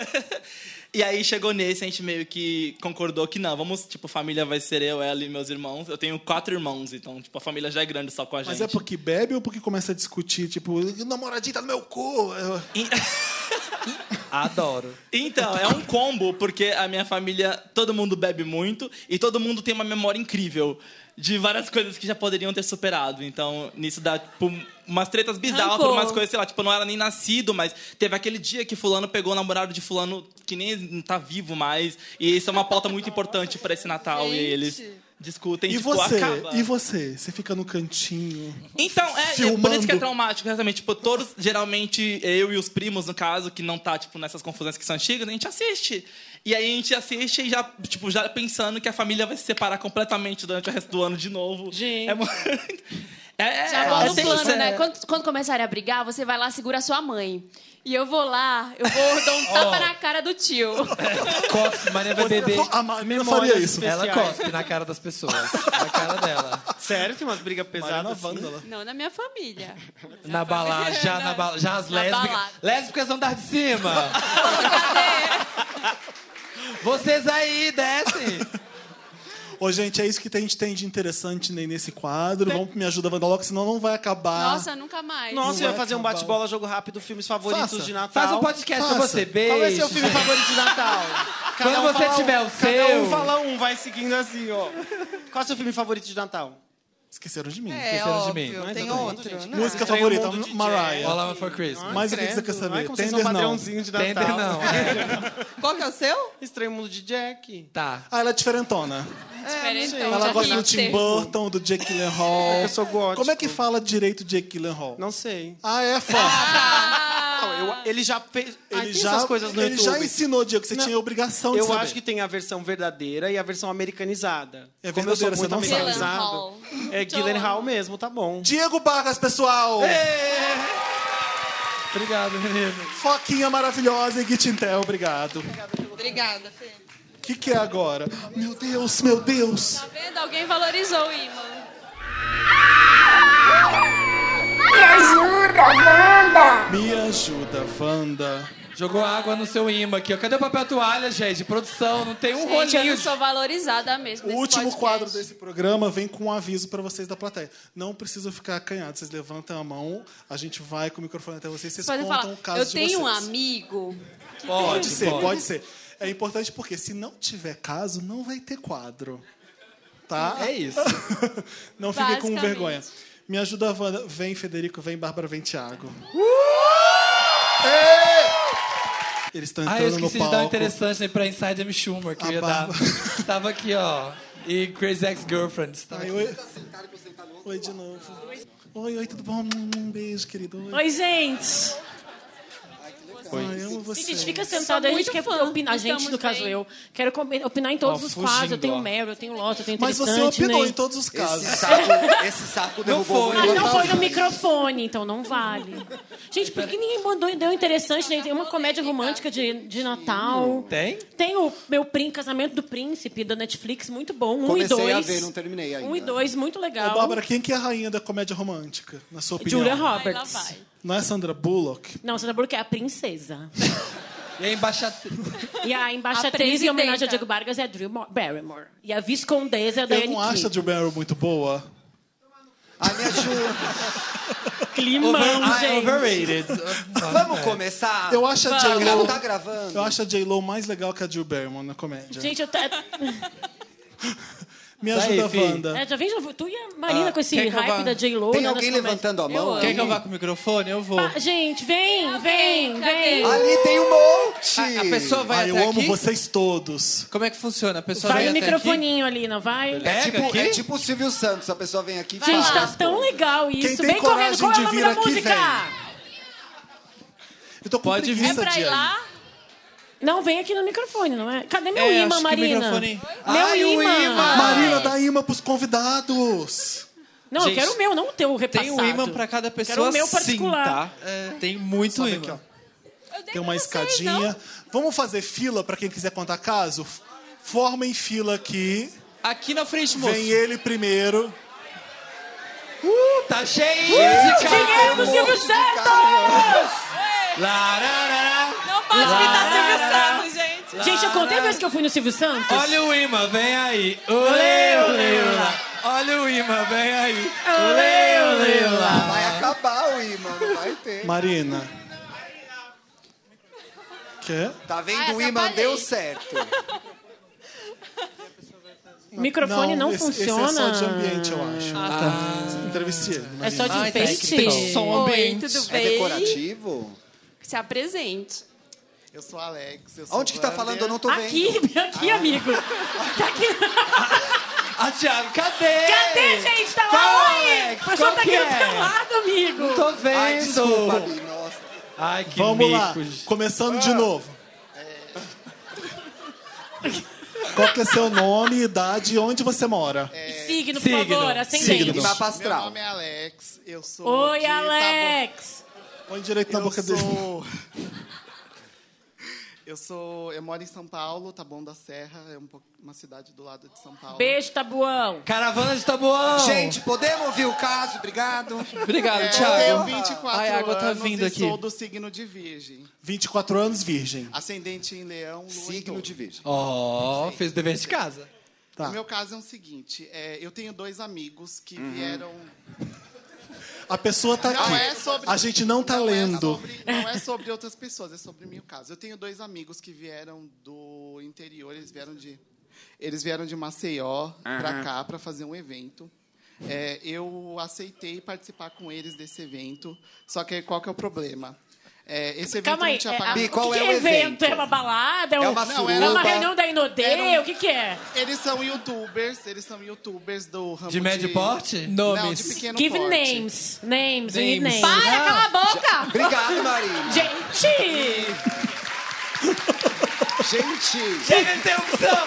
e aí chegou nesse, a gente meio que concordou que não, vamos, tipo, família vai ser eu, ela e meus irmãos. Eu tenho quatro irmãos, então, tipo, a família já é grande só com a
Mas
gente.
é porque bebe ou porque começa a discutir, tipo, namoradinha tá no meu cu? Eu-
Adoro.
Então, é um combo, porque a minha família, todo mundo bebe muito e todo mundo tem uma memória incrível de várias coisas que já poderiam ter superado. Então, nisso dá, tipo, umas tretas bizarras por
Rancor.
umas coisas, sei lá, tipo, eu não era nem nascido, mas teve aquele dia que fulano pegou o namorado de fulano que nem tá vivo mais. E isso é uma pauta muito importante pra esse Natal. E eles discutem,
E
tipo,
você?
acaba.
E você? Você fica no cantinho.
Então, é, é por
Filmando.
isso que é traumático, exatamente. Tipo, todos, geralmente, eu e os primos, no caso, que não tá, tipo, nessas confusões que são antigas, a gente assiste. E aí a gente assiste e já, tipo, já pensando que a família vai se separar completamente durante o resto do ano de novo. Gente. É, mu- é,
Já
é,
rola
é
o
tenso,
plano,
é.
né? Quando, quando começarem a brigar, você vai lá segura a sua mãe. E eu vou lá, eu vou dar um tapa
Ó.
na cara do tio.
Cospe, Maria vai
Você- "Ah,
beber.
a Marina
Memórias
faria isso.
Ela
especiais.
cospe na cara das pessoas. Na cara dela.
Sério? Tem umas brigas pesadas assim?
Não, na minha família.
Na balada, já, na balada. Já as
Na
lésbicas.
balada.
Lésbicas andar de cima! Vocês aí, descem!
Ô, gente, é isso que a gente tem de interessante né, nesse quadro. Vamos pro Me Ajuda Vandaloca, senão não vai acabar.
Nossa, nunca mais.
Nossa, eu ia fazer um
acabar.
bate-bola, jogo rápido, filmes favoritos
Faça.
de Natal.
Faz um podcast
pra você,
Qual é
beijo,
seu filme
gente.
favorito de Natal? um
Quando você
fala
tiver o
Cada um
seu.
fala um, vai seguindo assim, ó. Qual é seu filme favorito de Natal?
Esqueceram de mim.
É, Esqueceram de óbvio, mim. tem
Então,
outro,
gente.
né?
Música
Estranho
favorita,
Mundo de
Mariah.
Jack.
All I Want for Christmas.
Mas o que que você quer
credo.
saber?
Ai, como vocês
Tender
são
não.
padrãozinho de Natal.
Tender não,
Qual que é o seu?
Estranho Mundo de Jack.
Tá.
Ah, ela é diferentona.
É, Diferente.
ela gosta do Tim Burton, do Jake Gyllenhaal. Eu sou gótico. Como é que fala direito Jake Gyllenhaal?
Não sei.
Ah, é fã.
Não, eu- ele já fez. Ai,
Ele
Ah, tem
já-
essas coisas no
ele
YouTube.
já ensinou, Diego, que você tinha a obrigação de
Eu
saber.
acho que tem a versão verdadeira e a versão americanizada.
É
Como eu sou
verdadeira,
muito
você não sabe.
americanizado. É Gyllenhaal mesmo, tá bom.
Diego Barras, pessoal!
Obrigado, menino.
Foquinha maravilhosa e Gitintel, obrigado.
Obrigada, Fê.
O que, que é agora? Meu Deus, meu Deus!
Tá vendo? Alguém valorizou o imã.
Me ajuda, Wanda! Me ajuda, Wanda.
Jogou água no seu imã aqui, ó. Cadê o papel toalha, gente? Produção, não tem um
Gente, eu
rolinho.
não sou valorizada mesmo.
O
nesse
último
podcast.
quadro desse programa vem com um aviso para vocês da plateia. Não precisam ficar acanhados. Vocês levantam a mão, a gente vai com o microfone até vocês, vocês
Vocês podem
contam
falar,
o caso
eu
de
tenho um
vocês.
amigo. que
Pode,
tem-" um
ser, pode. ser. É importante porque se não tiver caso, não vai ter quadro. Tá?
É isso.
não fiquem com
Basicamente.
vergonha. Me ajuda, Wanda. Vem, Federico, vem, Bárbara, vem, Thiago.
Uh!
Eles estão entrando
Ah, eu esqueci
no
de dar um
palco.
interessante né, pra Inside M. Schumer, que eu
A
ia dar. Tava aqui, ó. E Crazy Ex-Girlfriend. Tava
Ai,
aqui.
oi. Oi de novo. Oi, oi, tudo bom? Um beijo, querido.
Oi, gente. Foi.
Ai, amo
E,
você.
gente, fica
Eu sou
sentado aí, a gente
muito
quer
fã.
opinar. A gente,
Estamos
no caso
bem.
eu, quero comi- opinar em todos
Ó,
os quadros. Eu tenho
fugindo, ó.
Meryl, eu tenho Lota, eu tenho
Mas você
Interessante.
opinou então,
né?
em todos os casos.
Esse saco, esse saco derrubou
Mas
muito.
não foi no microfone, então não vale. Gente, por que ninguém mandou deu interessante, né? Tem uma comédia romântica de, de Natal.
Tem?
Tem o meu prim, Casamento do Príncipe, da Netflix, muito bom. Um
Comecei
e dois.
a ver, não terminei ainda.
Um e dois, muito legal.
Ô, Bárbara, quem que é a rainha da comédia romântica, na sua opinião?
Julia Roberts.
Não é Sandra Bullock?
Não, Sandra Bullock é a princesa.
E a embaixatriz.
E a embaixatriz
presidenta.
em homenagem a Diego Vargas é a Drew Mo- Barrymore. E a viscondesa é a
Eu
Diane
não acho a
Keaton.
Drew Barrymore muito boa.
Climão,
Over- Ah, é
gente.
overrated. Vamos começar?
É. Eu acho a
Tá
J-Lo...
gra- Tá gravando?
Eu acho a J-Lo mais legal que a Drew Barrymore na comédia.
Gente, eu... Tá...
Me
Sai,
ajuda,
fi.
Wanda.
É, já vem, já- tu e a Marina
Ah,
com esse
quer que eu
hype
vá?
da J-Lo.
Tem
né,
alguém
das comédias.
levantando a
Eu
mão? Quer
Quer que eu
amo.
vá com o microfone? Eu vou.
Ah, gente, vem, vem, vem.
Ali tem um monte.
A, a pessoa vai
Ah, eu
até
amo
aqui?
vocês todos.
Como é que funciona? A pessoa
Vai
vem
no
até
microfoninho ali, não vai?
É tipo,
aqui?
é tipo o Silvio Santos, a pessoa vem aqui e
Gente, tá
fala.
tão legal isso.
tem
Vem correndo,
coragem
qual é o
de
nome
vir
da
aqui,
música? É
Eu tô com
Pode vir.
preguiça de ir.
Não, vem aqui no microfone, não é? Cadê meu
É,
imã,
acho que o
Marina?
microfone-
Tá
Meu
Ai, o
imã.
imã. Marina, dá imã pros convidados.
Não, eu quero o meu, não o teu repassado.
Tem um imã pra cada pessoa.
Quero o meu
sim,
particular.
tá? Tem muito
Sobe
imã.
aqui, ó. Tem uma escadinha. Vamos fazer fila pra quem quiser contar caso? F- Formem fila aqui.
Aqui na frente, moço.
Vem ele primeiro.
Uh, tá cheio
Uh,
de
dinheiro do Silvio
Não pode
imitar Silvio
Santos,
gente. Gente, eu contei a vez que eu fui no Silvio Santos.
Olha o imã, vem aí. Olê, olê, olá. Olha o imã, vem aí. Olê, olê, olá.
Vai acabar o imã, não vai ter.
Marina. Quê?
Tá vendo? o imã deu certo.
O microfone não,
esse-
funciona.
Esse é só de ambiente, eu acho. Ah, tá. Entrevistei ele.
É só de
Marina.
tá
enfeite?
Oi,
É
tudo bem?
decorativo?
Se apresente.
Eu sou Alex. Eu sou Ah.
Onde que tá falando? Eu não tô vendo.
Aqui, aqui, amigo. Tá aqui.
Ah, Thiago, cadê?
Cadê, gente? Tá lá,
Qual,
oi.
Alex?
A pessoa
Qual
tá
que
aqui do
é?
teu lado, amigo.
Não tô vendo.
Ai, desculpa, Bi,
Ai, que Ah.
Vamos lá.
mico.
Começando de novo. Qual que é seu nome, idade e onde você mora?
É,
Signo, por favor, ascendente.
Signo.
Meu nome é Alex. Eu sou.
Oi,
de
Alex.
Põe direito na
Eu
boca dele.
sou- Itabo- Eu sou. Eu moro em São Paulo, Taboão da Serra. É um pouco- uma cidade do lado de São Paulo.
Beijo, Tabuão.
Caravana
tá
de Tabuão.
Gente, podemos ouvir o caso? Obrigado.
Obrigado,
É,
Thiago.
Eu tenho 24
Ai, a água tá
anos
vindo
e
aqui.
sou do signo de Virgem.
24 anos, virgem.
Ascendente em Leão, Lua Signo de
Virgem.
Ó, fez o dever de casa.
Tá.
O meu caso é o seguinte: é, eu tenho dois amigos que
Uhum.
vieram
A pessoa tá
Não
aqui.
é sobre-
A gente não tá
não é
lendo.
Não é sobre outras pessoas, é sobre o meu caso. Eu tenho dois amigos que vieram do interior, eles vieram de eles vieram de Maceió
Aham.
para
Uhum.
cá para fazer um evento. É, eu aceitei participar com eles desse evento, só que qual que é o problema? É, esse evento
Calma
não
aí.
tinha
é,
pago-
a- que que É uma balada?
É
um-
uma
não,
suruba.
É uma reunião da Inodê?
Era um-
O que que é?
Eles são youtubers, eles são youtubers do ramo
De médio porte?
Não, de
Nomes.
pequeno
Give
porte.
names. Names. we need
Names.
names.
Para,
Não.
cala a boca!
Obrigado, Marina.
Gente!
Gente!
Chega de interrupção!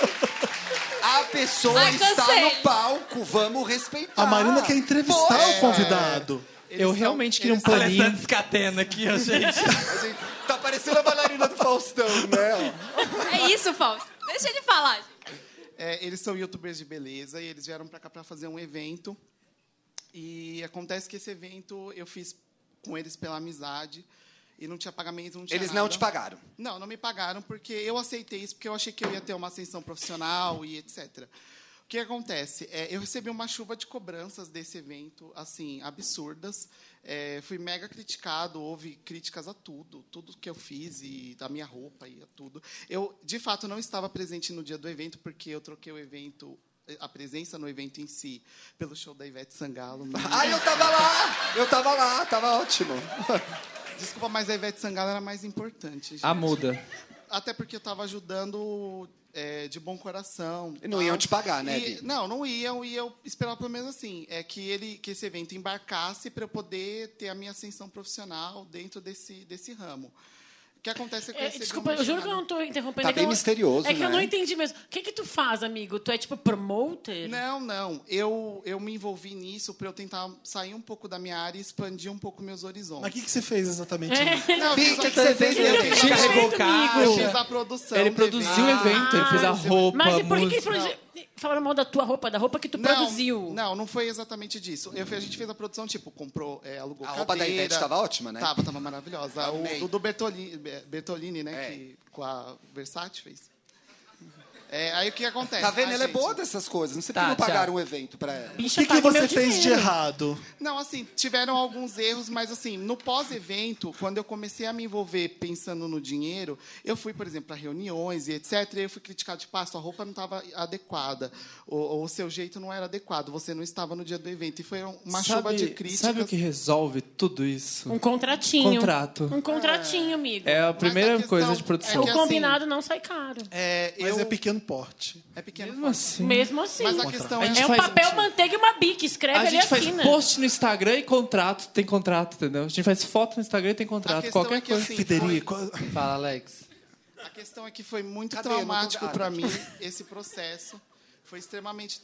A pessoa
Ai,
está
cansei.
no palco, vamos respeitar.
A Marina quer entrevistar
é.
é.
o convidado.
Eu realmente queria um
paninho. Alessandro Scatena aqui, ó, gente.
Tá parecendo a bailarina do Faustão, né?
É isso, Fausto. Deixa ele falar.
É, eles são youtubers de beleza e eles vieram para cá para fazer um evento. E acontece que esse evento eu fiz com eles pela amizade e não tinha pagamento, não tinha
Eles
nada.
não te pagaram.
Não, não me pagaram porque eu aceitei isso porque eu achei que eu ia ter uma ascensão profissional e etc. O que acontece? É, eu recebi uma chuva de cobranças desse evento, assim, absurdas. É, fui mega criticado, houve críticas a tudo, tudo que eu fiz e da minha roupa e a tudo. Eu, de fato, não estava presente no dia do evento porque eu troquei o evento, a presença no evento em si, pelo show da Ivete Sangalo.
Ai, eu tava lá! Eu tava lá, tava ótimo.
Desculpa, mas a Ivete Sangalo era mais importante. gente.
A muda.
Até porque eu estava ajudando é, de bom coração.
E não
tal.
iam te pagar, né,
E-
Bi?
não, não iam. E eu esperava pelo menos assim, é que ele, que esse evento embarcasse para eu poder ter a minha ascensão profissional dentro desse desse ramo. O que acontece é que eu
É,
recebi um
desculpa, eu juro que eu
chamado-
não tô interrompendo.
Tá
é que
bem
eu-
misterioso,
É que eu
né?
não entendi mesmo. O que que tu faz, amigo? Tu é tipo promoter?
Não, não. Eu, eu me envolvi nisso para eu tentar sair um pouco da minha área e expandir um pouco meus horizontes.
Mas o que, que você fez exatamente?
É.
Não, eu fiz
O que
a-
É. que você fez? né?
Eu fiz a-
Carregou caixa.
Eu fiz a produção.
Ele
do
produziu o evento, ele fez a roupa,
Mas e por que que eles
música.
produ- falaram mal da tua roupa, da roupa que tu
Não,
produziu?
Não, não foi exatamente disso. Eu, fui- a gente fez a produção, tipo, comprou, é, alugou
A roupa da
cadeira.
Ivete tava ótima, né?
Tava, tava maravilhosa.
Amei. É.
O do, do Bertolini, Bertolini, né? Que com a Versace fez. É, aí o que acontece?
Tá vendo?
Ah,
Ela é
gente.
boa dessas coisas. Não sei por
Tá,
que não pagaram
tchau.
um evento pra ela.
Bicha, O que que pague você meu fez de dinheiro.
errado?
Não, assim, tiveram alguns erros, mas assim, no pós-evento, quando eu comecei a me envolver pensando no dinheiro, eu fui, por exemplo, para reuniões e etc, e eu fui criticado, tipo, ah, sua roupa não estava adequada, ou, ou o seu jeito não era adequado, você não estava no dia do evento. E foi um, uma chuva de críticas.
Sabe o que resolve tudo isso?
Um contratinho.
Contrato.
Um contratinho, amigo.
É a primeira coisa de
o
é
produção.
assim,
combinado não sai caro.
É,
Mas é pequeno porte.
É pequeno
Mesmo assim.
Mesmo assim.
Mas a questão
é,
é- A gente
um
faz-
papel manteiga e uma bica. Escreve
a
ali
gente
assim,
faz
assina.
post no Instagram e contrato, tem contrato, entendeu? A gente faz foto no Instagram e tem contrato,
questão
qualquer
é que,
coisa.
assim, Federico,
Fala, Alex.
A questão é que foi muito
Cadê?
traumático
Não tô- ah,
para
tá.
mim esse processo. Foi extremamente
Ah,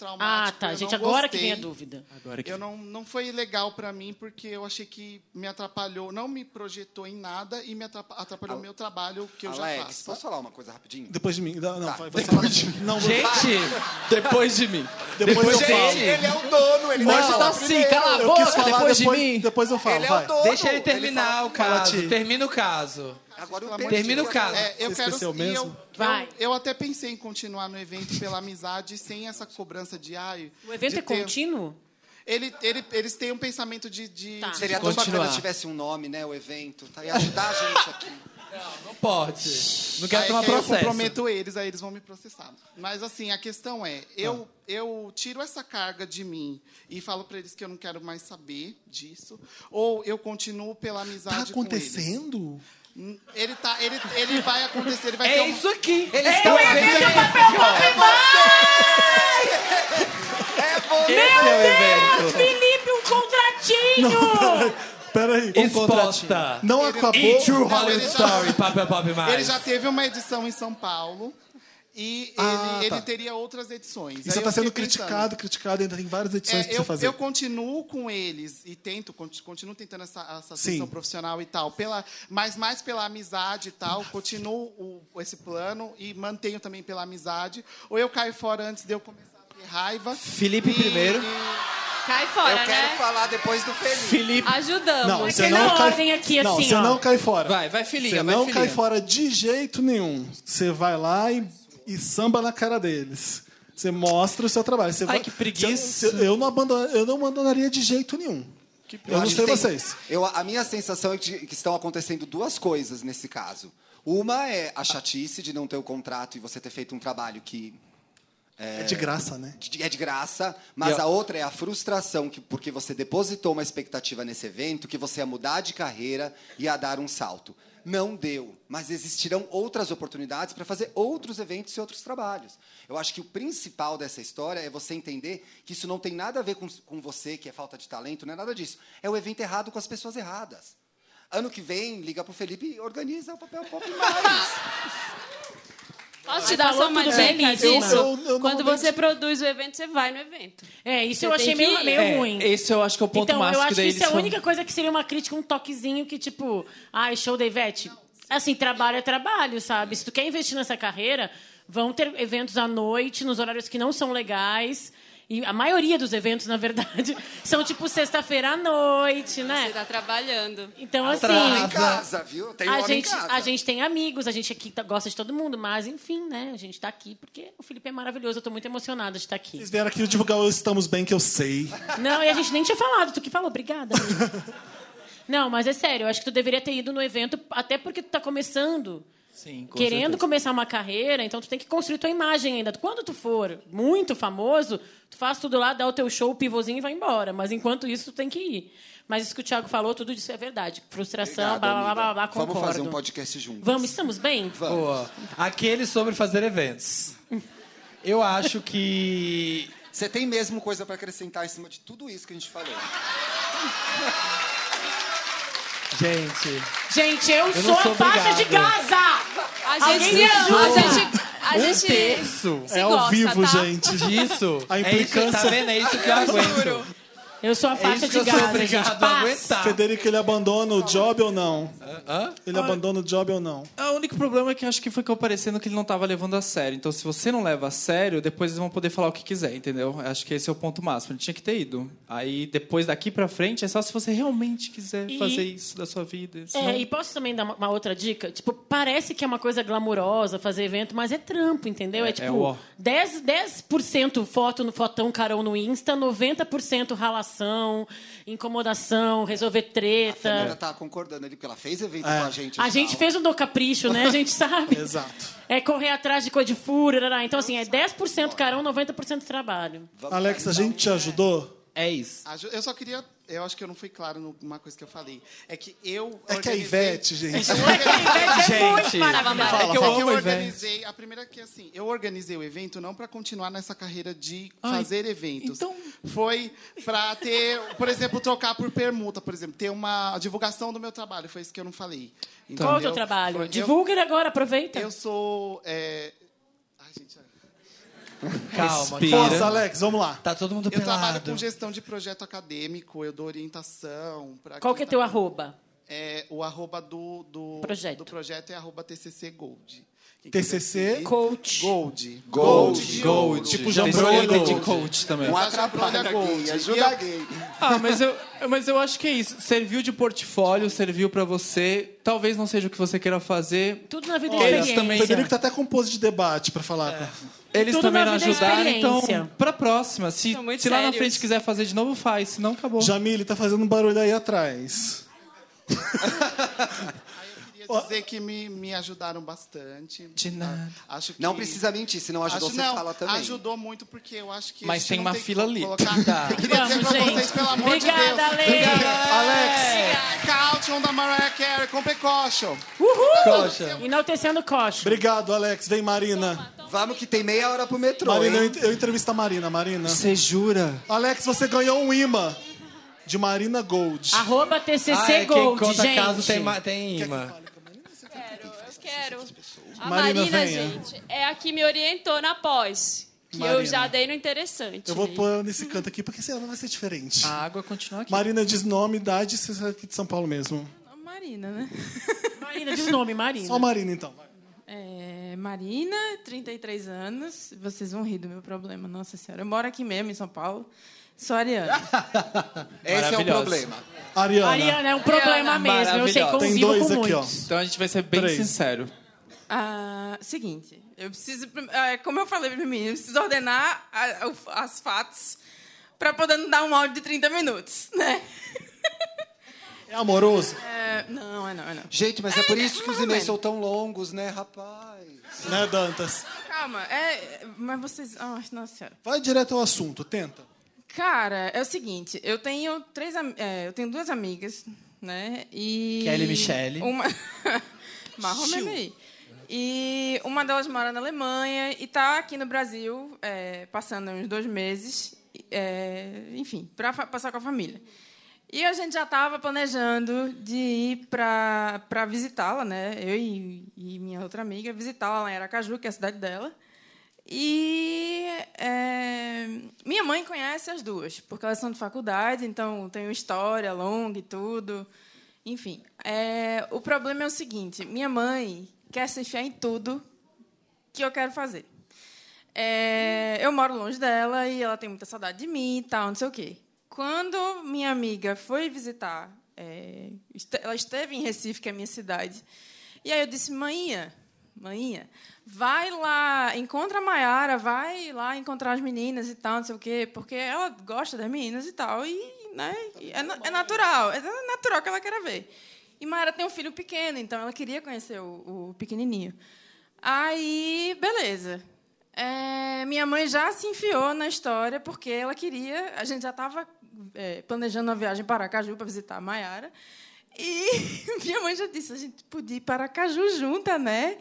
traumático.
tá.
eu
Gente,
não
agora que
gostei.
vem a dúvida.
Agora que
Eu não, não foi legal para mim porque eu achei que me atrapalhou, não me projetou em nada e me atrapa- atrapalhou meu trabalho que eu já
Alex,
faço.
posso falar uma coisa rapidinho?
Depois de mim. Não, não,
Tá.
vai, você fala de mim. Não,
Gente,
depois de mim.
Depois,
Depois
eu
gente,
falo.
ele é o dono, ele
Não,
vai
tá
falar
assim,
assim,
primeiro.
tá eu quis falar depois- Depois eu falo,
Ele é o
vai.
dono.
Deixa ele terminar o
Fala,
caso.
Ti.
Termina o caso.
Agora
Pelo amor de
Termina o
Deus.
caso.
Tá É, eu
Você
quero,
esqueceu
e
mesmo?
Eu,
Vai.
Eu, eu até pensei em continuar no evento pela amizade, sem essa cobrança diária.
O evento
de
é contínuo? Tá.
Ele, ele, eles têm um pensamento de. de, de
Ah, Seria tão bacana se tivesse um nome, né? O evento. Tá? Ia ajudar a gente aqui.
Não pode. Não quero
Aí
tomar
que aí
processo.
Eu comprometo eles, aí eles vão me processar. Mas assim, a questão é,
Tá.
eu eu tiro essa carga de mim e falo pra eles que eu não quero mais saber disso, ou eu continuo pela
Tá
amizade com eles.
acontecendo?
Hum, Ele tá, ele, ele vai acontecer,
É
ele vai
Então,
ter um-
É aqui. É
Ele está Eu ia vendo ver o papel isso, ó.
É
Meu Deus,
você!
Felipe, um contratinho!
Peraí,
Exposta.
Não
Ele-
acabou.
E True Hollywood
Hollywood Story, Papel Pop mais.
Ele já teve uma edição em São Paulo e ele,
Ah,
ele
tá.
teria outras edições.
E
Aí
você
eu
tá sendo
fiquei pensando,
criticado, criticado, ainda tem várias edições
é,
pra
eu,
você fazer.
eu continuo com eles e tento, conti- continuo tentando essa, essa
Sim.
ascensão profissional e tal, pela, mas mais pela amizade e tal, continuo o- esse plano e mantenho também pela amizade. Ou eu caio fora antes de eu começar a ter raiva.
Felipe
E-
primeiro.
Cai
fora, Eu quero né? falar depois do Felipe.
Felipe.
Ajudamos.
Não,
Aqui
é
você
na
não cai-
ordem aqui,
não,
assim,
você
ó.
não cai fora.
Vai, vai, filhinha,
Você
vai,
não
filhinha.
cai fora de jeito nenhum. Você vai lá e, e samba na cara deles. Você mostra o seu trabalho. Você
Ai,
vai-
que preguiça.
Você- você- eu, não abandono, eu não abandonaria de jeito nenhum. eu não
acho
sei
que tem-
vocês.
eu- a minha sensação é de- que estão acontecendo duas coisas nesse caso. Uma é a chatice de não ter o contrato e você ter feito um trabalho que.
É, de graça, né?
de- É de graça, mas
E a-
a outra é a frustração que, porque você depositou uma expectativa nesse evento que você ia mudar de carreira e ia dar um salto. Não deu, mas existirão outras oportunidades para fazer outros eventos e outros trabalhos. Eu acho que o principal dessa história é você entender que isso não tem nada a ver com, com você, que é falta de talento, não é nada disso. É o evento errado com as pessoas erradas. Ano que vem, liga pro Felipe e organiza o papel pop mais.
Posso te dar
Falou
só um uma
tudo
dica
belíssimo.
disso?
Eu- eu- eu
Quando
normalmente-
você produz o evento, você vai no evento.
É, isso
Você
eu
tem
achei
que
meio,
ir.
meio
É,
ruim.
Esse eu acho que é o ponto
então,
máximo
eu acho que
deles.
isso é a única coisa que seria uma crítica, um toquezinho que, tipo, ai, show da Ivete. Assim, trabalho é trabalho, sabe? Se tu quer investir nessa carreira, vão ter eventos à noite, nos horários que não são legais. E a maioria dos eventos, na verdade, são tipo sexta-feira à noite, né? Você tá
trabalhando.
Então,
Atrasa.
assim.
Em casa, viu? Tem
a
hora em
gente,
casa.
A gente tem amigos, a gente aqui tá- gosta de todo mundo, mas enfim, né? A gente tá aqui porque o Felipe é maravilhoso, eu tô muito emocionada de estar aqui.
Vocês vieram aqui divulgar o Estamos Bem, que eu sei.
Não, e a gente nem tinha falado, tu que falou, obrigada. amiga. Não, mas é sério, eu acho que tu deveria ter ido no evento, até porque tu tá começando,
Sim, com
querendo
certeza.
começar uma carreira, então tu tem que construir tua imagem ainda. Quando tu for muito famoso, tu faz tudo lá, dá o teu show, o pivôzinho e vai embora. Mas enquanto isso, tu tem que ir. Mas isso que o Thiago falou, tudo isso é verdade. Frustração,
Obrigado,
blá, blá, blá,
amiga.
blá, blá, concordo.
Vamos fazer um podcast juntos.
Vamos, estamos bem?
Boa. Aquele sobre fazer eventos. Eu acho que.
Você tem mesmo coisa para acrescentar em cima de tudo isso que a gente falou.
Gente.
Gente, eu,
Eu não
sou,
sou
a faixa de
obrigado.
Gaza!
A gente
Alguém
se
me ajuda!
ama, a gente- a Um gente- terço.
É ao
gosta,
vivo,
tá?
gente.
Disso.
A
É isso, tá
implicância.
vendo? É isso que eu aguento. É
Eu sou a faixa de Gaza, gente. Paz.
Federico, ele abandona o job ou não? Ele
Ah.
abandona o job ou não?
O único problema é que acho que foi parecendo que ele não tava levando a sério. Então, se você não leva a sério, depois eles vão poder falar o que quiser, entendeu? Acho que esse é o ponto máximo. Ele tinha que ter ido. Aí, depois daqui pra frente, é só se você realmente quiser
E-
fazer isso da sua vida.
É, e posso também dar uma, uma outra dica? Tipo, parece que é uma coisa glamurosa fazer evento, mas é trampo, entendeu? É,
É, é
tipo
ó.
10, 10% foto no fotão carão no Insta, 90% ralação, incomodação, resolver
A Fernanda
treta.
tá concordando ali, porque ela fez evento
É.
com a gente. tá?
A gente fez um do capricho, né? A gente sabe.
Exato.
É correr atrás de coisa de furo, rará. então assim, é 10% carão, 90% trabalho.
Alex, a
então.
gente te ajudou?
É isso.
Aju- Ah, Eu só queria. Eu acho que eu não fui claro numa coisa que eu falei. É que eu.
É que a Ivete, gente.
É que eu organizei-
É que a Ivete é muito maravilhosa.
É que eu,
Fala, fala.
organizei. A primeira é que assim, eu organizei o evento não para continuar nessa carreira de
Ai,
fazer eventos.
então-
Foi para ter, por exemplo, trocar por permuta, por exemplo, ter uma divulgação do meu trabalho. Foi isso que eu não falei.
Qual é o teu
Entendeu?
trabalho?
Foi- eu-
Divulga ele agora, aproveita.
Eu sou. é, Ai, gente.
Calma,
Respira.
calma.
Força, Alex, vamos lá.
Tá todo mundo
Eu
pelado.
trabalho com gestão de projeto acadêmico, eu dou orientação. Pra
Qual
quem
que é
tá-
teu arroba?
É, o arroba do, do
Projeto.
do projeto é arroba TCC Gold. Quem quiser
TCC?
seguir-
Coach.
Gold.
Gold.
de
Gold.
ouro.
Tipo Jambrolha
Tem
Gold.
de coach também.
Não atrapalha Gold.
ajuda
E eu-
Ah, mas eu, mas eu acho que é isso. Serviu de portfólio, serviu pra você. Talvez não seja o que você queira fazer.
Tudo na vida é
Eles
experiência.
também- É.
O Federico tá até com pose de debate pra falar.
Eles
Tudo
também
na
não
vida é
ajudaram, então,
experiência.
pra próxima. Se,
muito
se lá na
sérios.
frente quiser fazer de novo, faz. Se não, acabou.
Jamile, tá fazendo um barulho aí atrás.
Queria dizer que me, me ajudaram bastante.
De nada.
Acho que...
Não precisa mentir, se não ajudou,
acho,
você
não,
fala também.
Ajudou muito, porque eu acho que. a
Mas
gente
tem
não
uma fila
como
ali.
Colocar...
Tá.
Eu queria dizer
Vamos,
pra
gente.
vocês, pelo amor
Obrigada,
de Deus.
Ale. Obrigada, Alex.
Caution da Mariah Carey com precaution.
Uhul!
Coxa.
Enaltecendo Coxa.
Obrigado, Alex. Vem, Marina.
Vamos que tem meia hora pro metrô,
Marina, eu
hein?
ent- eu entrevisto a Marina. Marina.
Você
jura? Alex, você ganhou um imã de Marina Gold.
Arroba
Ah, é,
TCC
quem
Gold,
conta
gente.
caso tem, ma- tem imã.
Quero. A
Marina,
Marina,
venha.
gente, é a que me orientou na pós. Que eu
Marina.
já dei no interessante.
Eu vou
né?
pôr nesse canto aqui, porque senão vai ser diferente.
A água continua aqui.
Marina diz nome, idade, você é aqui de São Paulo mesmo.
Marina, né?
Marina, diz nome, Marina.
Só Marina, então.
É, Marina, 33 anos. Vocês vão rir do meu problema, nossa senhora. Eu moro aqui mesmo, em São Paulo. Sou ariana.
Esse é o
Maravilhosa.
problema.
Ariana.
Ariana, é um problema mesmo, eu sei,
Maravilhosa.
convivo Tem dois com aqui, ó. muitos.
Então a gente vai ser bem
Três.
sincero.
Ah, seguinte, eu preciso, prim- ah, como eu falei para mim, eu preciso ordenar a- o- as fatos para poder não dar um áudio de 30 minutos, né?
É amoroso?
É, não, é não, é não.
Gente, mas é, por isso que
mais
os
ou
e-mails
menos.
são tão longos, né, rapaz?
Né, Dantas?
Calma, é, mas vocês, ai, nossa senhora.
Vai direto ao assunto, tenta.
Cara, é o seguinte, eu tenho três, am- é, eu tenho duas amigas, né? E
Kelly e Michele.
Uma Marrom
Chiu.
aí. E uma delas mora na Alemanha e está aqui no Brasil, é, passando uns dois meses, é, enfim, para passar com a família. E a gente já estava planejando de ir para visitá-la, né? Eu e, e minha outra amiga visitá-la lá em Aracaju, que é a cidade dela. E é, minha mãe conhece as duas, porque elas são de faculdade, então tem uma história longa e tudo. Enfim, é, o problema é o seguinte: minha mãe quer se enfiar em tudo que eu quero fazer. É, eu moro longe dela e ela tem muita saudade de mim e tal, não sei o quê. Quando minha amiga foi visitar, é, este- ela esteve em Recife, que é a minha cidade, e aí eu disse, mãinha, mãinha, vai lá, encontra a Maiara, vai lá encontrar as meninas e tal, não sei o quê, porque ela gosta das meninas e tal, e né, e é, na- é natural, é natural que ela queira ver. E Maiara tem um filho pequeno, então ela queria conhecer o, o pequenininho. Aí, beleza. É, minha mãe já se enfiou na história porque ela queria. A gente já estava planejando uma viagem para Aracaju para visitar a Maiara. E minha mãe já disse: a gente podia ir para Aracaju junta, né?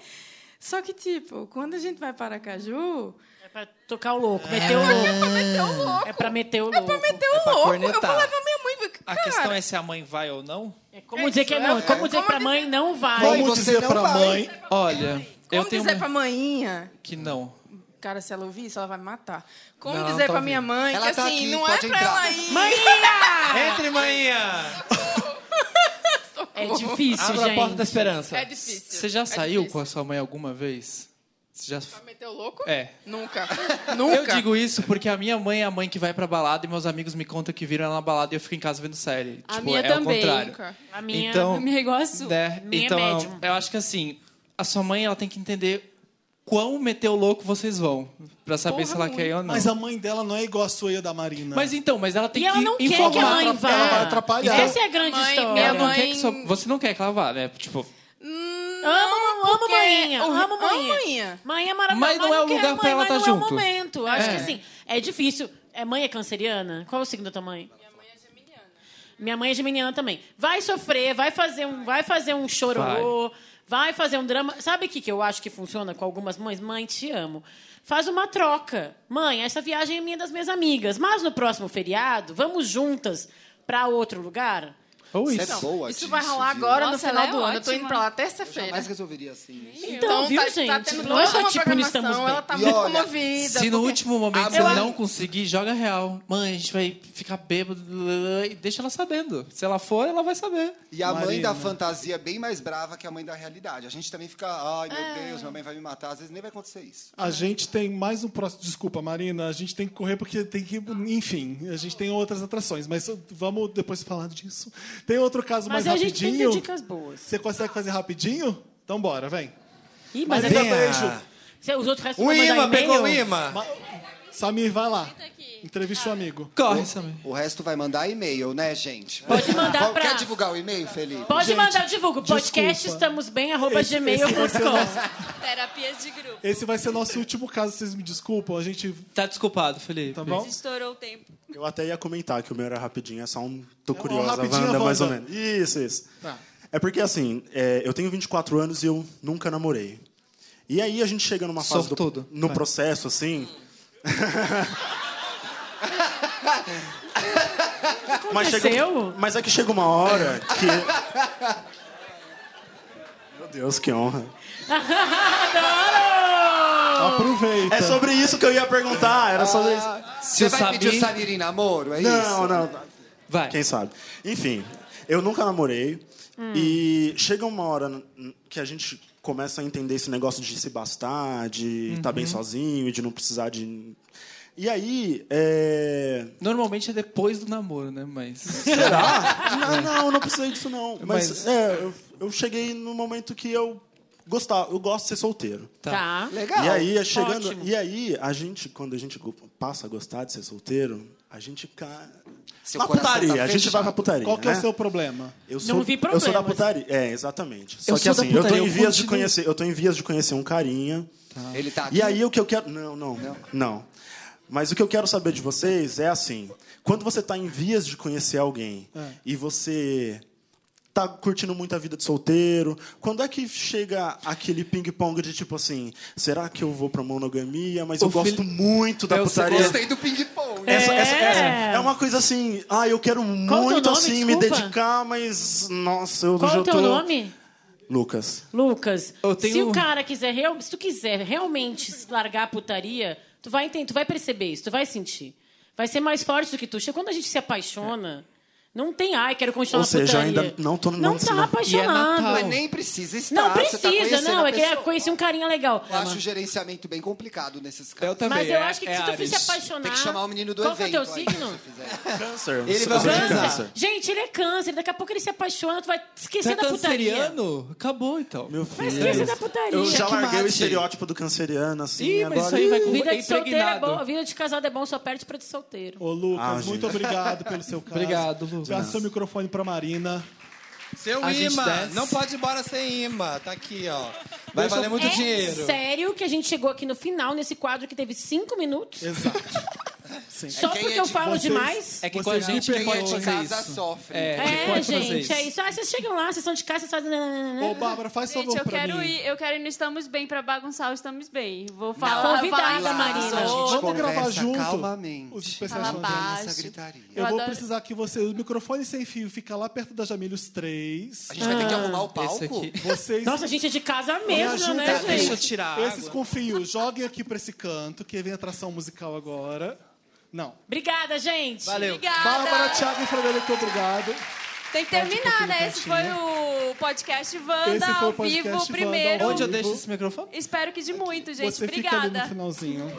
Só que, tipo, quando a gente vai para Aracaju.
É para tocar o louco, meter o louco.
É para meter o louco. É para meter o louco.
pra
eu vou
cornetar.
levar minha mãe.
A questão é se a mãe vai ou não?
Como dizer que é não? Como dizer pra mãe não vai?
Olha, eu
Como
tenho
dizer
uma...
pra manhinha?
que não.
Cara, se ela ouvir isso, ela vai me matar. Como
Não,
dizer
tá
pra minha
ouvindo.
mãe
Ela
que
tá
assim,
aqui,
não é
pode
pra
entrar.
ela ir.
Manhinha! Entre, manhinha!
É difícil,
Abra
gente.
a porta da esperança.
É difícil.
Você já
É
saiu com a sua mãe alguma vez? Você já...
Meteu louco?
É.
Nunca. Nunca.
Eu digo isso porque a minha mãe é a mãe que vai pra balada e meus amigos me contam que viram ela na balada e eu fico em casa vendo série.
A
tipo,
minha
é
também.
o contrário.
A minha-
então,
a minha é igual a sua.
né?
Minha é
então,
médium.
eu acho que assim, a sua mãe ela tem que entender quão meteu louco vocês vão pra saber se ela quer ir ou não.
Mas a mãe dela não é igual a sua e a da Marina.
Mas então, mas ela tem
E ela
que
não quer que a
informar.
mãe vá. Ela vai atrapalhar. Essa é a
grande
Mãe,
história.
Ela não
minha
quer que
mãe-
sua... Você não quer que ela vá, né? Tipo,
Amo, amo
porque-
manhinha.
Amo
é um Amo manhinha.
manhinha.
Mãe é maravilhosa.
Mas não é o
quer
lugar
mãe,
pra ela
mas
tá
não É o
junto.
momento. Acho que
É.
assim, é difícil. É, mãe é canceriana? Qual é o signo da tua mãe? Minha mãe é geminiana também. Vai sofrer, vai fazer um, vai fazer um chororô, vai fazer um drama. Sabe o que, que eu acho que funciona com algumas mães? Mãe, te amo. Faz uma troca. Mãe, essa viagem é minha das minhas amigas, mas no próximo feriado, vamos juntas pra outro lugar?
Ou
isso. é boa,
Isso
disso,
vai rolar
viu?
agora
Nossa,
no final
ela é
do ano. Eu tô indo
ótima.
pra lá terça-feira.
Mas resolveria assim.
Então, viu,
tá, Tá
gente?
tendo
Não
toda
é só
uma
tipo, não
programação,
estamos bem.
ela tá
E
muito
olha,
comovida.
Se no
porque-
último momento
Eu
você
acho-
não conseguir, joga real. Mãe, a gente vai ficar bêbado e deixa ela sabendo. Se ela for, ela vai saber.
E a mãe da
Marina.
fantasia é bem mais brava que a mãe da realidade. A gente também fica, ai meu
É.
Deus, minha mãe vai me matar. Às vezes nem vai acontecer isso.
A gente tem mais um próximo. Desculpa, Marina. A gente tem que correr porque tem que. Enfim, a gente tem outras atrações, mas vamos depois falar disso. Tem outro caso
Mas
mais
a gente tem que ter
rapidinho.
dicas boas.
Você consegue fazer rapidinho? Então bora, vem.
Ih, mas
Marina,
essa-
beijo.
Se os outros restam pra mandar e-mail-
Ma- Samir, vai lá. Entrevista o amigo.
Corre, Samir.
O resto vai mandar e-mail, né, gente?
Pode mandar
Qual-
pra-
Quer divulgar o e-mail, Felipe?
Pode mandar, eu divulgo. Podcast estamos bem, arroba
Esse- esse vai ser o nosso-
gmail.com.
Terapias de grupo.
Esse vai ser nosso último caso, vocês me desculpam. A gente.
Tá desculpado, Felipe.
Tá
A
bom?
gente estourou o tempo.
Eu até ia comentar que o meu era rapidinho, é só um. Tô
É um
curiosa,
rapidinho,
Wanda, mais ou
Wanda.
menos. Isso, isso.
Tá.
É porque assim, é, eu tenho 24 anos e eu nunca namorei. E aí a gente chega numa fase
Sortudo.
do, no
Vai.
processo assim. mas, chega, mas é que chega uma hora que. Meu Deus, que honra.
Aproveita.
É sobre isso que eu ia perguntar. Era sobre isso.
Você vai pedir o Samir em namoro? É
não,
isso?
não.
Vai.
Quem sabe? Enfim, eu nunca namorei.
Hum.
E chega uma hora n- que a gente começa a entender esse negócio de se bastar, de estar bem
Uhum.
sozinho e de não precisar de. E aí. É...
Normalmente é depois do namoro, né? Mas.
Será? não, não, eu não precisei disso, não. Mas,
Mas-
é, eu, eu cheguei no momento que eu gostava. Eu gosto de ser solteiro.
Tá.
E aí, é chegando, e aí, a gente, quando a gente go- passa a gostar de ser solteiro, a gente cai.
Seu
Pra
coração tá
putaria, a gente vai pra
fechado.
putaria.
Qual que é
né?
o seu problema?
Eu sou, eu sou da putaria. É, exatamente. Só
Eu
que
sou da
assim, eu tô
putaria,
em
eu
vias de
continuo.
conhecer, eu tô em vias de conhecer um carinha.
Ele tá aqui?
E aí o que eu quero, não, não, não. Mas o que eu quero saber de vocês é assim, quando você tá em vias de conhecer alguém
É.
e você tá curtindo muito a vida de solteiro, quando é que chega aquele ping-pong de tipo assim, será que eu vou pra monogamia, mas
O
eu gosto
Fili-
muito da
Eu
putaria.
Gostei do ping-pong.
Essa, essa- essa é uma coisa assim, ah, eu quero
Qual o teu
muito
nome,
assim me
desculpa?
dedicar, mas nossa, eu
Qual
já
o teu
tô...
nome?
Lucas.
Lucas,
tenho-
se o cara quiser, real- se tu quiser realmente largar a putaria, tu vai entender, tu vai perceber isso, tu vai sentir. Vai ser mais forte do que tu. Chega Quando a gente se apaixona, não tem, ai, quero continuar
Ou
na
seja,
putaria.
ainda não tô no
Não
não é
tá apaixonado.
Mas nem precisa estar.
Não
você tá
precisa,
conhecendo
não.
a
É que é
pessoa.
conhecer um carinha legal.
Eu acho o gerenciamento bem complicado nesses casos.
também, Mas eu é- acho que é se tu Ares. fosse apaixonar-
Tem que chamar o menino do
Qual que é o
evento.
teu
aí,
signo?
se você fizer.
Câncer. Tá
Ele
Você
vai-
tem
Câncer.
Gente, ele é câncer, daqui a pouco ele se apaixona, tu vai esquecer
Você é
da putaria.
canceriano? Acabou, então.
Meu filho.
esquecer da putaria.
Eu já larguei o
Checkmate.
estereótipo do canceriano, assim,
Ih, mas
agora...
isso aí vai com-
Vida de solteiro é
impregnado.
bom, vida de casado é bom, só perde pra de solteiro.
Ô, Lucas,
Ah, gente.
muito obrigado pelo seu caso.
Obrigado, Lucas.
Dá seu microfone pra Marina.
Seu
A gente
imã.
desce.
Não pode ir embora sem imã. Tá aqui, ó. Vai valer muito
é
dinheiro.
Sério que a gente chegou aqui no final, nesse quadro que teve cinco minutos?
Exato.
Só
quem
porque
é
eu
de-
falo
vocês-
demais.
É que com a Vocês gente, quem é de hiperpode fazer casa isso. sofre.
É,
É, quem pode fazer
gente,
isso.
é isso. Ah, vocês chegam lá, vocês são de casa, vocês fazem.
Ô, Bárbara, faz
Gente, eu quero ir, eu quero ir no Estamos Bem pra bagunçar o Estamos Bem. Vou falar.
Não, convidada,
falar
Marina.
sobre-
Gente,
Vamos gravar
conversa
junto.
calmamente.
Os
Fala
especiais vão
baixo.
ter
Eu
Eu vou
adoro-
precisar que você. O microfone sem fio fica lá perto da Jamilhos 3.
A gente vai ter que Ah, arrumar o esse palco? aqui.
Vocês.
Nossa, a gente é de casa
Me
mesmo, né,
ajuda,
gente?
Esses com fio, joguem aqui pra esse canto, que vem atração musical agora. Não.
Obrigada, gente.
Valeu.
Obrigada.
Bárbara, Thiago e Frederico, obrigado. um
Tem que terminar, né? Esse foi o podcast Wanda
Esse foi o
ao
podcast
vivo
Wanda
primeiro.
ao Onde eu vivo. deixo esse
microfone?
Espero que de muito, gente.
Você fica ali no
Obrigada.
finalzinho.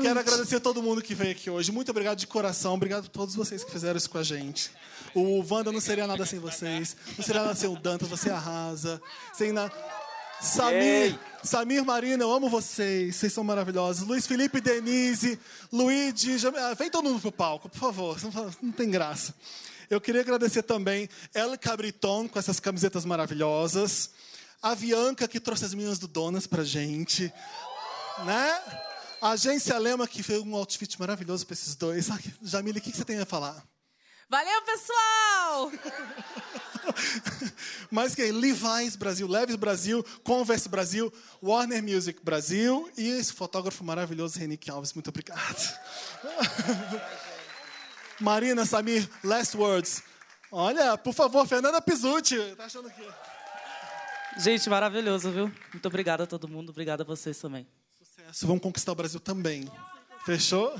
Quero agradecer a todo mundo que veio aqui hoje. Muito obrigado de coração. Obrigado a todos vocês que fizeram isso com a gente. O Wanda não seria nada sem vocês. Não seria nada sem o Dantas. Você arrasa. Sem na... Samir, Samir Marina, eu amo vocês. Vocês são maravilhosos. Luiz Felipe, Denise, Luigi. Jam- ah, Vem todo mundo pro palco, por favor. Não tem graça. Eu queria agradecer também El Cabriton com essas camisetas maravilhosas. A Bianca que trouxe as meninas do Donas pra gente né? A agência Lema que fez um outfit maravilhoso pra esses dois. Ah, Jamile, o que que você tem a falar?
Valeu, pessoal!
Mas quem? Levi's Brasil, Leves Brasil, Converse Brasil, Warner Music Brasil e esse fotógrafo maravilhoso, Henrique Alves. Muito obrigado. Marina, Samir, last words. Olha, por favor, Fernanda Pizzuti. Tá achando que...
Gente, maravilhoso, viu? Muito obrigada a todo mundo, obrigada a vocês também.
Sucesso, Vamos conquistar o Brasil também. Fechou?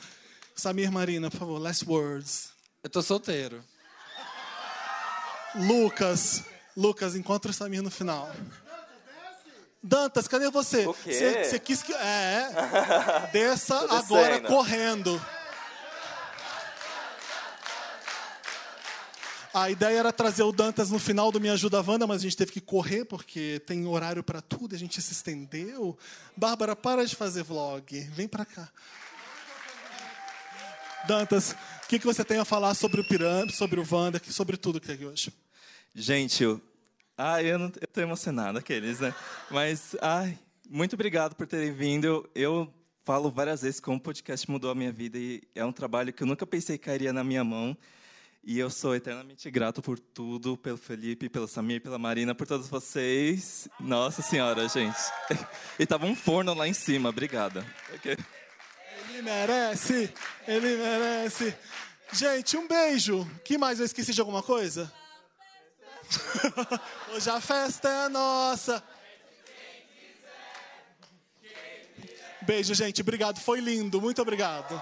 Samir Marina, por favor, last words.
Eu tô solteiro.
Lucas, Lucas, encontra o Samir no final. Dantas, cadê você?
quê?
Você você quis que. É, é. Desça
Tô
agora
descendo.
correndo. A ideia era trazer o Dantas no final do Me Ajuda Wanda, mas a gente teve que correr porque tem horário pra tudo, a gente se estendeu. Bárbara, para de fazer vlog. Vem pra cá. Dantas, o que, que você tem a falar sobre o Pirâmide, sobre o Wanda, que- sobre tudo que tem aqui hoje?
Gente, eu... Ai, eu, não, eu tô emocionado, aqueles, né? Mas, ai, muito obrigado por terem vindo. Eu falo várias vezes como o podcast mudou a minha vida e é um trabalho que eu nunca pensei que cairia na minha mão. E eu sou eternamente grato por tudo, pelo Felipe, pelo Samir, pela Marina, por todos vocês. Nossa Senhora, gente. E tava um forno lá em cima, obrigada. Ok.
Ele merece, ele merece. Gente, um beijo. Que mais? Eu esqueci de alguma coisa? Hoje a festa é nossa. Beijo, gente. Obrigado. Foi lindo. Muito obrigado.